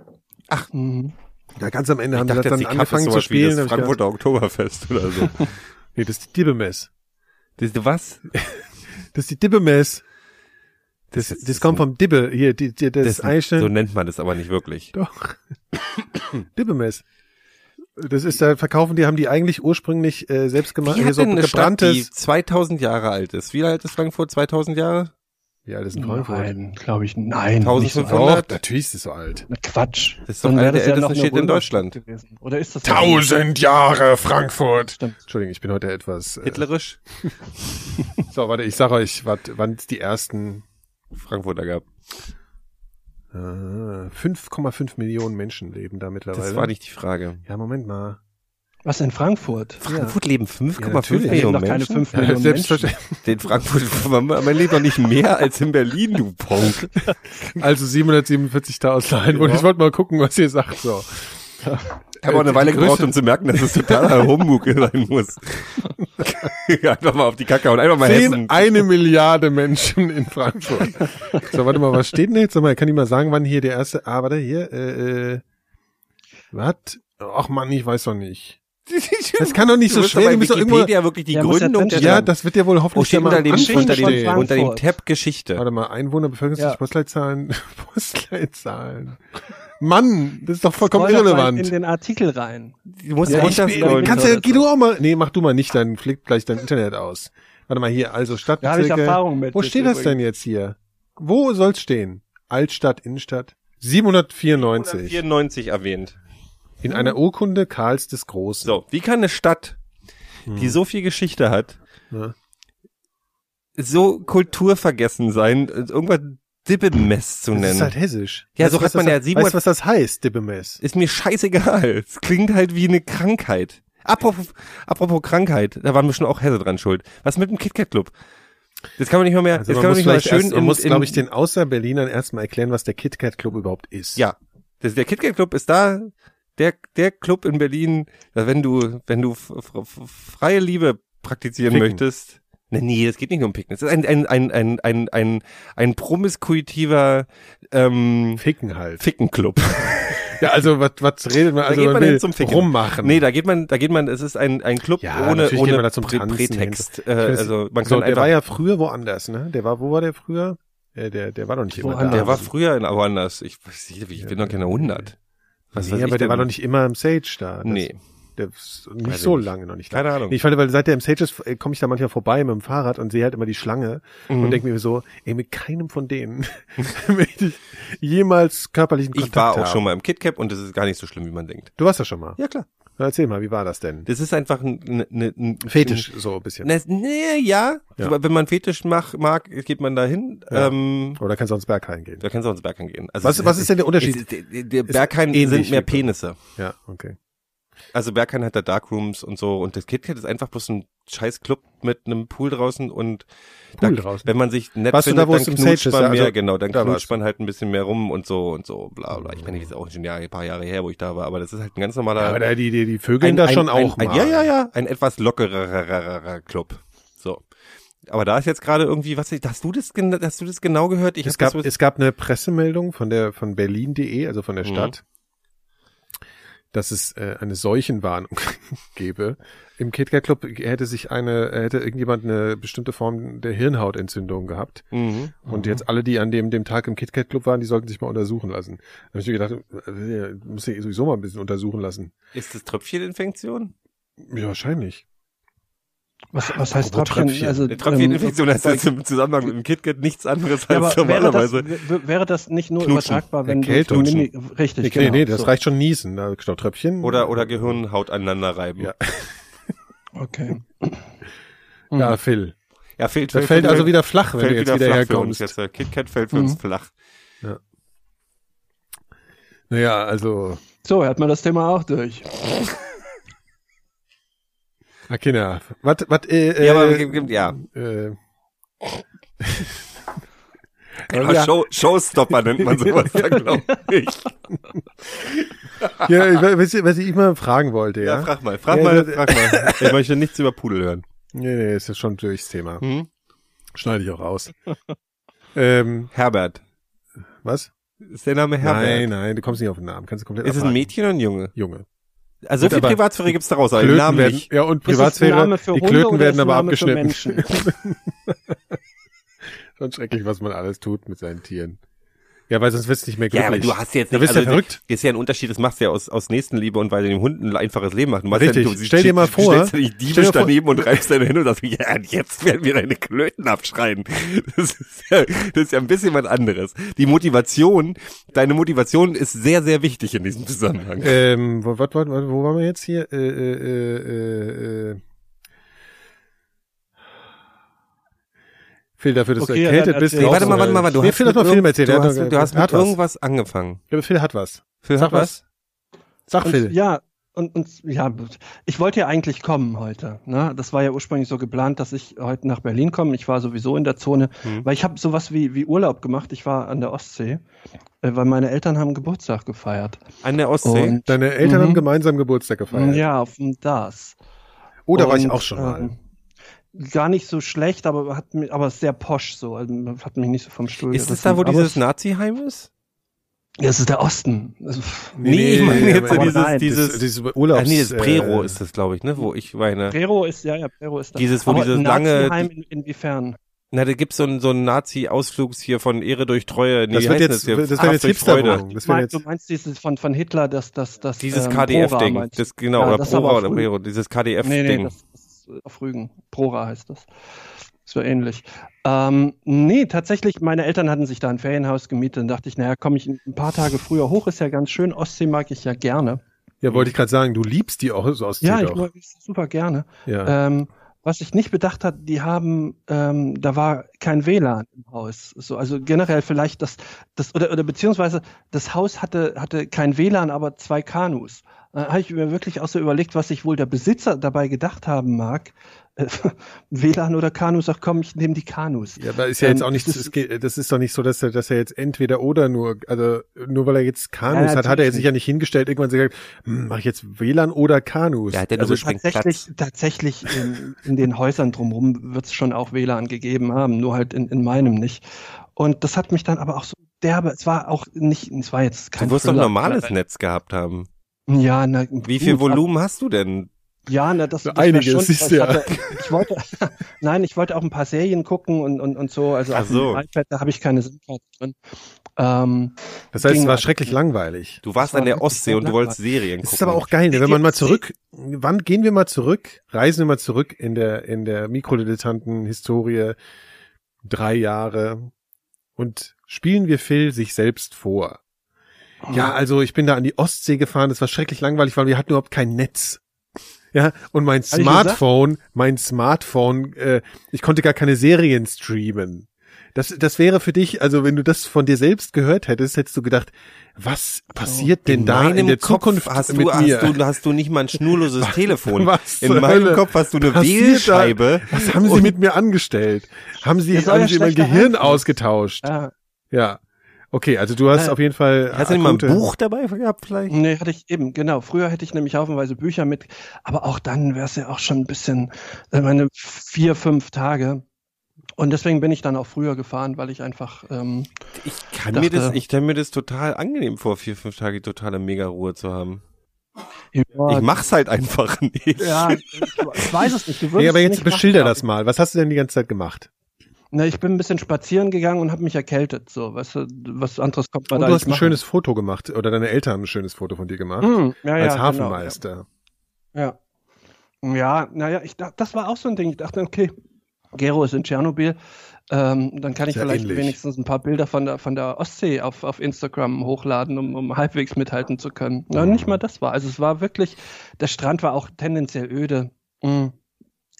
Mhm.
Ja, ganz am Ende haben
ich
sie
dachte,
das
jetzt
dann
die Cup ist
angefangen zu
sowas wie
spielen.
das
hab ich gedacht,
Frankfurter Oktoberfest oder so.
nee, das ist die Dibbemess.
das, was?
Das ist die Dibbemess. Das,
Das ist-
das kommt vom Dibbe. Hier, die, die, das, das
so nennt man das aber nicht wirklich.
Doch. Dibbemess. Das ist, da verkaufen die, haben die eigentlich ursprünglich äh, selbst gemacht,
Wie
hier
hat
so
denn eine Stadt, die
gebranntes.
2000 Jahre alt ist? Wie alt ist Frankfurt? 2000 Jahre?
Ja, das ist ein Frankfurt.
Nein, glaube ich, nein. nicht so
1500?
alt.
Doch, natürlich ist das so alt.
Na, Quatsch.
Das ist doch
wär
eine der
noch
ältesten
eine
Städte in
Römerstadt
Deutschland.
Äh.
Gewesen. Oder ist das
Jahre Frankfurt.
Stimmt.
Entschuldigung, ich bin heute etwas. Äh,
Hitlerisch?
so, warte, ich sag euch, wat- wann es die ersten
Frankfurter gab.
äh, 5,5 Millionen Menschen leben da mittlerweile.
Das war nicht die Frage.
Ja, Moment mal.
Was in Frankfurt?
Frankfurt leben 5,5
natürlich.
Leben
Millionen
doch keine
Menschen.
5 Millionen Menschen.
selbstverständlich.
Den Frankfurt, man lebt doch nicht mehr als in Berlin, du Punk.
Also 747.000 Einwohner. Ich wollte mal gucken, was ihr sagt. So.
Ich
Äh,
habe auch eine Weile gebraucht, um zu merken, dass es totaler Humbug sein muss. einfach mal auf die Kacke und einfach mal Hessen.
Zehn, eine Milliarde Menschen in Frankfurt. So, warte mal, was steht denn jetzt? Sag mal, kann ich mal sagen, wann hier der erste, ah, warte, hier, äh, äh, was? Ach man, ich weiß doch nicht. Das kann doch nicht so
musst
schwer,
aber
du
in
musst doch irgendwo,
Wikipedia wirklich die
Ja, muss ja
Gründung
drinstehen.
ja, das wird ja wohl
oh,
hoffentlich
steht unter dem,
Anfang
unter
von
dem,
Frankfurt.
unter dem Tab Geschichte.
Warte mal, Einwohner, Bevölkerungsdichte,
Ja.
Postleitzahlen, Postleitzahlen. Mann, das ist doch vollkommen
Scroll doch mal
irrelevant.
In den Artikel rein.
Du musst
Ja, ich
runter
bin-
scrollen.
Kannst
Oder
du,
so.
geh du auch mal, nee, mach du mal nicht, dann fliegt gleich dein Internet aus. Warte mal hier, also Stadt.
Da habe ich Erfahrung mit.
Wo steht das denn jetzt hier? Wo soll's stehen? Altstadt, Innenstadt? 794.
94 erwähnt.
In einer Urkunde Karls des Großen.
So, wie kann eine Stadt, die so viel Geschichte hat,
Hm. Ja.
so kulturvergessen sein, irgendwann Dippemess zu
Das ist
nennen?
halt hessisch.
Ja, so
du, was
hat man
das,
ja
Weißt du,
700
was das heißt, Dippemess?
Ist mir scheißegal. Es klingt halt wie eine Krankheit. Apropos, apropos Krankheit, da waren wir schon auch Hesse dran schuld. Was mit dem KitKat Club? Das kann man nicht mal mehr,
Also man
das kann man
muss,
nicht mal
vielleicht
schön
erst, man
in-
muss
in-
glaube ich, den Außer-Berlinern erstmal erklären, was der KitKat-Club überhaupt ist.
Ja. Das, der KitKat Club ist da, der, der Club in Berlin, da wenn du, wenn du f- f- f- freie Liebe praktizieren
Ficken.
möchtest. Nee, nee, das geht nicht nur um Picknick. Das ist ein, ein, ein, ein, ein, ein, ein promiskuitiver ähm,
Ficken halt.
Fickenclub.
Ja, also was, was redet man?
Da
Also
geht
man
man
will
hin zum Ficken.
rummachen.
Nee, da geht man, da geht man, es ist ein, ein Club
Ja,
ohne,
natürlich
ohne
geht man da zum
Prä-
Tanzen hin.
Prätext. Äh,
Ich weiß-
also man
so,
kann
der
einfach,
war ja früher woanders, ne? Der war, wo war der früher? Äh, der, der war doch nicht immer
Woanders.
da.
der war früher in woanders. Ich, weiß nicht, ich bin doch keine 100. Was
nee,
weiß ich
aber der
denn?
war doch nicht immer im Sage da. Das,
Nee.
Der ist nicht
Weiß ich
so
nicht.
lange noch nicht. da.
Keine Ahnung.
Nee, Ich fand, weil seit der im Sage ist, äh, komme ich da manchmal vorbei mit dem Fahrrad und sehe halt immer die Schlange
Mhm.
und denke mir so, ey, mit keinem von denen möchte ich jemals körperlichen
ich
Kontakt
war auch
haben.
schon mal im KitKat und das ist gar nicht so schlimm, wie man denkt.
Du warst ja schon mal.
Ja, klar.
Na, erzähl mal, wie war das denn?
Das ist einfach ein, ein, ein, ein
Fetisch, so ein bisschen.
Ne, nee, ja.
Ja.
Aber Wenn man Fetisch mach, mag, geht man da hin.
Ja.
Ähm,
Oder kannst du ans Berghain gehen?
da kannst du auch ins Berghain gehen. Also
Was-
es
was ist denn der Unterschied?
es ist- Der, der
Ist
Berghain
ähnlich
sind mehr
wie bei-
Penisse.
Ja, okay.
Also Berghain hat da Darkrooms und so und das KitKat ist einfach bloß ein scheiß Club mit einem Pool draußen und
Pool
da,
draußen?
wenn man sich nett
Warst du
findet,
da, wo
dann
es im
knutscht
Sage ist,
man
ja?
mehr,
Also,
genau, dann
da
knutscht
warst du.
man halt ein bisschen mehr rum und so und so, bla bla. Ich meine, das ist auch schon Jahre, ein paar Jahre her, wo ich da war, aber das ist halt ein ganz normaler
Aber da, die, die, die Vögeln da schon auch
ein,
mal.
Ja, ja, ja, ein etwas lockererer Club. So. Aber da ist jetzt gerade irgendwie, was hast du das, gen- hast du das genau gehört? Ich
Es
hab
gab,
das,
es gab eine Pressemeldung von der von Berlin.de, also von der
Mhm.
Stadt, dass es äh, eine Seuchenwarnung gäbe. Im KitKat Club hätte sich eine hätte irgendjemand eine bestimmte Form der Hirnhautentzündung gehabt
mhm.
und jetzt alle, die an dem dem Tag im KitKat Club waren, die sollten sich mal untersuchen lassen. Da habe ich mir gedacht, äh, muss ich sowieso mal ein bisschen untersuchen lassen.
ist das
Ähm,
Tröpfcheninfektion?
Ja, wahrscheinlich.
Was, was heißt
Apropos
Tröpfchen?
Tröpfchen.
Also,
Eine
ähm,
Tröpfcheninfektion
äh,
heißt jetzt im Zusammenhang mit dem KitKat nichts anderes
Ja,
als
aber wäre das,
normalerweise.
w- wäre das nicht nur
Knutschen.
übertragbar, wenn du
Erkältung.
zum Mimik, richtig,
Nee,
genau,
nee, das
so.
reicht schon niesen, da genau Tröpfchen
Oder, oder Gehirnhaut aneinander reiben.
Ja.
Okay.
Ja, Phil.
ja fehlt,
Da fällt also wieder flach, wenn du jetzt wieder,
flach für uns.
herkommst.
Jetzt, Mhm. der KitKat fällt für uns flach.
Naja, also
So, hat man das Thema auch durch.
Ah, Kinder, was, was, äh,
Ja, aber,
äh,
ja.
äh,
ja. Show, Showstopper nennt man sowas da, glaube ich.
ja, ich we- weißt du, was ich immer fragen wollte, ja?
Ja, frag mal, frag
Ja,
mal,
das-
frag mal. Ich möchte nichts über Pudel hören.
nee, nee, ist ja schon durchs Thema.
Hm?
Mhm.
Schneide ich auch raus. ähm,
Herbert.
was?
Ist der Name Herbert?
Nein, nein, du kommst nicht auf den Namen, kannst du komplett
Ist es ein
abhaken.
Mädchen oder ein Junge?
Junge.
Also so
Wird
viel
aber-
Privatsphäre gibt's da raus, aber den
Klöten
Namen
werden,
nicht.
ja, und
Ist es ein
Privatsphäre,
Name für
die
Hunde
Klöten
oder
werden
ist es ein
aber
Name für
abgeschnitten.
Menschen?
Schon schrecklich, was man alles tut mit seinen Tieren. Ja, weil sonst wirst du nicht mehr glücklich.
Ja, aber du hast jetzt
Du
nicht,
bist ja verrückt.
ist ja ein Unterschied, das machst du ja aus, aus Nächstenliebe und weil du dem Hund ein einfaches Leben machst. Du machst
Richtig.
ja, du,
Stell dir mal vor-
Du stellst ja nicht
stell dir
diebisch
vor-
daneben und reibst deine Hände und sagst, ja, und jetzt werden wir deine Klöten abschreien. Das ist, ja, das ist ja ein bisschen was anderes. Die Motivation, deine Motivation ist sehr, sehr wichtig in diesem Zusammenhang.
Ähm, wo, wat, wat, wat, wo waren wir jetzt hier? Äh, äh, äh, äh, äh. Phil, dafür, dass
Okay,
du erkältet
dann
bist.
erzähl. Nee,
warte mal,
draußen,
warte mal, warte mal.
äh, Nee, Phil hat mal Film erzählt.
Du
er hat
hast,
noch-
du hast
hat
mit
was.
irgendwas angefangen.
Ja, aber Phil hat was.
Phil,
Sag
hat was?
Sag
Und,
Phil.
Ja, und, und ja, ich wollte ja eigentlich kommen heute. Ne? Das war ja ursprünglich so geplant, dass ich heute nach Berlin komme. Ich war sowieso in der Zone,
Hm.
weil ich habe sowas wie, wie Urlaub gemacht. Ich war an der Ostsee, äh, weil meine Eltern haben Geburtstag gefeiert.
An der Ostsee.
Und,
Deine Eltern
Mhm.
haben gemeinsam Geburtstag gefeiert.
ja, auf dem DAS.
Oh, da war ich
Und,
auch schon mal.
ähm, Gar nicht so schlecht, aber hat mich, aber sehr posch so, also hat mich nicht so vom Stuhl
Ist das
gerissen.
da, wo
Aber
dieses Nazi-Heim ist?
Ja, es ist der Osten. Also, pff,
Nee, ich meine jetzt
aber-
dieses-
nein,
dieses-
das- dieses Urlaubs...
Ah, nee, das Prero
äh,
ist das, glaube ich, ne, wo ich meine.
Prero ist, ja, ja, Prero ist da.
Dieses, wo
Aber
dieses
Naziheim
lange-
In, inwiefern?
Na, da gibt's so einen so einen Nazi-Ausflugs hier von Ehre durch Treue. Nee,
Das
wie
wird
heißt
jetzt,
hier?
das wird
Hass
jetzt
durch Freude.
Hipsterwohnung. Das
du,
wird
meinst,
jetzt
du meinst dieses von, von Hitler, das, das, das.
Dieses
ähm, Prora
KDF-Ding.
meinst du?
Das genau,
Ja,
oder
das ist
Prora
aber
oder
früh.
Prero, dieses
Nee,
KDF-Ding.
nee, das, das ist auf Rügen. Prora heißt das. Ist ja ähnlich. Ähm, nee, tatsächlich, meine Eltern hatten sich da ein Ferienhaus gemietet. Dann dachte ich, naja, komme ich ein paar Tage früher hoch, ist ja ganz schön. Ostsee mag ich ja gerne.
ja, wollte ich gerade sagen, du liebst die auch so aus
Ja, ich
doch.
mag es super gerne.
Äh,
Ja.
Ähm, was ich nicht bedacht hat, die haben, ähm, da war kein WLAN im Haus. So, also generell vielleicht das, das oder, oder beziehungsweise das Haus hatte, hatte kein WLAN, aber zwei Kanus. Da habe ich mir wirklich auch so überlegt, was sich wohl der Besitzer dabei gedacht haben mag. Äh, WLAN oder Kanus, ach komm, ich nehme die Kanus.
Ja, aber ist ja
Ähm,
jetzt auch nicht,
das
es
ist-
geht, das ist doch nicht so, dass er, dass er jetzt entweder oder nur, also nur weil er jetzt
Ja,
Kanus hat, hat er
natürlich
jetzt sich ja nicht hingestellt, irgendwann gesagt, hm, mach ich jetzt WLAN oder Kanus?
Ja, hat der
also,
Doppelspring- bringt
tatsächlich, tatsächlich in, in den Häusern drumherum wird es schon auch WLAN gegeben haben, nur halt in, in meinem nicht. Und das hat mich dann aber auch so derbe. Es war auch nicht, es war jetzt kein
Du wirst doch
Thriller.
normales Netz gehabt haben.
Ja, na,
Wie viel
gut,
Volumen hast du denn?
Ja, na, das, das wär
Einiges,
schon,
siehst
ich,
du ja.
hatte, ich wollte, nein, ich wollte auch ein paar Serien gucken und, und, und so. Also
Ach
auf
so.
dem iPad, da habe ich keine SIM-Karte drin. Ähm,
Das heißt, es
Ging
war
halt.
schrecklich langweilig.
Du warst
Das war
an der
wirklich
Ostsee und du
langweilig.
wolltest Serien gucken.
Das ist aber auch geil, ne? wenn man mal zurück, wann gehen wir mal zurück, reisen wir mal zurück in der, in der Mikrodilettanten-Historie drei Jahre und spielen wir Phil sich selbst vor. Ja, also ich bin da an die Ostsee gefahren, das war schrecklich langweilig, weil wir hatten überhaupt kein Netz. Ja, und mein
ich gesagt?
Smartphone, mein Smartphone, äh, ich konnte gar keine Serien streamen. Das, das wäre für dich, also wenn du das von dir selbst gehört hättest, hättest du gedacht, was passiert denn
in
da in
meinem
der
Kopf
Zukunft
hast
mit
du, hast
mir?
du, hast du nicht mal ein schnurloses Telefon.
was
in
zur
meinem
Hölle
Kopf hast du eine
passiert da?
Wählscheibe.
was haben sie
Und-
mit mir angestellt? Haben sie,
Das soll
haben
ja
sie mein
schlechter
Gehirn
Einfluss.
ausgetauscht? Ja.
ja,
Okay, also du hast
Äh,
auf jeden Fall.
Hast du nicht mal ein
akute-
Buch dabei gehabt vielleicht?
nee, hatte ich eben, genau. Früher hätte ich nämlich haufenweise Bücher mit, aber auch dann wäre es ja auch schon ein bisschen, äh, meine vier, fünf Tage. Und deswegen bin ich dann auch früher gefahren, weil ich einfach, ähm,
Ich kann
Dachte-
mir das, ich stelle mir das total angenehm vor, vier, fünf Tage totale Mega-Ruhe zu haben. Ich mach's halt einfach nicht.
ja, ich, ich weiß es nicht. Du würdest
Nee, aber
es
jetzt
nicht machen,
beschilder
glaub
das
ich.
mal. Was hast du denn die ganze Zeit gemacht?
Na, ich bin ein bisschen spazieren gegangen und habe mich erkältet. So, weißt du, was anderes kommt man
Und
da
du
nicht
hast ein
machen.
schönes Foto gemacht oder deine Eltern haben ein schönes Foto von dir gemacht
Mm, ja,
als
ja,
Hafenmeister.
Genau, ja. ja, naja, ich dachte, das war auch so ein Ding. Ich dachte, okay, Gero ist in Tschernobyl. Ähm, dann kann ich
Sehr
vielleicht
ähnlich.
wenigstens ein paar Bilder von der, von der Ostsee auf, auf Instagram hochladen, um, um halbwegs mithalten zu können. Na,
Mhm.
nicht mal das war. Also es war wirklich, der Strand war auch tendenziell öde. Mm.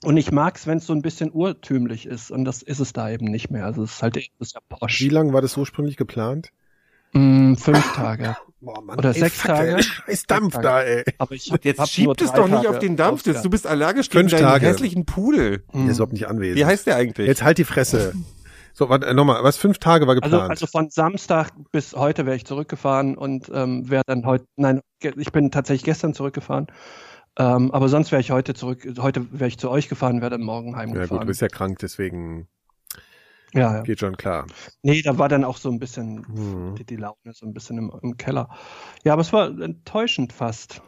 Und ich mag's, wenn es so ein bisschen urtümlich ist. Und das ist es da eben nicht mehr. Also es ist halt eben das ist ja
Wie
Porsche.
lang war das ursprünglich geplant?
Mm, fünf Tage.
Boah, Mann,
Oder sechs Tage.
der Scheiß Dampf
Sechs
da, ey.
Aber ich
Jetzt
hab nur
schiebt es
drei
doch nicht
Tage
auf den Dampf, das-
ausgehalten.
du bist allergisch gegen
Fünf
deinen
Tage.
hässlichen Pudel.
Hm. Mhm.
Der ist überhaupt nicht anwesend.
Wie heißt der eigentlich?
Jetzt halt die Fresse. So, warte, äh, nochmal, was fünf Tage war
Also,
geplant?
also von Samstag bis heute wäre ich zurückgefahren und ähm, wäre dann heute, nein, ge- ich bin tatsächlich gestern zurückgefahren. Ähm, aber sonst wäre ich heute zurück, heute wäre ich zu euch gefahren, wäre dann morgen
ja gut, du
heimgefahren.
bist ja krank, deswegen
ja, ja.
geht schon klar.
Nee, da war dann auch so ein bisschen
Mhm.
die, die Laune so ein bisschen im, im Keller. Ja, aber es war enttäuschend fast.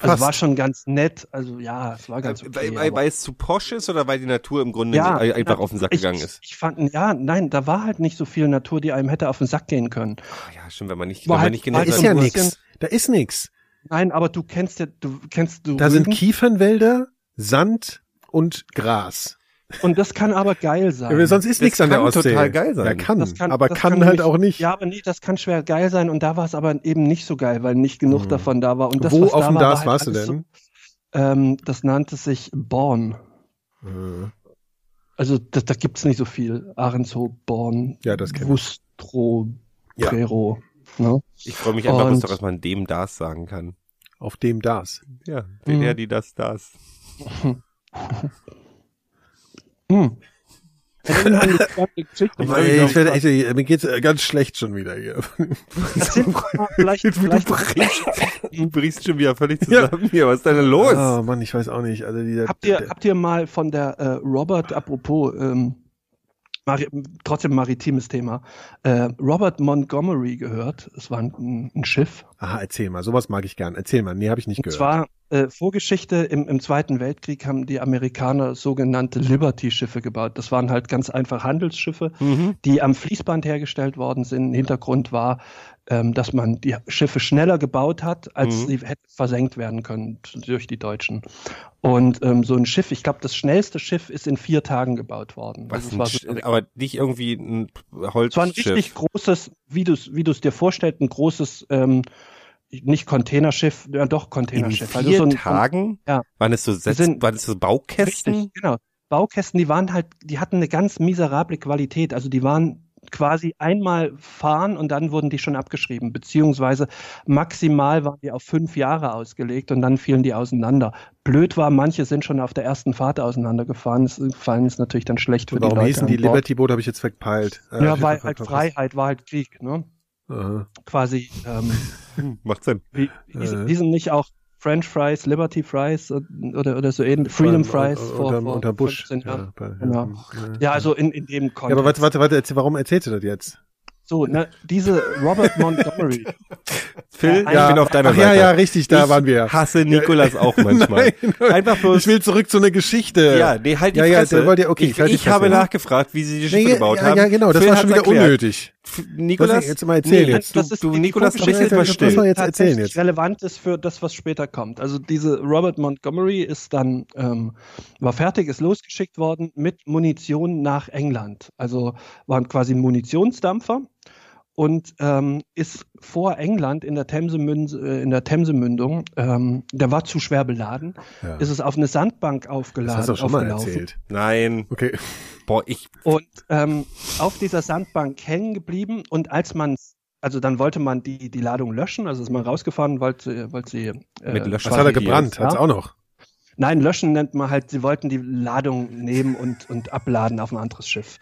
Also
Fast. Äh,
es war schon ganz nett. Also ja, es war ganz okay.
weil, weil,
aber-
weil es zu posch ist oder weil die Natur im Grunde
Ja,
nicht- einfach
na,
auf den Sack
ich,
gegangen ist?
Ich fand, ja, nein, da war halt nicht so viel Natur, die einem hätte auf den Sack gehen können.
Ah ja, stimmt, wenn man nicht,
War
wenn man
halt-
nicht
war
genau
Da
Also
ist
ein
ja
bisschen-
nix. Da ist nix.
Nein, aber du kennst ja, du kennst du
Da sind
Rügen?
Kiefernwälder, Sand und Gras.
Und das kann aber geil sein.
Ja, sonst ist
Das
nichts an der
kann
Ostsee.
total geil sein.
Ja, kann,
Das
aber
das
kann, halt
nämlich-
auch nicht.
Ja, aber nee, das kann schwer geil sein. Und da war es aber eben nicht so geil, weil nicht genug
Hm.
davon da war. Und das,
Wo
was
auf
da
dem
war, war
Dars
halt
warst du
alles
denn?
So, ähm, das nannte sich Born.
Äh,
Also das, da gibt's nicht so viel. Ahrenshoop, Born,
Ja, das kenn ich.
Wustro,
Ja.
Prero. Ne?
Ich freue mich einfach
Und-
bloß noch, dass man dem das sagen kann.
Auf dem Dars.
Ja,
Mhm.
der, die das, das.
Hm. Das sind halt die ganze Geschichte.
Ey, Oh ich werde, echt, ey, mir geht's äh, ganz schlecht schon wieder hier.
Erzähl doch mal, vielleicht, vielleicht
Du brichst schon wieder völlig zusammen hier. Was ist denn los?
Oh Mann, ich weiß auch nicht. Also dieser,
Habt ihr,
der-
habt ihr mal von der äh, Robert, apropos, ähm, Mari trotzdem maritimes Thema, äh, Robert Montgomery gehört? Es war ein, ein Schiff.
aha, erzähl mal. Sowas mag ich gern. Erzähl mal. Nee, habe ich nicht
Und
gehört.
zwar äh, Vorgeschichte, im, im Zweiten Weltkrieg haben die Amerikaner sogenannte Liberty-Schiffe gebaut. Das waren halt ganz einfach Handelsschiffe,
Mhm.
die am Fließband hergestellt worden sind. Hintergrund war, ähm, dass man die Schiffe schneller gebaut hat, als
Mhm.
sie hätten versenkt werden können durch die Deutschen. Und ähm, so ein Schiff, ich glaube, das schnellste Schiff ist in vier Tagen gebaut worden.
Was
Also
ein
es war so
Sch- aber nicht irgendwie ein
es war ein richtig
Holzschiff.
großes, wie du es wie du's dir vorstellst, ein großes, ähm, nicht Containerschiff, ja doch
In
Containerschiff.
vier
Also so ein, so ein-
Tagen?
ja.
Waren es so, Setz,
sind-
waren es so Baukästen?
Richtig, genau. Baukästen, die waren halt, die hatten eine ganz miserable Qualität. Also die waren quasi einmal fahren und dann wurden die schon abgeschrieben, beziehungsweise maximal waren die auf fünf Jahre ausgelegt und dann fielen die auseinander. Blöd war, manche sind schon auf der ersten Fahrt auseinandergefahren. Das gefallen ist natürlich dann schlecht für
Und warum
die Leute.
hießen die
an Bord.
Liberty-Boote? Habe ich jetzt verpeilt. Äh,
Ja,
ich
weil
hab
halt
verpasst.
Freiheit war halt Krieg, ne?
Aha.
Quasi ähm,
Hm, Macht Sinn.
wie, hießen,
Äh.
hießen nicht auch French Fries, Liberty Fries äh, oder, oder so ähnlich, Freedom Fries
Unter,
vor,
unterm,
vor
unterm Busch.
15 Jahren.
bei-
Genau. Ja, also in, in dem
Ja,
Kontext.
aber warte, warte, erzähl, warum erzählst du das jetzt?
So, ne, diese Robert Montgomery,
Phil,
Ja,
ich
ja.
bin auf deiner
Ach,
Seite.
ja, ja, richtig, da
ich
waren wir.
hasse Nikolas auch manchmal.
Nein,
Einfach bloß.
Ich will zurück zu einer Geschichte.
ja, nee, halt die
ja,
Fresse.
Ja, der wollte, okay,
ich,
halt die
ich habe
Fresse.
nachgefragt, wie sie die Schiffe
Nee,
gebaut
ja,
haben.
ja, genau, das
Phil
war schon
hat's
wieder
erklärt.
unnötig.
F- Nikolas,
Was, jetzt mal erzählen jetzt.
Das ist du, Nikolas,
die
du bist jetzt mal
Vorgeschichte, das
still.
war jetzt erzählen
tatsächlich
jetzt.
relevant ist für das, was später kommt. Also diese Robert Montgomery ist dann ähm, war fertig, ist losgeschickt worden mit Munition nach England. Also waren quasi Munitionsdampfer und ähm, ist vor England in der Themsemündung, äh, in der Themsemündung, ähm, der war zu schwer beladen,
Ja.
ist es auf eine Sandbank aufgeladen,
Das hast du auch schon mal
aufgelaufen.
erzählt.
Nein,
Okay.
boah, ich,
Und ähm, auf dieser Sandbank hängen geblieben und als man also dann wollte man die, die Ladung löschen, also ist man rausgefahren, wollte, wollte sie. Äh,
Mit
Was
Lösch-
hat er
Strategie
gebrannt?
jetzt,
Hat's
ja?
auch noch.
Nein, löschen nennt man halt, sie wollten die Ladung nehmen und, und abladen auf ein anderes Schiff.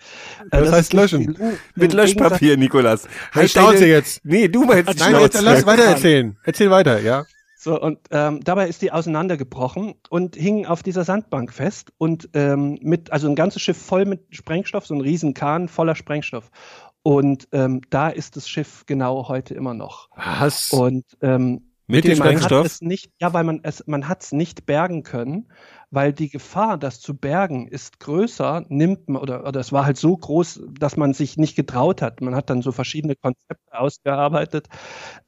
Äh,
Das heißt
ist nicht
löschen.
gelungen.
mit
Im
Löschpapier, Nikolas.
Halt Schnauze
deine-
jetzt.
Nee, du meinst die
Nein, jetzt,
Schnauze.
lass weiter erzählen. Erzähl weiter, ja.
So, und ähm, dabei ist die auseinandergebrochen und hing auf dieser Sandbank fest und ähm, mit, also ein ganzes Schiff voll mit Sprengstoff, so ein riesen Kahn voller Sprengstoff. Und ähm, da ist das Schiff genau heute immer noch.
Was?
Und ähm,
Mit dem
man hat
Sprengstoff?
Es nicht, ja, weil man es, man hat es nicht bergen können, weil die Gefahr, das zu bergen, ist größer, nimmt man, oder, oder es war halt so groß, dass man sich nicht getraut hat. Man hat dann so verschiedene Konzepte ausgearbeitet,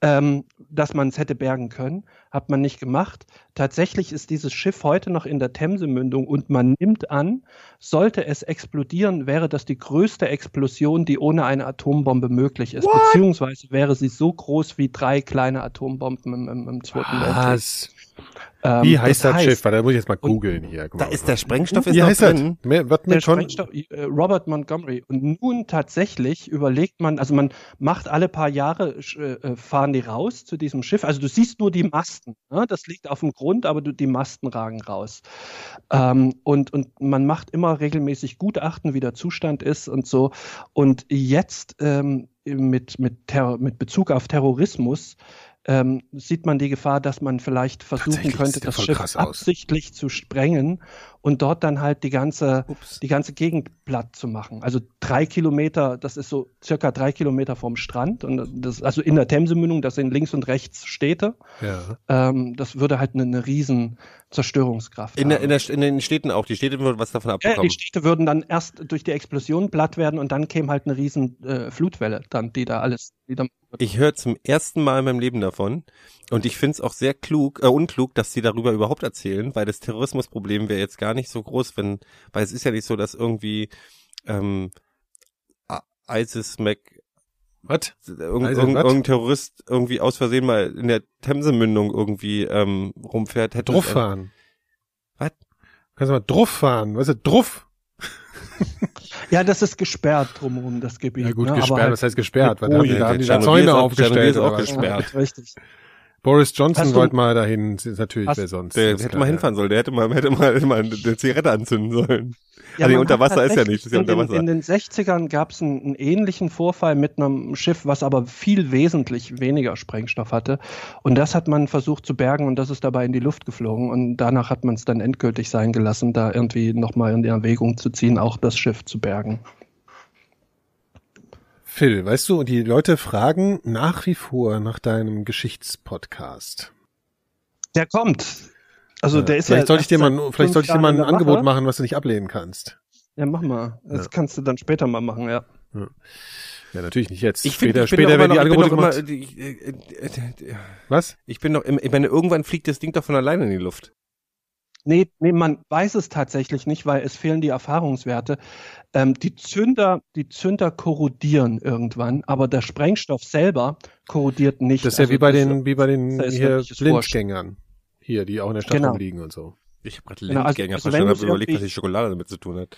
ähm, dass man es hätte bergen können, hat man nicht gemacht. Tatsächlich ist dieses Schiff heute noch in der Themsemündung und man nimmt an, sollte es explodieren, wäre das die größte Explosion, die ohne eine Atombombe möglich ist. Beziehungsweise wäre sie so groß wie drei kleine Atombomben im, im, im Zweiten Weltkrieg.
Was?
Ähm,
Wie heißt das,
heißt,
Schiff? Warte, Da muss ich jetzt mal
Und-
googeln hier. Guck
Da
mal.
ist der Sprengstoff ist
Wie
noch
heißt das?
drin.
Mehr- Was
Der
mit Con
Sprengstoff, äh, Robert Montgomery. Und nun tatsächlich überlegt man, also man macht alle paar Jahre, sch- äh, fahren die raus zu diesem Schiff. Also du siehst nur die Masten. Ne? Das liegt auf dem Grund, aber du, die Masten ragen raus. Ähm, und, und man macht immer regelmäßig Gutachten, wie der Zustand ist und so. Und jetzt ähm, mit, mit, Terror, mit Bezug auf Terrorismus ähm, sieht man die Gefahr, dass man vielleicht versuchen
Tatsächlich
könnte,
sieht der
das
voll
Schiff
krass aus.
absichtlich zu sprengen und dort dann halt die ganze, die ganze Gegend platt zu machen. Also drei Kilometer, das ist so circa drei Kilometer vom Strand und das, also in der Themsemündung, das sind links und rechts Städte.
Ja.
Ähm, das würde halt eine, eine riesen Zerstörungskraft
In, der, in,
haben.
der, in den Städten auch. Die Städte würden was davon
Äh,
Ja, die
abbekommen.
Städte würden dann erst durch die Explosion platt werden und dann käme halt eine riesen äh, Flutwelle, dann die da alles wieder.
Ich höre zum ersten Mal in meinem Leben davon und ich finde es auch sehr klug, äh, unklug, dass sie darüber überhaupt erzählen, weil das Terrorismusproblem wäre jetzt gar nicht so groß, wenn, weil es ist ja nicht so, dass irgendwie ähm, I- ISIS Mac
Was?
irgend,
Also,
irgend,
was?
irgendein Terrorist irgendwie aus Versehen mal in der Themsemündung irgendwie ähm, rumfährt, hätte
Druff
es-
fahren.
Was?
Kannst du mal Druff fahren? Was ist Druff?
Ja, das ist gesperrt drumherum, das Gebiet.
Ja gut,
ne? Aber
gesperrt.
halt
Was heißt gesperrt? Was
mit
haben die,
Bojen.
da haben die da
Tschernobyl ist
Zäune
auch- Tschernobyl
aufgestellt
ist
oder
auch
was?
gesperrt.
Ja, richtig.
Boris Johnson
Hast du-
wollte mal dahin. Das ist natürlich
Hast-
wer sonst.
Der
Das ist
hätte
klar,
mal
ja.
hinfahren sollen, der hätte mal, hätte mal, hätte mal eine Zigarette anzünden sollen.
Ja,
also die
man
unter
hat
Wasser ist ja
tatsächlich
nicht, ist ja
in
unter
den-
Wasser.
In den 60ern gab es einen, einen ähnlichen Vorfall mit einem Schiff, was aber viel wesentlich weniger Sprengstoff hatte. Und das hat man versucht zu bergen und das ist dabei in die Luft geflogen. Und danach hat man es dann endgültig sein gelassen, da irgendwie nochmal in die Erwägung zu ziehen, auch das Schiff zu bergen.
Phil, weißt du, die Leute fragen nach wie vor nach deinem Geschichtspodcast. Äh,
Der kommt. Also der ist
vielleicht
ja
sollte ich dir
erst
mal,
seit
vielleicht
fünf
sollte ich dir
Jahren
mal
in
ein
der
Angebot
Mache.
machen, was du nicht ablehnen kannst.
Ja, mach mal. Das
Ja.
kannst du dann später mal machen, ja.
Ja, natürlich nicht jetzt.
Ich
später,
finde,
später werden die Angebote gemacht.
immer, ich, äh, äh, äh,
was?
ich bin doch, im- ich meine, irgendwann fliegt das Ding doch von alleine in die Luft.
Nee, nee, man weiß es tatsächlich nicht, weil es fehlen die Erfahrungswerte. Ähm, die, Zünder, die Zünder korrodieren irgendwann, aber der Sprengstoff selber korrodiert nicht.
Das ist ja
Also
wie bei den, wie bei den
das ist
hier
wirklich wurscht.
Blindgängern. Hier, die auch in der Stadt
Genau.
rumliegen und so.
Ich habe gerade
Genau, also-
Lindgänger
also wenn
verstanden,
du's
habe überlegt, was
irgendwie-
die Schokolade damit zu tun hat.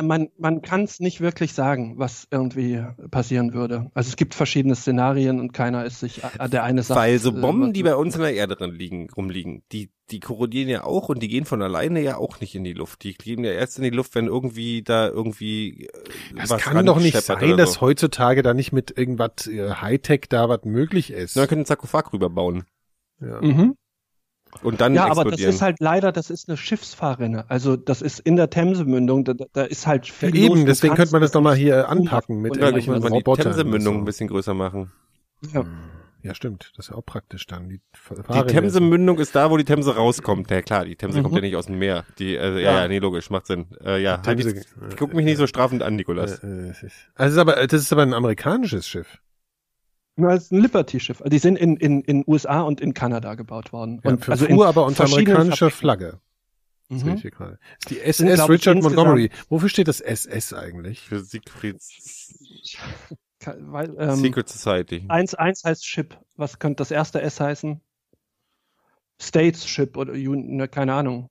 Man, man kann es nicht wirklich sagen, was irgendwie passieren würde. Also es gibt verschiedene Szenarien und keiner ist sich, äh, der eine sagt.
Weil so
äh,
Bomben, die
was-
bei uns in der Erde drin liegen, rumliegen, die, die korrodieren ja auch und die gehen von alleine ja auch nicht in die Luft. Die gehen ja erst in die Luft, wenn irgendwie da irgendwie äh,
Das
was
kann doch nicht
ranscheppert
sein,
oder
dass
so.
heutzutage da nicht mit irgendwas äh, Hightech da was möglich ist.
Na, wir können einen Sarkophag rüberbauen.
ja.
Mhm.
Und dann
Ja, aber
explodieren.
das ist halt leider, das ist eine Schiffsfahrrinne. Also das ist in der Themsemündung, da, da- da ist halt viel los.
Eben,
Du
deswegen
kannst
könnte man das doch mal hier anpacken mit
und
halt
dann
irgendwelchen
könnte man die
Robotern. und
Themse-Mündung ein
so.
bisschen größer machen.
Ja.
Ja, stimmt. Das ist ja auch praktisch dann. Die,
Die
Fahrräder-
Themse-Mündung ist da, wo die Themse rauskommt. Ja klar, die Themse
Mhm.
kommt ja nicht aus dem Meer. Die, äh, ja,
Ja.
ja, nee, logisch, macht Sinn. Äh, ja,
Die
halt
Themse-
jetzt- guck mich nicht so strafend an, Nikolas.
Äh, äh, es ist- Also es ist aber, das ist aber ein amerikanisches Schiff.
Ja, das ist ein Liberty-Schiff. Also Die sind in in in USA und in Kanada gebaut worden.
Ja,
und
für also fuhr aber unter
verschiedenen
amerikanischer
Fabriken.
Flagge. Das sehe
Mhm.
ich hier gerade. Ist die
Sind,
SS
glaub ich,
Richard
insgesamt-
Montgomery. Wofür steht das SS eigentlich?
Für Siegfried
Ka- Weil, ähm,
Secret Society.
1, 1 heißt Ship. Was könnte das erste S heißen? States Ship oder Ju- ne, keine Ahnung.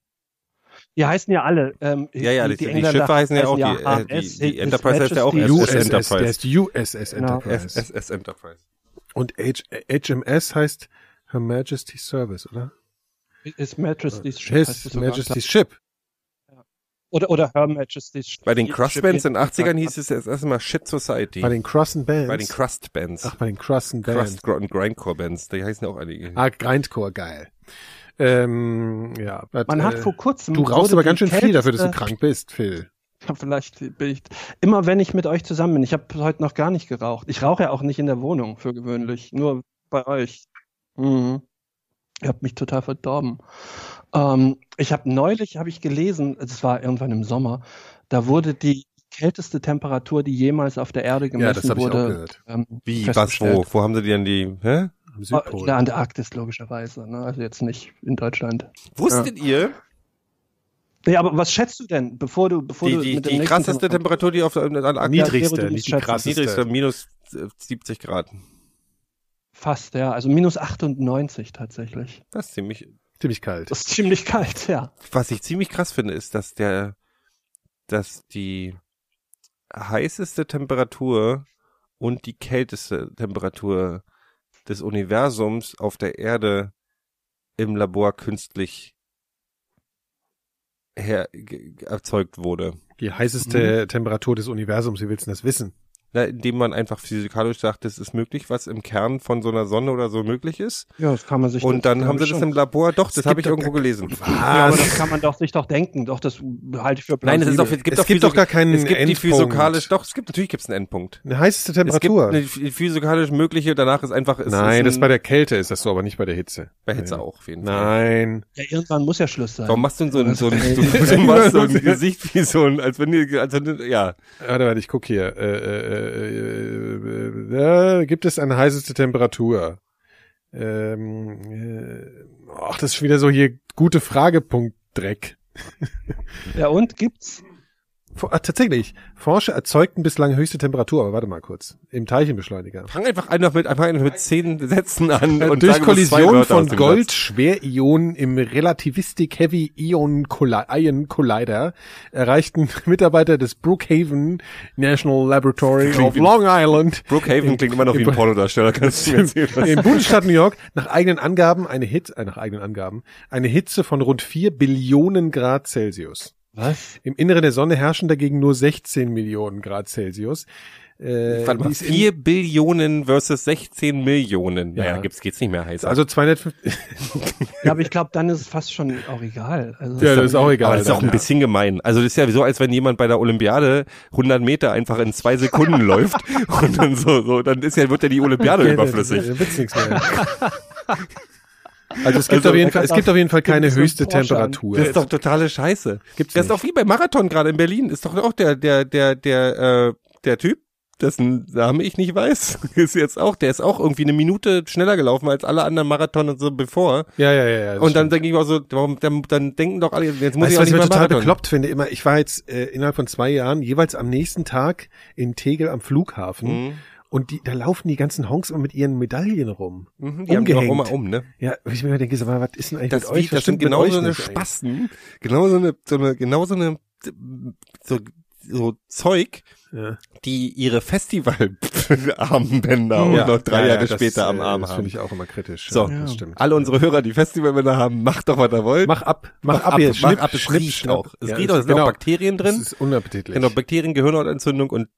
Die heißen ja alle. Ähm,
Ja, ja, die, die, Schiffe
Engländer
heißen ja auch, die, äh,
HS,
die, die
His
Enterprise heißt ja auch
Majesty.
SS Enterprise.
Der ist USS
Genau.
Enterprise.
SS Enterprise.
Und H HMS heißt Her Majesty's Service, oder?
His Majesty's Ship. heißt es
His
sogar.
Majesty's Ship.
Oder, oder Her Majesty's Ship.
Bei den Crustbands
Ship-
in den 80ern hieß es das erste Mal Shit Society.
Bei den Crossen Bands.
Bei den Crustbands.
Ach, bei den Crossen Bands.
Crust und Grindcore Bands, die heißen ja auch einige.
Ah, Grindcore, geil. Ähm, ja.
Man
äh,
hat vor kurzem.
Du rauchst
wurde
aber ganz
die
schön viel dafür, dass du
kälteste-
krank bist, Phil.
Ja, Vielleicht bin ich. Immer wenn ich mit euch zusammen bin. Ich habe heute noch gar nicht geraucht. Ich rauche ja auch nicht in der Wohnung für gewöhnlich. Nur bei euch. Mhm. Ihr habt mich total verdorben. Ähm, ich habe neulich, habe ich gelesen, es war irgendwann im Sommer, da wurde die kälteste Temperatur, die jemals auf der Erde gemessen
Ja, das habe ich auch
wurde.
gehört.
ähm,
Wie, was,
festgestellt.
wo? Wo haben sie die denn die, hä?
Am
In
Südpol.
der Antarktis logischerweise, ne? also jetzt nicht in Deutschland.
Wusstet ihr,
Nee, aber was schätzt du denn, bevor du, bevor
die,
du
die,
mit dem
die
nächsten
krasseste
Thema-
Temperatur, die auf der Antarktis
niedrigste,
wäre die
nicht die
Schätzung.
krasseste.
niedrigste, minus äh, 70 Grad.
Fast, ja. Also minus 98 tatsächlich.
Das ist ziemlich,
Ziemlich kalt.
Das ist ziemlich kalt, ja.
was ich ziemlich krass finde, ist, dass der, dass die heißeste Temperatur und die kälteste Temperatur des Universums auf der Erde im Labor künstlich her ge- ge- erzeugt wurde.
Die heißeste Temperatur des Universums, wie willst du das wissen?
Na, indem man einfach physikalisch sagt, es ist möglich, was im Kern von so einer Sonne oder so möglich ist.
Ja, das kann man sich
Und dann haben sie das im Labor. Doch, das
Es
habe
gibt
ich
doch
irgendwo gelesen.
ja, aber das kann man doch sich doch denken. Doch, das halte ich für
Nein, es ist doch,
plausibel.
gibt
Es
doch
gibt doch gar keinen
Es gibt die
Endpunkt.
physikalisch, doch, es gibt, natürlich gibt es einen Endpunkt.
Eine heißeste
Es gibt
Temperatur.
eine ph- physikalisch mögliche, danach ist einfach. Es ist
Nein,
ein-
das bei der Kälte ist das so, aber nicht bei der Hitze.
bei Hitze
Nee.
auch auf jeden Fall.
Nein.
Ja, irgendwann muss ja Schluss sein.
Warum machst du denn so ein, so ein, so ein, so ein, so ein Gesicht wie so ein, als wenn du, als wenn du, ja.
Warte, warte, ich guck hier. Äh, äh, äh, äh, äh, gibt es eine heißeste Temperatur? Ähm, äh, ach, das ist wieder so hier gute Fragepunkt Dreck.
Ja, und gibt's?
For- ah, tatsächlich. Forscher erzeugten bislang höchste Temperatur, aber warte mal kurz. Im Teilchenbeschleuniger.
Fang einfach einfach mit, einfach mit zehn Sätzen an
Äh,
Ne, und
durch
sage bloß zwei
Kollision
Wörter aus
von
dem Satz.
Gold-Schwerionen im Relativistic Heavy Ion, Colli Ion Collider erreichten Mitarbeiter des Brookhaven National Laboratory
Klingt
of
wie-
Long Island
Brookhaven klingt immer noch wie ein Pornodarsteller, kannst du mir erzählen.
im Bundesstaat New York nach eigenen Angaben eine Hitze, äh, nach eigenen Angaben eine Hitze von rund 4 Billionen Grad Celsius.
Was?
Im Inneren der Sonne herrschen dagegen nur 16 Millionen Grad Celsius. Äh, die
Warte mal,
ist in-
4 Billionen versus 16 Millionen. Naja,
Ja.
gibt's, geht's nicht mehr heiß.
also 250.
Ja, aber ich glaube, dann ist es fast schon auch egal. Also,
Ja, das ist auch egal.
Aber das ist auch
dann,
ein
ja.
bisschen gemein. Also das ist ja so, als wenn jemand bei der Olympiade 100 Meter einfach in zwei Sekunden läuft und dann so, so dann ist ja, wird ja die Olympiade überflüssig.
Dann wird's nichts mehr. Also es gibt
Also,
auf jeden
da
Fall,
kann
es gibt
auch-
auf jeden Fall keine
gibt's so
höchste
Porsche an.
Temperatur.
Das ist doch totale Scheiße.
Gibt's
das ist doch wie beim Marathon gerade in Berlin. Ist doch auch der, der, der, der, äh, der Typ, dessen Name ich nicht weiß, ist jetzt auch, der ist auch irgendwie eine Minute schneller gelaufen als alle anderen Marathon und so bevor.
ja, ja, ja. ja das
Und dann
stimmt.
denke ich mir auch so, warum, dann, dann denken doch alle, jetzt muss
weißt
ich
du, was ich
auch nicht mehr
total
Marathon.
bekloppt finde? Immer, ich war jetzt äh, innerhalb von zwei Jahren jeweils am nächsten Tag in Tegel am Flughafen
Mhm.
und die, da laufen die ganzen Honks immer mit ihren Medaillen rum.
Mhm, Die haben die auch
Umgehängt.
immer um, ne?
Ja, wo ich mir immer denke, so, was ist denn eigentlich
das,
mit
wie,
euch?
das sind
mit
genau
euch
so eine
nicht eigentlich?
Spasten, genau so eine, so eine, genau so eine, so, so Zeug,
Ja.
die ihre Festivalarmbänder und noch drei
Hm. ja, ja,
Jahre
das,
später am
äh,
Arm
Das
haben.
finde ich auch immer kritisch.
So.
ja, das stimmt.
Alle unsere Hörer, die Festivalbänder haben, macht doch, was ihr wollt.
Mach ab, mach, ab jetzt.
mach
Schnipp,
ab, es
schnipp,
riecht
schnapp.
auch. Es
Ja,
riecht auch, es sind
genau.
auch Bakterien
Das
drin.
ist unappetitlich.
Genau, Bakterien, Gehirnhautentzündung und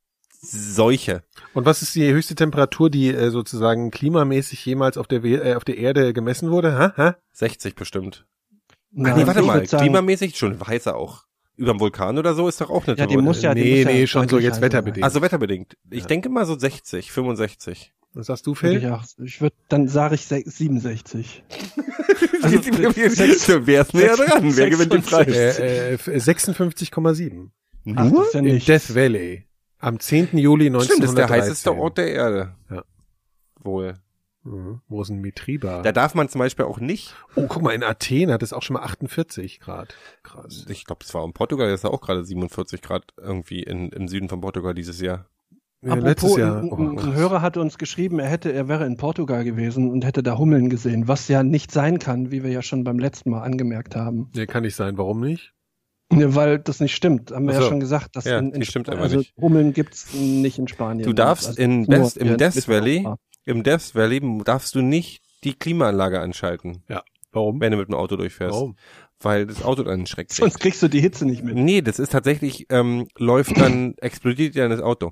Seuche.
Und was ist die höchste Temperatur, die äh, sozusagen klimamäßig jemals auf der, We äh, auf der Erde gemessen wurde? Ha? Ha?
60 bestimmt.
Nein,
Ach nee, warte
ich
mal,
würd sagen,
klimamäßig schon heißer auch. Überm Vulkan oder so ist doch auch eine
Ja, die muss ja, die
Nee,
muss ja
nee, schon so
deutlich
jetzt
heißer
wetterbedingt.
sein.
Also wetterbedingt. Ich denke mal so 60, 65.
Was sagst du,
Würde ich
Phil?
auch, ich würde, dann sage ich se- 67.
Also, Wer ist näher dran? Wer gewinnt den Preis?
Äh, äh, 56,7.
Ach,
Mhm.
das ist ja
In
nicht.
Death Valley. Am 10. Juli 1913.
Stimmt, das ist der heißeste Ort der Erde.
Ja.
Wohl.
Mhm. Wo ist ein Mitriba?
Da darf man zum Beispiel auch nicht.
oh, guck mal, in Athen hat es auch schon mal 48 Grad. Krass.
Ich glaube, es war in Portugal, das ist ja auch gerade 47 Grad irgendwie in, im Süden von Portugal dieses Jahr.
Ja,
Apropos, ein,
Oh,
ein,
krass.
ein Hörer hatte uns geschrieben, er hätte, er wäre in Portugal gewesen und hätte da Hummeln gesehen, was ja nicht sein kann, wie wir ja schon beim letzten Mal angemerkt haben.
Nee, kann nicht sein. Warum nicht?
Ne, weil das nicht stimmt, haben wir
Ach so.
ja schon gesagt, dass
Ja,
in, in
die stimmt
Sp-
aber
also
nicht.
Hummeln gibt's nicht in Spanien.
Du darfst
Also
in
nur
Best, im
in
Death Valley,
Mitteleuropa.
im Death Valley darfst du nicht die Klimaanlage anschalten,
Warum?
wenn du mit dem Auto durchfährst,
Warum?
weil das Auto dann einen Schreck kriegt.
Sonst kriegst du die Hitze nicht mit.
Nee, das ist tatsächlich, ähm, läuft dann, explodiert dir das Auto.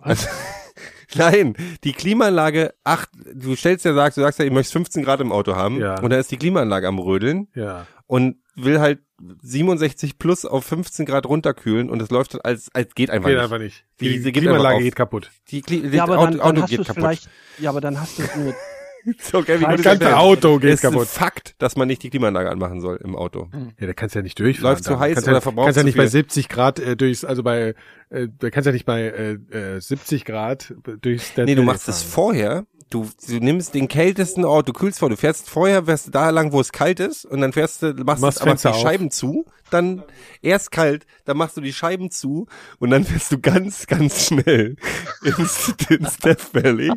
Also, nein, die Klimaanlage, ach, du stellst ja, sagst, du sagst ja, ich möchte 15 Grad im Auto haben
Ja.
und dann ist die Klimaanlage am Rödeln
Ja.
und will halt 67 plus auf 15 Grad runterkühlen und es läuft halt als, als geht einfach
Geht
nicht.
einfach nicht.
Die-
Die,
sie
die
gibt einfach
Klimaanlage
auf.
geht kaputt.
Die Kli
Ja, aber
das
dann,
Auto,
dann
Auto
hast du
geht
es
kaputt.
vielleicht, ja, aber dann hast du es nur,
So, okay,
Das
gut
ganze
ist das denn?
Auto geht
Es ist ein
kaputt.
Fakt, dass man nicht die Klimaanlage anmachen soll im Auto.
Ja, da kannst du ja nicht durchfahren.
Läuft zu
dann.
heiß
kannst
oder
ja,
verbraucht
Kannst ja
zu
nicht
viel?
bei 70 Grad äh, durchs, also bei, äh, da kannst ja nicht bei äh, äh, 70 Grad durchs Death
Nee, du
Valley
machst es
fahren.
vorher. Du, du nimmst den kältesten Ort, du kühlst vor, du fährst vorher, fährst du da lang, wo es kalt ist, und dann fährst du, machst,
Machst
du aber die
Fenster auf.
Scheiben zu, dann erst kalt, dann machst du die Scheiben zu und dann fährst du ganz, ganz schnell ins, ins Death Valley.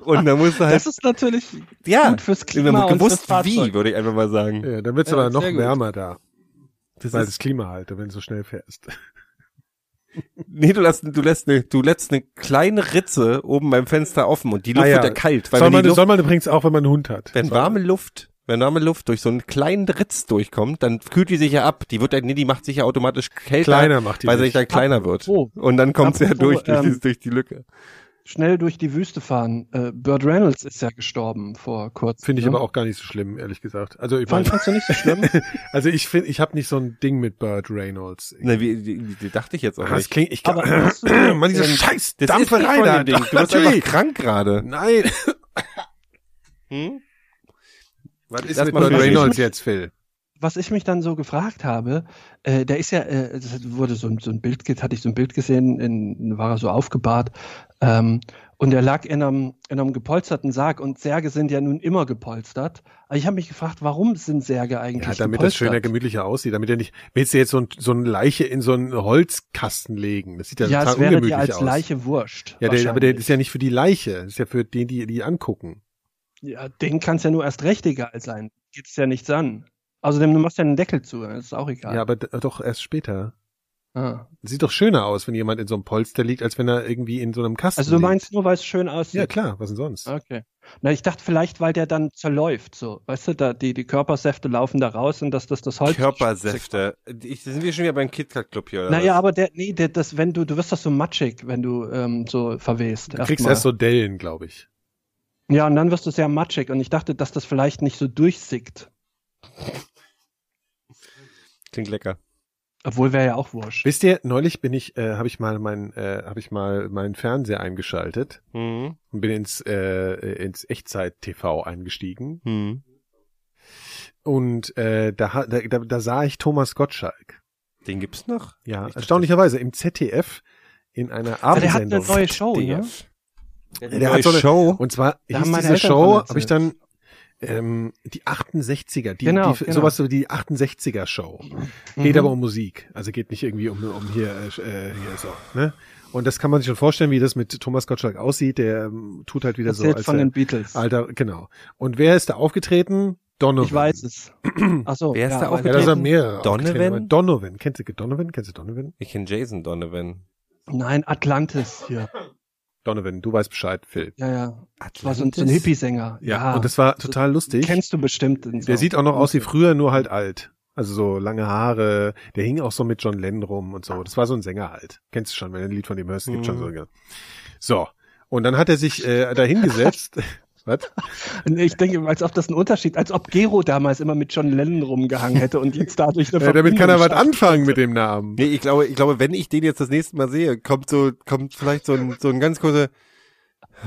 Und dann musst du halt,
das ist natürlich
ja,
gut fürs Klima
wir haben
und
gewusst,
fürs Fahrzeug.
wie, würde ich einfach mal sagen.
Ja, dann wird's
Ja,
aber noch
sehr gut.
wärmer da. Das weil
ist-
das Klima halt, wenn du so schnell fährst.
Nee, du lässt, du lässt eine, du lässt eine kleine Ritze oben beim Fenster offen und die Luft
Ah, ja.
wird ja kalt, weil
Soll
wenn
man,
die Luft
soll man übrigens auch, wenn man einen Hund hat.
Wenn
Soll-
warme Luft, wenn warme Luft durch so einen kleinen Ritz durchkommt, dann kühlt die sich ja ab. Die wird ja, nee, die macht sich ja automatisch kälter.
Kleiner macht die
Weil sie
sich.
dann kleiner wird.
Apropos-
Und dann kommt sie ja durch,
apropos,
durch,
ähm,
die- durch die Lücke.
schnell durch die Wüste fahren. Äh, Burt Reynolds ist ja gestorben vor kurzem.
Finde ich
ne?
aber auch gar nicht so schlimm, ehrlich gesagt. Also ich
Fand,
meine,
fandst du nicht so schlimm?
also ich finde, ich habe nicht so ein Ding mit Burt Reynolds.
Na, wie, die, die, die dachte ich jetzt auch
Ah, das
nicht.
klingt, ich
Aber hast du-
man diese
ähm,
scheiß
Das ist nicht
Dampferei
von
da.
dem Ding. Du bist
Natürlich.
einfach krank gerade.
Nein.
Hm?
Was ist
Lass
mit
mal
Burt
Phil
Reynolds
reden.
jetzt, Phil?
was ich mich dann so gefragt habe, äh, der ist ja, äh, das wurde so, ein- so ein Bild, ge- hatte ich so ein Bild gesehen, in, war er so aufgebahrt ähm, und er lag in einem, in einem gepolsterten Sarg und Särge sind ja nun immer gepolstert. Aber ich habe mich gefragt, warum sind Särge eigentlich
Ja,
ja,
damit das
gepolstert?
schöner, gemütlicher aussieht, damit er nicht, willst du jetzt so, ein, so eine Leiche in so einen Holzkasten legen? Das sieht ja,
ja,
total
es wäre
ungemütlich
dir als
aus.
Leiche wurscht.
ja, der, aber der
wahrscheinlich.
ist ja nicht für die Leiche, das ist ja für den, die die angucken.
ja, den kann es ja nur erst recht egal sein. Geht's ja nichts an. Außerdem, du machst ja einen Deckel zu, das ist auch
Ja,
egal.
aber d- doch erst später.
ah.
Sieht doch schöner aus, wenn jemand in so einem Polster liegt, als wenn er irgendwie in so einem Kasten
Also du
liegt.
meinst nur, weil es schön aussieht.
Ja, klar, was denn sonst?
Okay. Na, ich dachte vielleicht, weil der dann zerläuft, so. Weißt du, da, die, die Körpersäfte laufen da raus und dass das das Holz.
Körpersäfte. Ich, sind wir schon wieder beim KitKat Club hier, oder?
Naja,
was?
aber der, nee, der, das, wenn du, du wirst das so matschig, wenn du ähm, so verwehst.
Du kriegst
erstmal.
erst so Dellen, glaube ich.
ja, und dann wirst du sehr matschig und ich dachte, dass das vielleicht nicht so durchsickt.
Klingt lecker.
Obwohl wäre ja auch wurscht.
Wisst ihr, neulich bin ich, äh, habe ich mal meinen, äh, habe ich mal meinen Fernseher eingeschaltet
Mhm.
Hm.
und bin ins äh, ins Echtzeit-TV eingestiegen
Mhm.
Hm.
und äh, da, ha- da da da sah ich Thomas Gottschalk.
Den gibt's noch?
Ja,
Ich dachte-
erstaunlicherweise im ZDF in einer
Aber der hat eine
Abendsendung.
neue Show, ne?
DF.
Der
Neue
hat so eine-
Show.
Und zwar
Da
hieß
haben meine
diese
Eltern
Show,
von
habe ich dann ähm, die 68er, die,
Genau,
die
genau. Mhm.
sowas so wie die 68er Show. Geht aber um Musik, also geht nicht irgendwie um, um hier, äh, hier so. Ne? Und das kann man sich schon vorstellen, wie das mit Thomas Gottschalk aussieht. Der ähm, tut halt wieder
Erzählt
so als
von
der
den Beatles.
Alter, genau. Und wer ist da aufgetreten? Donovan.
Ich weiß es. Ach so.
Wer ist da
weil-
Ja, da
aufgetreten?
sind mehrere.
Donovan?
aufgetreten, aber Donovan. Kennst du Donovan? Kennst du Donovan?
Ich kenne Jason Donovan.
Nein, Atlantis hier.
Donovan, du weißt Bescheid, Phil.
Ja, ja. Das war so, ein- so ein Hippie-Sänger.
Ja, und das war total lustig.
Kennst du bestimmt. den
Der
Song.
sieht auch noch aus wie früher, nur halt alt. Also so lange Haare, der hing auch so mit John Lennon rum und so. Das war so ein Sänger halt. Kennst du schon, wenn du ein Lied von dem hörst, gibt schon so. einen- So. Und dann hat er sich äh, dahingesetzt. Was?
Und Ich denke, als ob das ein Unterschied, als ob Gero damals immer mit John Lennon rumgehangen hätte und jetzt dadurch eine
Äh, damit kann er was
Verbindung
anfangen mit dem Namen.
Nee, ich glaube, ich glaube, wenn ich den jetzt das nächste Mal sehe, kommt so, kommt vielleicht so ein, so ein ganz kurzer,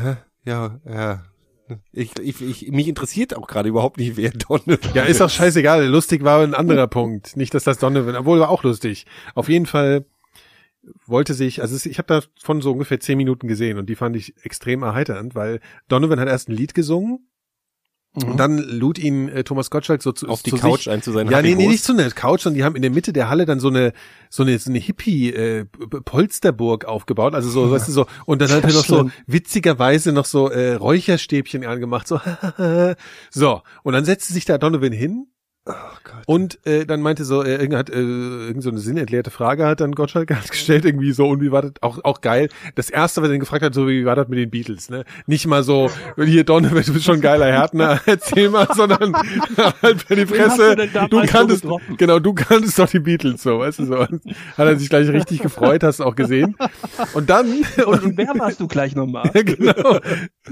hä? ja, ja. Ich, ich, ich, mich interessiert auch gerade überhaupt nicht, wer Donald
Ja, ist doch scheißegal. Lustig war ein anderer Punkt. Nicht, dass das Donovan, obwohl war auch lustig. Auf jeden Fall wollte sich, also es- ich habe davon so ungefähr zehn Minuten gesehen und die fand ich extrem erheiternd, weil Donovan hat erst ein Lied gesungen und dann lud ihn äh, Thomas Gottschalk so zu,
Mhm. auf die
zu
Couch
sich,
ein zu sein.
ja, nee, nee, nicht so eine Couch, sondern die haben in der Mitte der Halle dann so eine so eine, so eine Hippie äh, P- Polsterburg aufgebaut, also so, weißt du so und dann hat er noch so
Schlimm.
witzigerweise noch so äh, Räucherstäbchen angemacht, so so und dann setzte sich da Donovan hin und äh, dann meinte so, äh, irgend, hat, äh, irgend so eine sinnentleerte Frage hat dann Gottschalk hat gestellt, irgendwie so, und wie war das, auch, auch geil. Das erste, was er ihn gefragt hat, so, wie war das mit den Beatles, ne? Nicht mal so, hier Donovan, du bist schon ein geiler Härtner, erzähl mal, sondern halt für die
hast du
Presse,
denn damals
du
so
kanntest,
getroffen?
genau, du kanntest doch die Beatles, so, weißt du, so. Hat er sich gleich richtig gefreut, hast du auch gesehen. Und dann,
Und, und wer warst du gleich nochmal?
genau,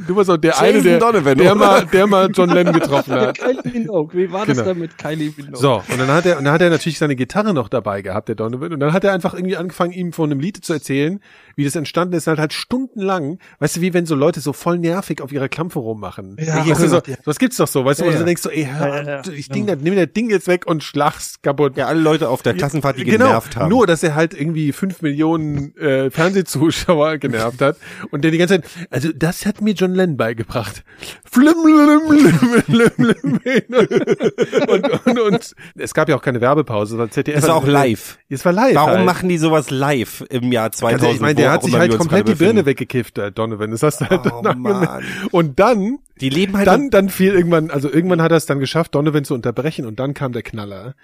du warst auch der
Jason
eine, der,
Donovan,
der
oder?
mal, der mal John Lennon getroffen hat.
Kylie Minogue. Wie war das
Genau.
denn mit Kylie Minogue?
So, und dann hat er, und dann hat er natürlich seine Gitarre noch dabei gehabt, der Donovan. Und dann hat er einfach irgendwie angefangen, ihm von einem Lied zu erzählen, wie das entstanden ist, halt halt stundenlang. Weißt du, wie wenn so Leute so voll nervig auf ihrer Klampfe rummachen.
Ja,
weißt du, so,
absolut, ja.
was gibt's doch so, weißt du,
Ja,
wo du
ja.
denkst so, ey, hör,
Ja, Genau. ja, ja.
ich Ding, das, nimm das Ding jetzt weg und schlag's kaputt.
Ja, alle Leute auf der Klassenfahrt, die
genau,
genervt haben.
Nur, dass er halt irgendwie fünf Millionen äh, Fernsehzuschauer genervt hat und der die ganze Zeit, also das hat mir John Lennon beigebracht. Flim, lim, lim, lim, lim. Und, und, und es gab ja auch keine Werbepause, sondern ZDF.
Das war auch live.
Es war also live.
Warum
halt.
machen die sowas live im Jahr 2000?
Also ich meine, der
wo
hat
auch
sich
immer wir
halt
uns
komplett die
gerade
Birne
befinden?
weggekifft, äh, Donovan. Das hast du halt
Oh,
danach gemerkt.
Mann.
Und dann
Die leben halt
dann, dann fiel irgendwann, also irgendwann hat er es dann geschafft, Donovan zu unterbrechen und dann kam der Knaller.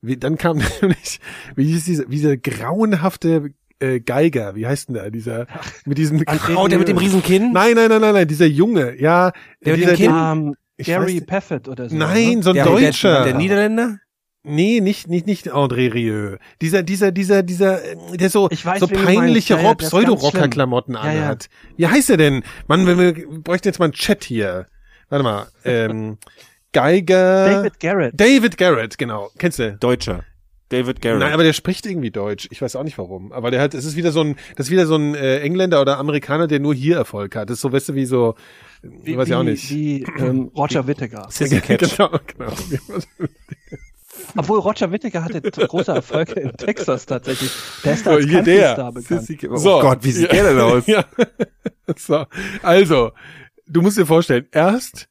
Wie, dann kam nämlich, wie hieß dieser, dieser grauenhafte äh, Geiger, wie heißt denn der, dieser, mit diesem...
Oh, der mit dem Riesenkinn?
Nein, nein, nein, nein, nein, dieser Junge, ja.
Der mit dem
dieser,
Kinn?
Ähm,
Ich
Gary
weiß-
Paffett oder so.
Nein,
ne?
so ein
Der,
Deutscher.
Der, der Niederländer?
nee, nicht, nicht, nicht André Rieu. Dieser, dieser, dieser, dieser, äh, der so,
Ich weiß,
so
wen du meinst.
peinliche
Ja, ja,
Rob-
das ist ganz
Pseudo-Rocker-Klamotten
schlimm. Ja, ja.
anhat. Wie heißt er denn? Mann, wenn wir, wir bräuchten jetzt mal einen Chat hier. Warte mal, ähm, Geiger.
David Garrett.
David Garrett, genau. Kennst du?
Deutscher. David Garrett.
Nein, aber der spricht irgendwie Deutsch. Ich weiß auch nicht warum. Aber der hat, es ist wieder so ein, das ist wieder so ein äh, Engländer oder Amerikaner, der nur hier Erfolg hat. Das ist so, weißt du, wie so, ich weiß
wie,
ja auch nicht.
Wie ähm, Roger Whittaker.
Sissy Catch.
Genau, genau.
Obwohl Roger Whittaker hatte t- große Erfolge in Texas tatsächlich. Der ist da als
So, Oh, hier der.
Countrystar bekannt.
Sissy Catch. Oh Gott, wie sieht der denn aus?
Ja. So. Also, du musst dir vorstellen, erst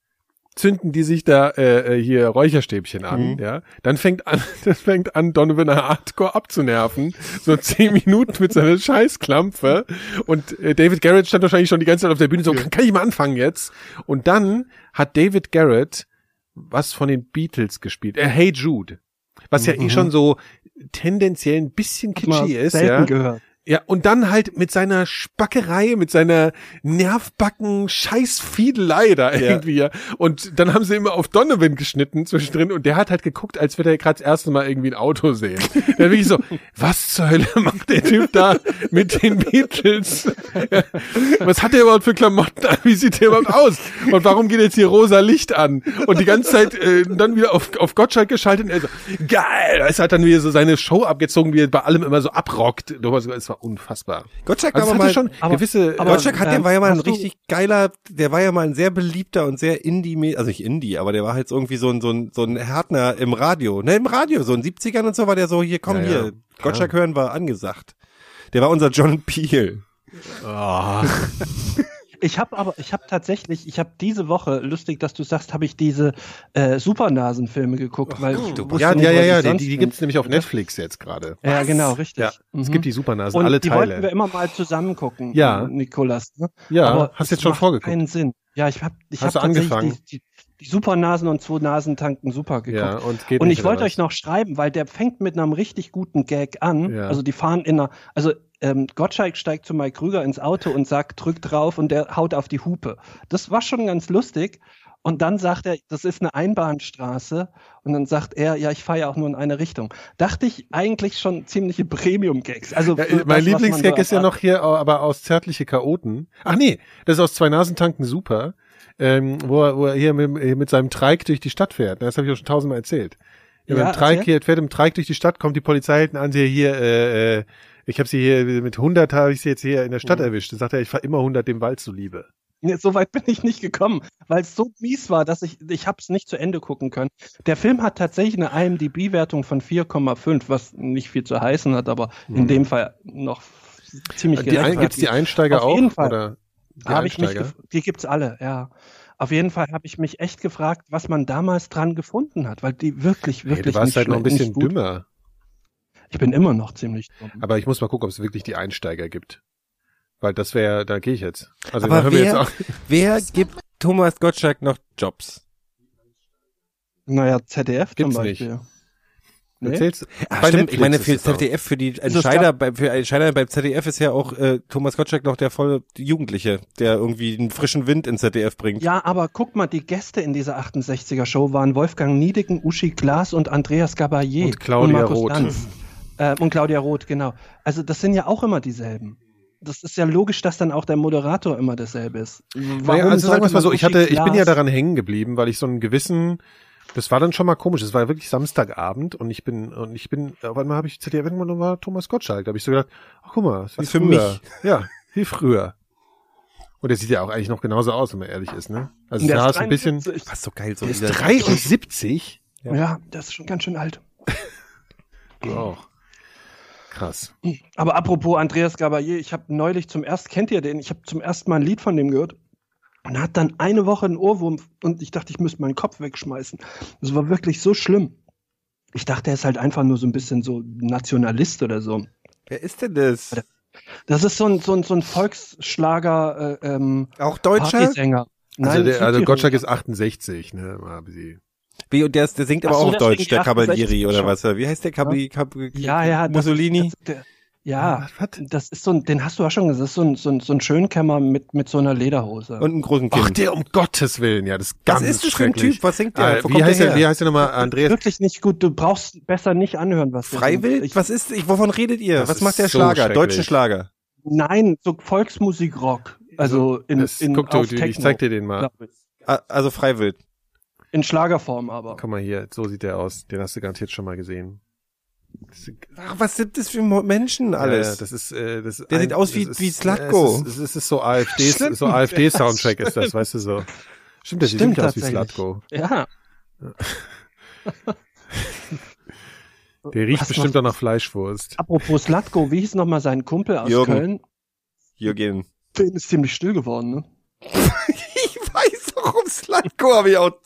zünden die sich da äh, äh, hier Räucherstäbchen an,
Mhm.
ja. Dann fängt an, das fängt an, Donovan Hardcore abzunerven. So zehn Minuten mit seiner Scheißklampfe. Und äh, David Garrett stand wahrscheinlich schon die ganze Zeit auf der Bühne so, kann, kann ich mal anfangen jetzt? Und dann hat David Garrett was von den Beatles gespielt. Äh, hey Jude. Was ja eh schon so tendenziell ein bisschen
Mhm. Mal
kitschy ist,
selten
ja.
gehört.
Ja, und dann halt mit seiner Spackerei, mit seiner Nervbacken, Scheißfiedelei da irgendwie. ja. Und dann haben sie immer auf Donovan geschnitten zwischendrin und der hat halt geguckt, als würde er gerade das erste Mal irgendwie ein Auto sehen. Dann bin ich so, was zur Hölle macht der Typ da mit den Beatles? Was hat der überhaupt für Klamotten an? Wie sieht der überhaupt aus? Und warum geht jetzt hier rosa Licht an? Und die ganze Zeit äh, dann wieder auf, auf Gottschalk geschaltet und er so, geil! Es hat dann wieder so seine Show abgezogen, wie er bei allem immer so abrockt. Es war unfassbar.
Gottschalk
Also es
aber
hatte
mal,
schon
aber-
gewisse...
aber-
Gottschalk hat, der
ähm,
war ja mal ein
hast du-
richtig geiler, der war ja mal ein sehr beliebter und sehr Indie, also nicht Indie, aber der war halt irgendwie so ein, so ein, so ein Härtner im Radio. Ne, im Radio, so in den 70ern und so war der so, hier, komm
Ja, ja,
hier,
klar.
Gottschalk hören war angesagt. Der war unser John Peel.
Ah.
Ich habe aber, ich habe tatsächlich, ich habe diese Woche, lustig, dass du sagst, habe ich diese äh, Supernasen-Filme geguckt, weil ich wusste
ja,
nicht,
ja, ja,
was ich
ja, die,
sonst
die
nehmen
gibt's nämlich auf Netflix jetzt gerade.
Ja, genau, richtig.
Ja, es
Mhm.
gibt die Supernasen,
und
alle
die wollten wir
Teile.
immer mal zusammen gucken,
Ja.
äh, Nikolas. Ne?
Ja,
Aber
hast
es
jetzt schon
macht
vorgeguckt.
keinen Sinn. Ja, ich habe ich
Hast
hab
du
tatsächlich
angefangen?
Die, die, die Supernasen und zwei Nasen tanken super geguckt.
Ja, und geht
Und ich
nicht, oder
wollte
was?
euch noch schreiben, weil der fängt mit einem richtig guten Gag an.
Ja.
Also die fahren in einer, also ähm, Gottschalk steigt zu Mike Krüger ins Auto und sagt, drück drauf und der haut auf die Hupe. Das war schon ganz lustig. Und dann sagt er, das ist eine Einbahnstraße. Und dann sagt er, ja, ich fahre ja auch nur in eine Richtung. Dachte ich eigentlich schon ziemliche Premium-Gags. Also
Ja,
für
mein
das, was man
Lieblingsgag
so
ist ja
erwartet.
noch hier, au- aber aus zärtliche Chaoten. Ach nee, das ist aus zwei Nasentanken super, ähm, wo, er, wo er hier mit, äh, mit seinem Treik durch die Stadt fährt. Das habe ich auch schon tausendmal erzählt. Ja,
Ja,
mit dem Treik
erzähl.
hier, fährt im Treik durch die Stadt, kommt die Polizei hinten an, sie hier, äh, äh, ich habe sie hier mit 100 habe ich sie jetzt hier in der
Mhm.
Stadt erwischt. Dann sagt er, ich fahre immer 100 dem Wald zuliebe.
Nee, so weit bin ich nicht gekommen, weil es so mies war, dass ich, ich habe es nicht zu Ende gucken können. Der Film hat tatsächlich eine IMDb-Wertung von 4,5, was nicht viel zu heißen hat, aber in dem Fall noch ziemlich
Mhm. Äh, Die ein, gibt's die Einsteiger
Auf
auch
jeden Fall.
oder die
Hab ich mich
Einsteiger?
gef- die gibt's alle, ja. Auf jeden Fall habe ich mich echt gefragt, was man damals dran gefunden hat, weil die wirklich,
Hey,
wirklich
du warst
nicht
halt noch ein
schlecht,
bisschen
nicht gut.
dümmer.
Ich bin immer noch ziemlich dumm.
Aber ich muss mal gucken, ob es wirklich die Einsteiger gibt. Weil das wäre, da gehe ich jetzt. Also
Aber
da hören wir jetzt
wer-
auch.
Wer gibt Thomas Gottschalk noch Jobs?
Naja, ZDF
Gibt's
zum Beispiel. Nee?
Erzählst
Ah,
Bei
stimmt,
Netflix
ich meine,
ist
für
das auch.
ZDF, für die
es
Entscheider, bei, für Entscheider beim ZDF ist ja auch äh, Thomas Gottschalk noch der volle Jugendliche, der irgendwie einen frischen Wind ins ZDF bringt.
Ja, aber guck mal, die Gäste in dieser 68er-Show waren Wolfgang Niedecken, Uschi Glas und Andreas Gabayé.
Und Claudia Roth.
Äh, und Claudia Roth, genau. Also das sind ja auch immer dieselben. Das ist ja logisch, dass dann auch der Moderator immer dasselbe ist.
Naja, also sagen
sollte
wir es mal so,
man
ich hatte,
Uschi
ich bin ja
Glas-
daran hängen geblieben, weil ich so einen gewissen, das war dann schon mal komisch, es war wirklich Samstagabend und ich bin, und ich bin, auf einmal habe ich ZDF irgendwann und war Thomas Gottschalk, da habe ich so gedacht, ach guck mal, das
Was
ist
für
für
mich.
mich. Ja, wie früher. Und der sieht ja auch eigentlich noch genauso aus, wenn man ehrlich ist, ne? Also
Der
da
ist
ist ein bisschen,
73.
Was so geil, so
der ist
dieser-
73?
Ja, das ist schon ganz schön alt.
Du auch. Krass. Also
Aber apropos Andreas Gabayé, ich habe neulich zum ersten, kennt ihr den? Ich habe zum ersten Mal ein Lied von dem gehört und hat dann eine Woche einen Ohrwurm und ich dachte, ich müsste meinen Kopf wegschmeißen. Das war wirklich so schlimm. Ich dachte, er ist halt einfach nur so ein bisschen so Nationalist oder so.
Wer ist denn das?
Das ist so ein, so ein, so ein Volksschlager äh, ähm,
Auch Deutscher?
Partysänger.
Also, der, also
Südtiroler.
Gottschalk ist 68, ne? Mal sie-
Wie, und der, ist- der singt aber
Ach so,
auch
deswegen
Deutsch, der
die 68
Cavalieri oder
schon.
was? Wie heißt der Cabi, Cabi,
Ja, ja. das-
Mussolini?
Das, der, ja,
Was?
das ist so ein, den hast du ja schon gesagt, das ist so ein, so ein, so ein Schönkämmer mit, mit so einer Lederhose.
und einen großen Kind.
Ach, der um Gottes Willen, ja, das ist
was
ganz
ist das für ein
schrecklich.
Typ? Was singt der?
Ah,
Wo
wie,
kommt
heißt
der
der,
her?
wie heißt der nochmal? Andreas
wirklich nicht gut. Du braust besser nicht anhören, was der
Freiwild?
singt.
Was ist, ich, wovon redet ihr?
Das
was
ist
macht der
so
Schlager?
schrecklich.
Deutschen Schlager?
Ich, nein, so Volksmusikrock. Also in,
Das-
in
guck, du, du, ich zeig dir den mal.
glaub ich.
Ah, Also Freiwild.
In Schlagerform aber.
Guck mal hier, so sieht der aus. Den hast du garantiert schon mal gesehen. Das ist,
Ach, was sind das für Mo- Menschen
Ja, ja,
alles?
das ist, äh, das ist
Der
ein-
sieht aus wie-
das
wie Slatko.
Ja, Es ist, es ist so AfD, so AfD-Soundtrack ist das, weißt du so. Stimmt, der sieht
Stimmt
wirklich aus wie
tatsächlich.
Slatko.
Ja.
Der riecht
Was
bestimmt
macht-
auch nach Fleischwurst.
Apropos Latko, wie hieß nochmal sein Kumpel aus
Jürgen.
Köln?
Jürgen.
Den ist ziemlich still geworden, ne?
Ich weiß, auch um Slatko habe ich auch
Hab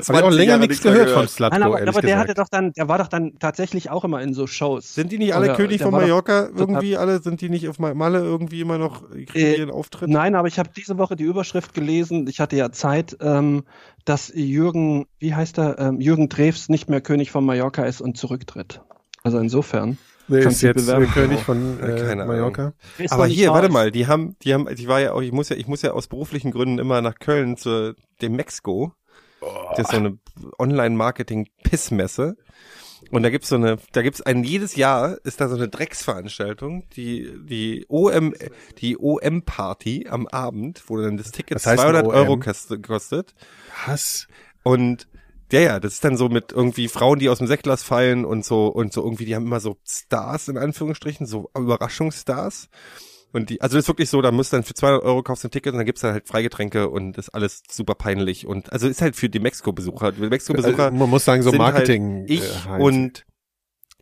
ich auch länger nichts gehört, von Slatko,
Nein, aber,
ehrlich
aber der
gesagt.
hatte doch dann, der war doch dann tatsächlich auch immer in so Shows.
Sind die nicht alle
Oder
König
Oh der
von
war doch-
Mallorca
total-
irgendwie alle? Sind die nicht auf Ma- Malle irgendwie immer noch kriegen die
Äh,
ihren Auftritt?
Nein, aber ich habe diese Woche die Überschrift gelesen. Ich hatte ja Zeit, ähm, dass Jürgen, wie heißt er, ähm, Jürgen Drews nicht mehr König von Mallorca ist und zurücktritt. Also insofern.
Nee,
Kannst
ist
dich
jetzt äh,
bewerben.
König von
Ja, keine
äh,
Ahnung.
Mallorca.
Ist
Aber
doch nicht
hier,
wahr.
warte mal, die haben, die haben, ich war ja auch, ich muss ja, ich muss ja aus beruflichen Gründen immer nach Köln zu dem Mexiko. Das ist so eine Online-Marketing-Pissmesse. Und da gibt's so eine, da gibt's ein jedes Jahr ist da so eine Drecksveranstaltung, die die OM die OM Party am Abend, wo dann das Ticket
Was heißt
200
OM?
Euro koste- kostet.
Hass.
Und ja, ja, das ist dann so mit irgendwie Frauen, die aus dem Sektglas fallen und so und so irgendwie, die haben immer so Stars in Anführungsstrichen, so Überraschungsstars. Und die, also das ist wirklich so, da müsst dann für 200 Euro kaufst du ein Ticket und dann gibt's dann halt Freigetränke und ist alles super peinlich und also ist halt für die Mexiko-Besucher, die Mexiko-Besucher
Also, man muss sagen, so
sind
Marketing.
halt ich
äh, Heinz.
und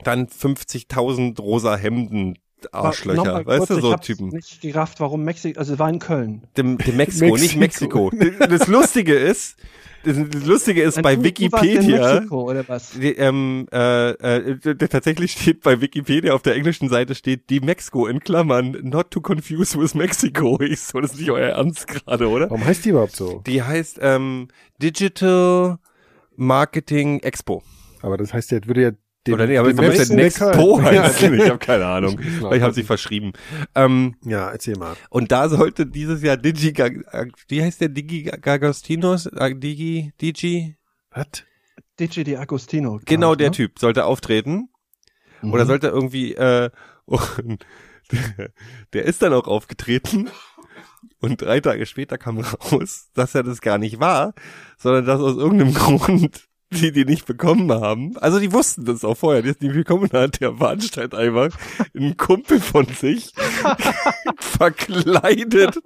dann 50.000 rosa Hemden
Noch
Arschlöcher,
mal
weißt
kurz,
du,
ich
so
hab's
Typen
nicht gerafft, warum Mexiko, also es war in Köln.
dem, dem Mexiko, nicht Mexiko.
Mexiko.
Das Lustige ist, das Lustige ist
Und
bei
du- Du warst in
Wikipedia.
Mexiko, oder was?
Die, ähm, äh, äh, d- d- tatsächlich steht bei Wikipedia auf der englischen Seite steht die Mexiko in Klammern not to confuse with Mexico. Ich so, das ist nicht euer Ernst gerade, oder?
Warum heißt die überhaupt so?
Die heißt ähm, Digital Marketing Expo.
Aber das heißt, der würde ja Dem,
Oder nee, aber
dem
aber
besten der Köln.
Expo heißt
ja,
sie. Ich habe keine Ahnung.
Ich muss mal
Ich habe sie verschrieben. Ähm,
ja, erzähl mal.
und da sollte dieses Jahr Digi, Gag- äh, wie heißt der Digi Gagostinos? Äh, Digi, Digi?
Was?
Digi Di Agostino. glaub
Genau
ich,
der
ne?
Typ sollte auftreten.
Mhm.
Oder sollte irgendwie, äh, und der ist dann auch aufgetreten. Und drei Tage später kam raus, dass er das gar nicht war, sondern dass aus irgendeinem Grund die die nicht bekommen haben. Also die wussten das auch vorher, die es nicht bekommen hat. Der Warnstein einfach einen Kumpel von sich verkleidet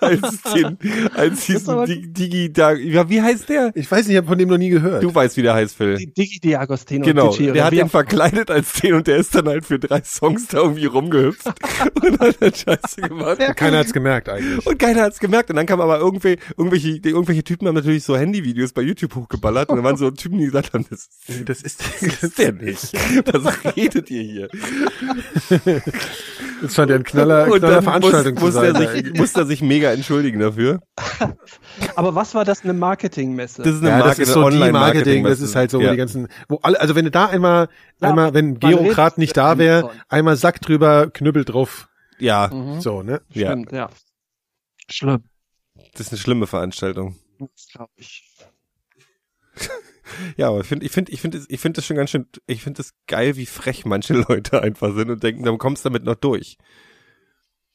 als den, als diesen
aber-
Digi, Digi da, ja, wie heißt der?
Ich weiß nicht, ich habe von dem noch nie gehört.
Du weißt, wie der heißt, Phil.
Di- Digi Di Agostino.
Genau,
Digi
der
oder
hat
wie
ihn
auch-
verkleidet als den und der ist dann halt für drei Songs da irgendwie rumgehüpft und hat dann Scheiße gemacht.
Und Keiner hat's gemerkt eigentlich.
Und keiner hat's gemerkt. Und dann kam aber irgendwie, irgendwelche, irgendwelche Typen haben natürlich so Handyvideos bei YouTube hochgeballert und da waren so Typen, die gesagt haben, das,
Das ist,
das ist der nicht. Was redet ihr hier?
Das scheint ja ein knaller,
und
knaller
dann
Veranstaltung
muss, muss,
zu sein.
er sich, muss er sich mega entschuldigen dafür.
Aber was war das, eine Marketingmesse?
Das ist eine
ja,
Marke,
das ist so die Marketing, das ist halt so, wo
ja.
die ganzen, wo alle, also wenn du da einmal,
Ja,
einmal, wenn
man redet
Geokrat nicht da wäre,
davon.
einmal Sack drüber, Knüppel drauf,
ja,
Mhm.
so, ne?
ja,
Stimmt, ja. Schlimm.
das ist eine schlimme Veranstaltung.
Das glaube ich.
Ja, aber ich finde, ich finde, ich finde, es- ich finde das schon ganz schön, ich finde es geil, wie frech manche Leute einfach sind und denken, dann kommst du damit noch durch.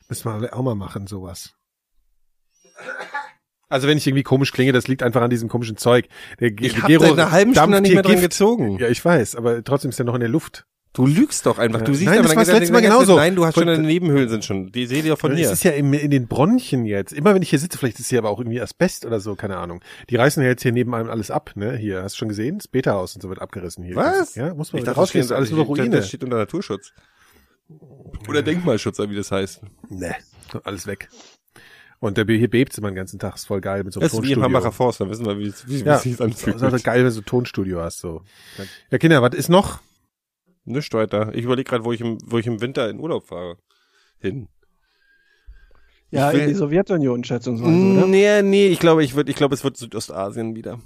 Müssen wir alle auch mal machen, sowas. Also wenn ich irgendwie komisch klinge, das liegt einfach an diesem komischen Zeug. Der Ge-
Ich
der
habe
Gero
seit einer halben
dampft
Stunde nicht
hier
mehr dran
Gift.
gezogen.
Ja, ich weiß, aber trotzdem ist er noch in der Luft.
Du lügst doch einfach. Du
Ja.
siehst
Nein,
aber
das
dann
war's
die
letztes
ganze
Mal
Zeit,
genauso.
Nein, du hast schon
Und-
deine Nebenhöhlen sind schon. Die sehe ich auch von
Ne, Es
dir.
ist ja im, in den Bronchien jetzt. Immer wenn ich hier sitze, vielleicht ist hier aber auch irgendwie Asbest oder so, keine Ahnung. Die reißen ja jetzt hier neben einem alles ab, ne? Hier, hast du schon gesehen? Das Beta-Haus und so wird abgerissen hier.
Was?
Ja, muss man wieder
ich dachte, das
rausgehen, ist
steht,
alles nur noch
Ruine.
Ruine.
Das steht unter Naturschutz. Oder Denkmalschutz, oder wie das heißt.
Ne, alles weg. Und der hier bebt immer den ganzen Tag, ist voll geil mit so einem
Das ist wie im
Tonstudio.
Hambacher Forst, dann wissen wir, wie es wie, wie
ja,
es sich
das ist also
anfühlt.
geil, wenn du so ein Tonstudio hast, so. Ja, Kinder, was ist noch?
Nicht weiter. Ich überlege gerade, wo, ich im- wo ich im Winter in Urlaub fahre. Hin.
Ja,
Ich will- Mm,
in die Sowjetunion
Also,
schätzungsweise, oder?
Nee, nee, ich glaube, ich würde, ich glaube, es wird Südostasien wieder.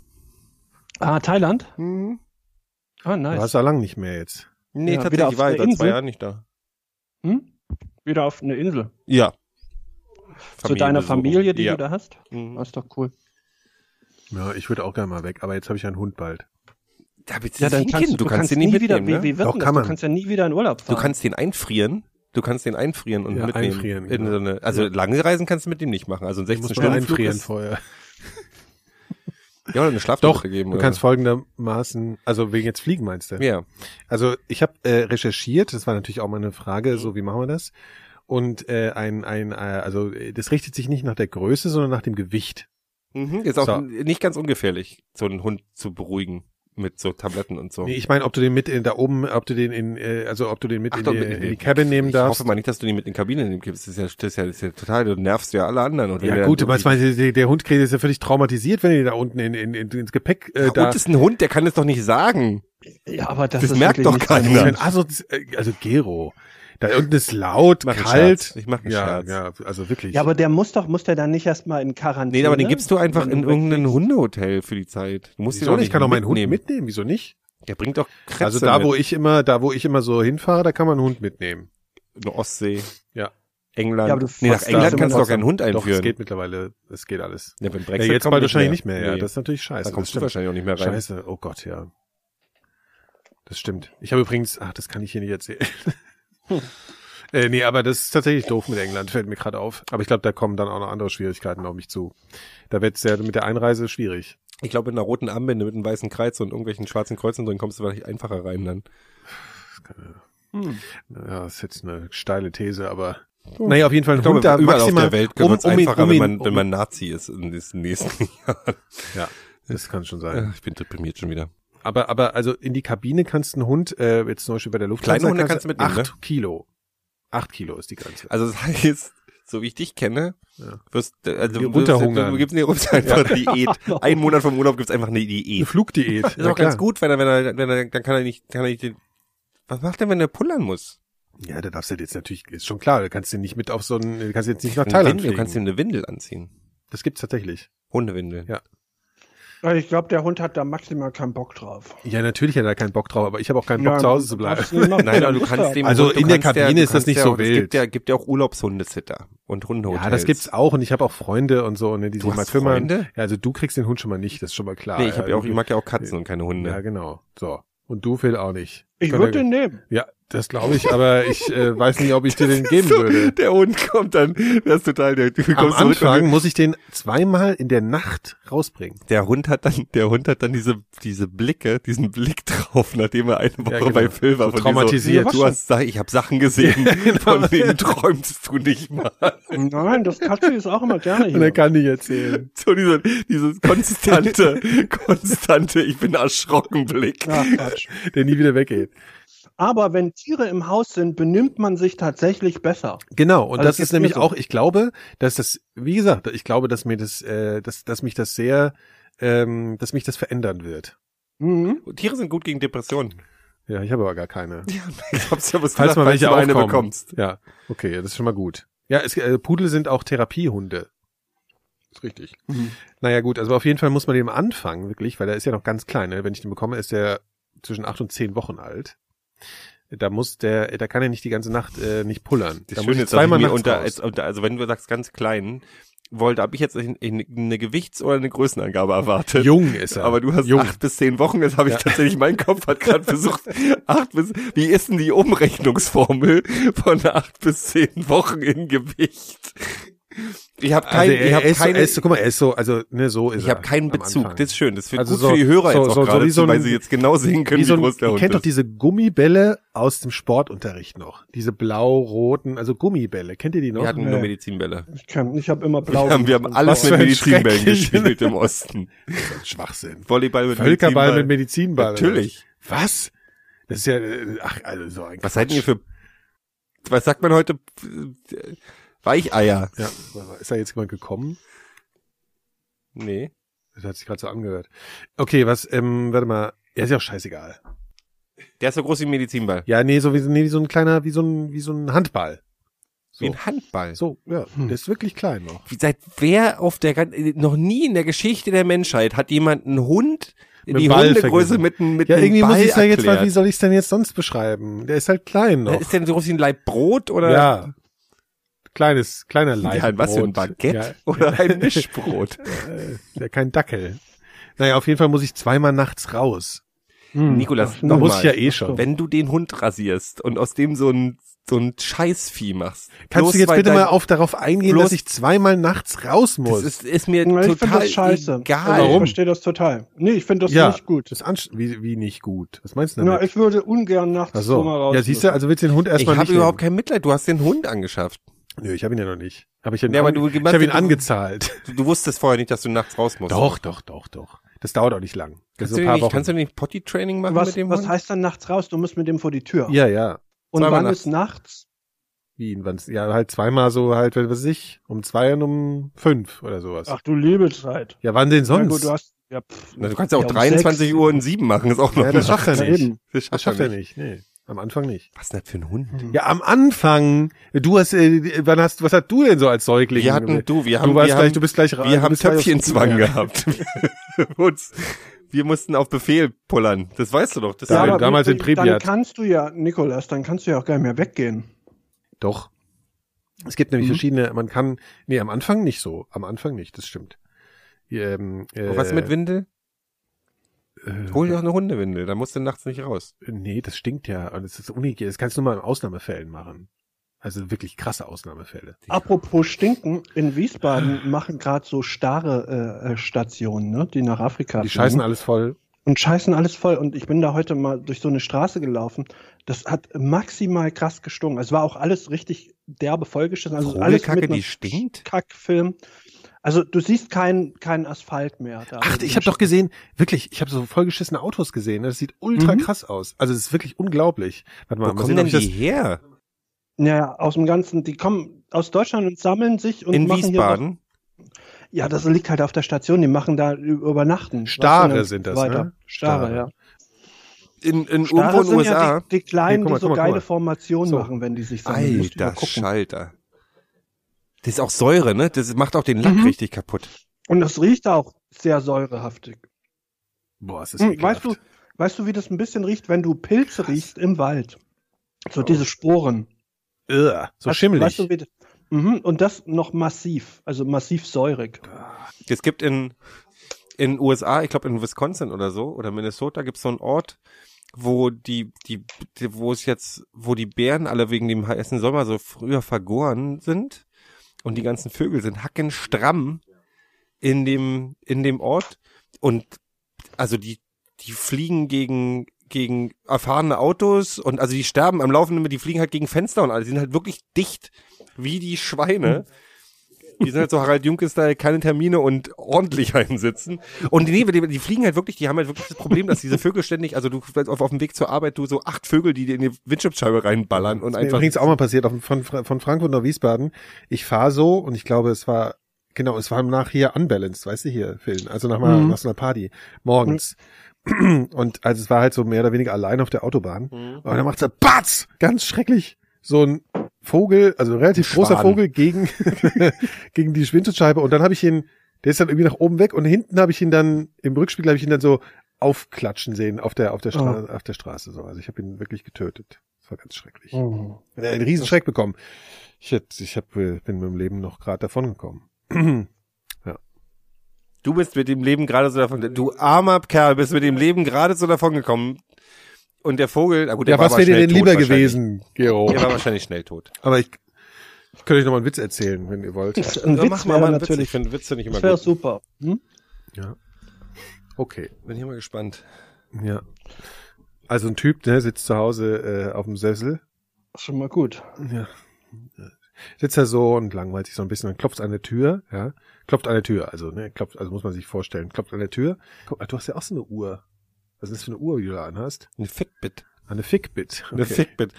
Ah, Thailand?
mm.
Ah,
Du
nice.
warst ja lang nicht mehr jetzt.
Nee,
Ja, wieder
tatsächlich
auf
war ich
der
seit zwei
Insel?
Jahren nicht da.
Hm? Wieder auf eine Insel.
Ja.
Zu deiner Familie, die
ja.
du da hast?
Mhm.
Das ist doch cool.
Ja, ich würde auch gerne mal weg, aber jetzt habe ich einen Hund bald.
Da willst du
Ja, dann
nicht
kannst
hin.
du, du kannst, nie wieder,
mitnehmen,
wie,
ne?
wie wird
Doch,
denn
kann
das?
man.
Du kannst ja nie wieder in Urlaub fahren.
Du kannst den einfrieren. Du kannst den einfrieren und
Ja,
mitnehmen.
einfrieren,
in
genau.
so eine, also lange Reisen kannst du mit dem nicht machen. Also ein
Ich
16
muss nur
Stunden Flug
einfrieren
ist,
vorher.
ja, oder eine Schlaftablette
Doch,
geben.
du
oder
kannst folgendermaßen, also wegen jetzt Fliegen meinst du?
was. ja.
Also ich habe äh, recherchiert, das war natürlich auch mal eine Frage,
Mhm.
so wie machen wir das? Und äh, ein, ein, äh, also äh, das richtet sich nicht nach der Größe, sondern nach dem Gewicht.
Mhm, ist auch
So.
nicht ganz ungefährlich, so einen Hund zu beruhigen mit so Tabletten und so.
Nee, ich meine, ob du den mit in, da oben, ob du den in, äh, also ob du den mit
Ach
in,
doch,
die,
mit-
in die Cabin nehmen
ich
darfst.
hoffe mal nicht, dass du die mit in die Kabine nehmen gibst. Das ist ja, das ist ja, das ist ja total, du nervst ja alle anderen. Und wenn
ja
der
gut,
dann
aber ich
irgendwie-
meine, der, der Hund kriegt ist ja völlig traumatisiert, wenn er da unten in, in, in, ins Gepäck äh,
der
da.
Hund ist ein Hund, der kann es doch nicht sagen.
ja, aber das,
Das
ist
merkt
wirklich
doch
nicht dein
keiner.
Ernst.
also, also Gero, da unten ist laut,
Ich mach einen
kalt.
Scherz. Ich mach einen
ja,
Scherz.
ja, also wirklich.
Ja, aber der muss doch, muss der dann nicht erstmal in Quarantäne?
Nee, aber den gibst du einfach
Wenn
in
du wegfliegst.
irgendein Hundehotel für die Zeit. Du musst ihn
wieso
doch
nicht?
nicht
Ich kann doch meinen Hund
mitnehmen.
mitnehmen, wieso nicht?
Der bringt doch Krebse
Also da,
mit.
wo ich immer, da, wo ich immer so hinfahre, da kann man einen Hund mitnehmen.
in der Ostsee.
Ja.
England.
Ja, aber du
nee, nach
fährst
England
da
kannst du doch
immer
keinen Hund
Doch, es
einführen.
geht mittlerweile, es geht alles.
ja, wenn
Ja,
Brexit
jetzt
kommt,
bald wahrscheinlich nicht mehr, ja.
Nee.
Das ist natürlich scheiße.
da kommst
das
du wahrscheinlich auch nicht mehr rein.
Scheiße, oh Gott, ja. Das stimmt. Ich habe übrigens, ach, das kann ich hier nicht erzählen. äh, nee, aber das ist tatsächlich doof mit England, fällt mir gerade auf. Aber ich glaube, da kommen dann auch noch andere Schwierigkeiten auf mich zu. Da wird's ja mit der Einreise schwierig.
Ich glaube, in einer roten Armbinde mit einem weißen Kreuz und irgendwelchen schwarzen Kreuzen drin kommst du vielleicht einfacher rein dann.
Ja, das ist jetzt eine steile These, aber. Naja, auf jeden Fall ein Hund da
überall Hm. auf
maximal
der Welt können
um-
wir es
um ihn-
einfacher,
um
wenn
ihn-
man, wenn
um-
man Nazi ist in den nächsten Jahren.
Ja, das kann schon sein.
Ach, Ich bin deprimiert schon wieder.
Aber, aber also in die Kabine kannst einen Hund, äh, jetzt zum Beispiel bei der Lufthansa,
Kleine Hunde kannst du mitnehmen, ne?
Acht Kilo. Acht Kilo ist die Grenze.
Also das heißt, so wie ich dich kenne,
Ja.
wirst du- also
Die
du wirst-
runterhungern.
du gibst dir einfach Diät. Einen Monat vom Urlaub gibt's einfach eine Diät.
Eine Flugdiät.
Ist auch ganz gut, wenn er, wenn er, wenn er, dann kann er nicht, kann er nicht den, was macht er, wenn er pullern muss?
Ja, da darfst du jetzt natürlich, ist schon klar, du kannst den nicht mit auf so einen, du kannst jetzt nicht nach
Eine
Thailand
Windel, du kannst ihm
fliegen.
eine Windel anziehen.
Das gibt's tatsächlich.
Hundewindel.
Ja.
Also ich glaube, der Hund hat da maximal keinen Bock drauf.
Ja, natürlich hat er keinen Bock drauf, aber ich habe auch keinen Bock
Ja,
zu Hause zu bleiben.
absolut noch.
Nein, aber du kannst dem
Also
du
in der
kannst
Kabine
du
ist das
kannst
nicht
ja
so
auch, Es
wild.
gibt ja, gibt ja auch Urlaubshundesitter und Hundehotels.
Ja, das gibt's auch und ich habe auch Freunde und so, ne, die
Du
sich mal
hast
kümmern.
Freunde?
Ja, also du kriegst den Hund schon mal nicht, das ist schon mal klar.
Nee, ich, hab ja auch,
du-
ich mag ja auch Katzen und keine Hunde.
Ja, genau. So. Und du Phil auch nicht.
Ich
Könnt
würde
ihr-
den nehmen.
Ja, das glaube ich, aber ich äh, weiß nicht, ob ich dir den geben würde.
Der Hund kommt dann, das ist total, der, du
Am
kommst zurück und
Anfang muss ich den zweimal in der Nacht rausbringen.
der Hund hat dann, der Hund hat dann diese, diese Blicke, diesen Blick drauf, nachdem er eine Woche
genau.
bei Phil war.
So
von dir
traumatisiert. Genau.
So, du hast, Sa- ich habe Sachen gesehen, von denen träumst du nicht mal.
Nein, das Katze ist auch immer gerne hier.
kann ich erzählen.
So diese, dieses konstante, konstante, ich bin erschrocken Blick.
Ja, Quatsch.
Der nie wieder weggeht.
Aber wenn Tiere im Haus sind, benimmt man sich tatsächlich besser.
Genau, und
Also
das
es
ist
geht mir
nämlich
so.
auch, ich glaube, dass das, wie gesagt, ich glaube, dass mir das, äh, dass, dass mich das sehr, ähm, dass mich das verändern wird.
Mhm.
Tiere sind gut gegen Depressionen.
Ja, ich habe aber gar keine.
Ich hab's ja was
Falls
gesagt,
mal welche
du eine
aufkommen.
bekommst.
Ja, okay, das ist schon mal gut. Ja, es, äh, Pudel sind auch Therapiehunde. Ist richtig.
Mhm.
Naja, gut, also auf jeden Fall muss man dem anfangen, wirklich, weil der ist ja noch ganz klein. Ne? Wenn ich den bekomme, ist der zwischen acht und zehn Wochen alt. Da muss der, da kann er nicht die ganze Nacht äh, nicht pullern.
Das
da muss
Schöne
ich
ist, dass ich
zweimal
mir
nachts
unter,
raus.
als, unter, also wenn du sagst ganz klein, wollte, habe ich jetzt in, in, eine Gewichts- oder eine Größenangabe erwartet.
Jung ist er.
Aber du hast
Jung.
acht bis zehn Wochen, das habe ich
Ja.
tatsächlich, mein Kopf hat gerade versucht, acht bis, wie ist denn die Umrechnungsformel von acht bis zehn Wochen in Gewicht? Ich habe kein,
Also er,
ich hab
er ist
keine,
so, er ist so, guck mal, er ist so, also ne, so ist
ich
er.
habe keinen
am
Bezug.
Anfang.
Das ist schön. Das wird
Also
gut
so-
für die Hörer
so-
jetzt auch
so- so
gerade,
wie so
weil
ein-
sie jetzt genau sehen können,
Wie
wie,
so ein,
groß der
ihr
Hund
kennt doch
ist.
diese Gummibälle aus dem Sportunterricht noch. Diese blau-roten, also Gummibälle. Kennt ihr die noch?
Wir hatten nur
Nee.
Medizinbälle.
Ich, kann, ich habe immer
Wir
blau.
haben, wir haben alles
Was
mit
für ein
Medizinbällen
schreckliches-
gespielt im Osten.
Schwachsinn.
Volleyball mit
Völkerball mit
Medizinball.
Medizinball.
Natürlich.
Was? Das ist ja, äh, ach, also so ein
Was
Quatsch.
seid ihr für, was sagt man heute? Weicheier.
Ja, ist da jetzt jemand gekommen?
Nee.
Das hat sich gerade so angehört. Okay, was, ähm, warte mal. Ja, ist ja auch scheißegal.
Der ist so groß wie ein Medizinball.
Ja, nee, so wie, nee, wie so ein kleiner, wie so ein, wie so ein Handball. So.
Wie ein Handball.
So, ja,
Hm.
der ist wirklich klein noch.
Wie- Seit wer auf der gan- noch nie in der Geschichte der Menschheit hat jemand einen Hund
Mit
die
dem Ball
Hundegröße
verglichen.
mit einem mit
Ja,
einem
irgendwie
Ball
muss ich ja
erklärt.
jetzt mal, wie soll ich es denn jetzt sonst beschreiben? Der ist halt klein noch.
Ist denn so groß wie ein Leib Brot oder
ja. Kleines, kleiner Leib. Hm.
ja, was für ein Baguette oder ein Mischbrot?
Ja, kein Dackel. Naja, auf jeden Fall muss ich zweimal nachts raus.
Hm.
Nikolas,
Da muss
nochmal.
ich ja eh schon.
Wenn du den Hund rasierst und aus dem so ein so ein Scheißvieh machst. bloß
Kannst du jetzt
weil
bitte
dein-
mal auf, darauf eingehen,
bloß-
dass ich zweimal nachts raus muss?
Das ist, ist mir
Na, ich finde
total
das scheiße.
egal.
Also ich verstehe das total. Nee, ich finde das
ja,
nicht gut.
Das ist anst- wie, wie nicht gut. Was meinst du
Na,
damit?
ich würde ungern nachts
Ach so.
immer raus.
Ja, siehst du,
müssen.
also willst du den Hund
Ich
erstmal nicht
habe überhaupt
nehmen.
kein Mitleid. Du hast den Hund angeschafft.
Nö, ich habe ihn ja noch nicht. Hab ich ja
Ja, aber
an-
du-
ich habe ihn
du-
angezahlt.
Du, du wusstest vorher nicht, dass du nachts raus musst.
Doch, doch, doch, doch. Das dauert auch nicht lang. Das ist
Kannst du,
ein
den
paar
nicht,
Wochen.
kannst du nicht Potty-Training machen
was,
mit dem
was
Hund?
heißt dann nachts raus? Du musst mit dem vor die Tür.
ja, ja.
Und
zweimal
wann
nachts.
ist nachts?
Wie ihn, wann's, ja, halt zweimal so halt, was weiß ich, um zwei und um fünf oder sowas.
Ach du liebe Zeit.
Ja, wann denn
Na
sonst?
gut, du hast, ja, pff,
Na, du kannst ja auch
Ja, um
23
sechs.
Uhr und 7 machen, ist auch noch
ja, das schafft er
nachts.
Ja,
nicht.
eben.
Das
Das schafft er nicht. Nee, am Anfang nicht.
Was denn das für ein Hund?
Ja, am Anfang, du hast, äh, wann hast, was hast du denn so als Säugling?
Wir hatten, du, wir haben,
du warst
wir
gleich,
haben,
du bist gleich ra-
wir
du
haben
bist gleich aus-
Töpfchenzwang
Ja.
gehabt. Uns- wir mussten auf Befehl pullern. Das weißt du doch. Das
Ja,
war-
aber- damals in
Dann
Prebiat.
kannst du ja, Nikolas, dann kannst du ja auch gar nicht mehr weggehen.
Doch. Es gibt nämlich
Mhm.
verschiedene, man kann, nee, am Anfang nicht so, am Anfang nicht, das stimmt. Ähm, äh,
Und was mit Windel? Hol dir
Äh,
doch eine Hundewindel, da musst du nachts nicht raus.
nee, das stinkt ja und es ist unhygienisch. Das kannst du nur mal in Ausnahmefällen machen. Also wirklich krasse Ausnahmefälle.
Apropos Stinken, in Wiesbaden machen gerade so starre äh, äh, Stationen, ne, die nach Afrika
Die
fliegen.
scheißen alles voll.
und scheißen alles voll. Und ich bin da heute mal durch so eine Straße gelaufen. Das hat maximal krass gestunken. Es war auch alles richtig derbe vollgeschissen. Also alles
Vogelkacke,
mit einem
die stinkt?
Kackfilm. Also du siehst keinen keinen Asphalt mehr. Da
mhm.
Also
Ach, ich habe doch gesehen, wirklich, ich habe so vollgeschissene Autos gesehen. ne? Das sieht ultra
Mhm.
krass aus. Also es ist wirklich unglaublich. Warte mal,
Wo
mal
kommen
sehen, ob
denn
ich das
die her?
Naja, aus dem ganzen, die kommen aus Deutschland und sammeln sich und
In
machen hier.
Wiesbaden?
Noch, ja, das liegt halt auf der Station. Die machen da ü- übernachten.
Starre
Weißt du,
sind das,
weiter.
ne?
Starre,
Starre.
ja.
In, in irgendwo
Starre
in den
sind ja
USA?
die, die
Hier,
Kleinen,
guck mal,
die so
guck mal, guck
geile
mal.
Formationen
So.
machen, wenn die sich sammeln. Musst du mal
Alter
gucken.
Schalter. Das ist auch Säure, ne? Das macht auch den Lack
Mhm.
richtig kaputt.
Und das riecht auch sehr säurehaftig.
Boah, es ist
Hm,
ekelhaft.
weißt du, weißt du, wie das ein bisschen riecht, wenn du Pilze riechst im Wald? So
Oh.
diese Sporen.
Ugh, so
Weißt-
schimmelig.
Weißt du, wie das, mhm, und das noch massiv, also massiv säurig.
Es gibt in in USA, ich glaube in Wisconsin oder so oder Minnesota gibt es so einen Ort, wo die die die- wo es jetzt wo die Bären alle wegen dem heißen Sommer so früher vergoren sind und die ganzen Vögel sind hackenstramm in dem in dem Ort und also die die fliegen gegen gegen erfahrene Autos und also die sterben am Laufenden, die fliegen halt gegen Fenster und alles, die sind halt wirklich dicht wie die Schweine. Die sind halt so Harald Junkes-Style, keine Termine und ordentlich einsitzen. Und die, die, die fliegen halt wirklich, die haben halt wirklich das Problem, dass diese Vögel ständig, also du auf, auf dem Weg zur Arbeit, du so acht Vögel, die dir in die Windschutzscheibe reinballern und
ist mir
einfach.
übrigens auch mal passiert, auf, von, von Frankfurt nach Wiesbaden. Ich fahre so und ich glaube, es war, genau, es war nach hier unbalanced, weißt du hier, Film, also nach, mal,
Mhm.
nach so einer Party morgens.
Mhm.
Und also es war halt so mehr oder weniger allein auf der Autobahn. Und dann macht er Batz! Ganz schrecklich. So ein Vogel, also ein relativ
Schwan.
großer Vogel gegen, gegen die Windschutzscheibe. Und dann habe ich ihn, der ist dann irgendwie nach oben weg und hinten habe ich ihn dann, im Rückspiegel habe ich ihn dann so aufklatschen sehen auf der, auf der, Stra
Oh.
auf der Straße. So. Also ich habe ihn wirklich getötet. Das war ganz schrecklich. Hat er einen riesen Schreck bekommen. Ich, hätt, ich hab, äh, bin mit dem Leben noch gerade davon gekommen.
Du bist mit dem Leben gerade so davon, du armer Kerl, bist mit dem Leben gerade so davon gekommen. Und der Vogel, na gut, der
Ja,
war
was
aber
wäre dir
schnell
denn
tot
lieber
wahrscheinlich.
gewesen, Gero?
Der war wahrscheinlich schnell tot.
Aber ich, ich könnte euch noch mal einen Witz erzählen, wenn ihr wollt.
Ein
Ja,
Witz
mal
wäre
einen Witz. Ich
natürlich.
finde Witze nicht immer
Das wäre
gut.
super. Hm?
Okay,
Bin ich mal gespannt.
ja. Also ein Typ, der sitzt zu Hause äh, auf dem Sessel
Schon mal gut.
Ja. Sitzt er so und langweilt sich so ein bisschen, dann klopft an der Tür, ja. Klopft an der Tür, also, ne, klopft, also muss man sich vorstellen, klopft an der Tür. Guck, mal, du hast ja auch so eine Uhr. Was ist das für eine Uhr, die du da anhast?
Eine Fitbit.
Eine Fitbit.
Eine Fitbit.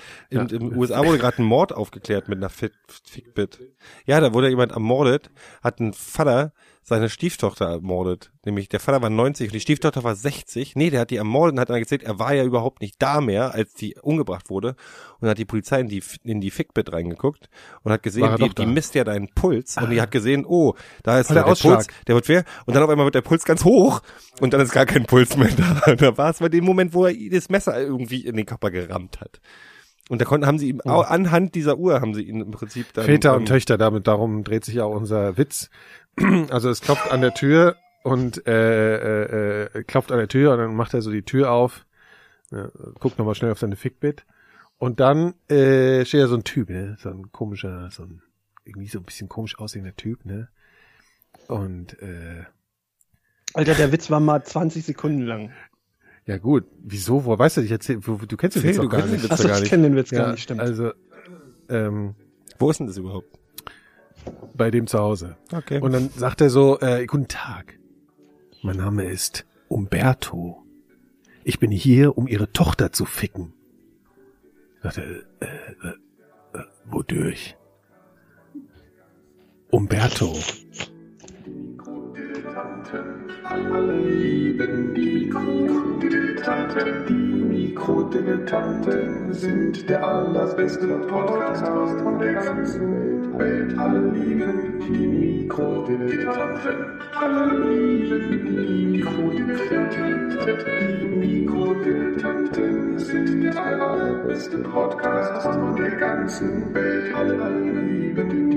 Ja.
Im, Im USA wurde gerade ein Mord aufgeklärt mit einer Fit, Fitbit. Ja, da wurde jemand ermordet, hat ein Vater seine Stieftochter ermordet. Nämlich der Vater war 90 und die Stieftochter war 60. Nee, der hat die ermordet und hat dann gezählt, er war ja überhaupt nicht da mehr, als die umgebracht wurde. Und hat die Polizei in die, F- in die Fitbit reingeguckt und hat
War
gesehen,
er
die,
doch da. Ah.
die misst ja deinen Puls. Und die hat gesehen, oh, da ist
Voll der
der, der
Ausschlag.
Puls, der wird schwer. Und dann auf einmal wird der Puls ganz hoch und dann ist gar kein Puls mehr da. Da war es bei dem Moment, wo er das Messer irgendwie in den Körper gerammt hat. Und da konnten, haben sie ihm, au- anhand dieser Uhr haben sie ihn im Prinzip dann.
Oh. Väter und
ähm,
Töchter, damit, darum dreht sich ja auch unser Witz. Also es klopft an der Tür und äh, äh, äh, klopft an der Tür und dann macht er so die Tür auf, ja, guckt nochmal schnell auf seine Fitbit und dann äh, steht da so ein Typ, ne? so ein komischer, so ein irgendwie so ein bisschen komisch aussehender Typ, ne? Und äh,
Alter, der Witz war mal 20 Sekunden lang.
ja gut, wieso, wo weißt du, ich erzähl, wo, du kennst den
Phil,
Witz
du
doch also gar
kennst den
nicht.
Witz
Achso,
gar
ich
nicht.
kenne den Witz gar
Ja,
nicht, stimmt.
Also ähm,
Wo ist denn das überhaupt?
bei dem zu Hause.
Okay.
Und dann sagt er so, äh, guten Tag. Mein Name ist Umberto. Ich bin hier, um ihre Tochter zu ficken. Sagt er, äh, äh, äh, wodurch? Umberto.
Mikrodilettanten sind der allerbeste Podcast von der ganzen Welt. Alle lieben die Mikrodilettanten. Alle lieben die Mikrodilettanten. Die Mikrodilettanten sind der allerbeste Podcast von der ganzen Welt. Alle lieben die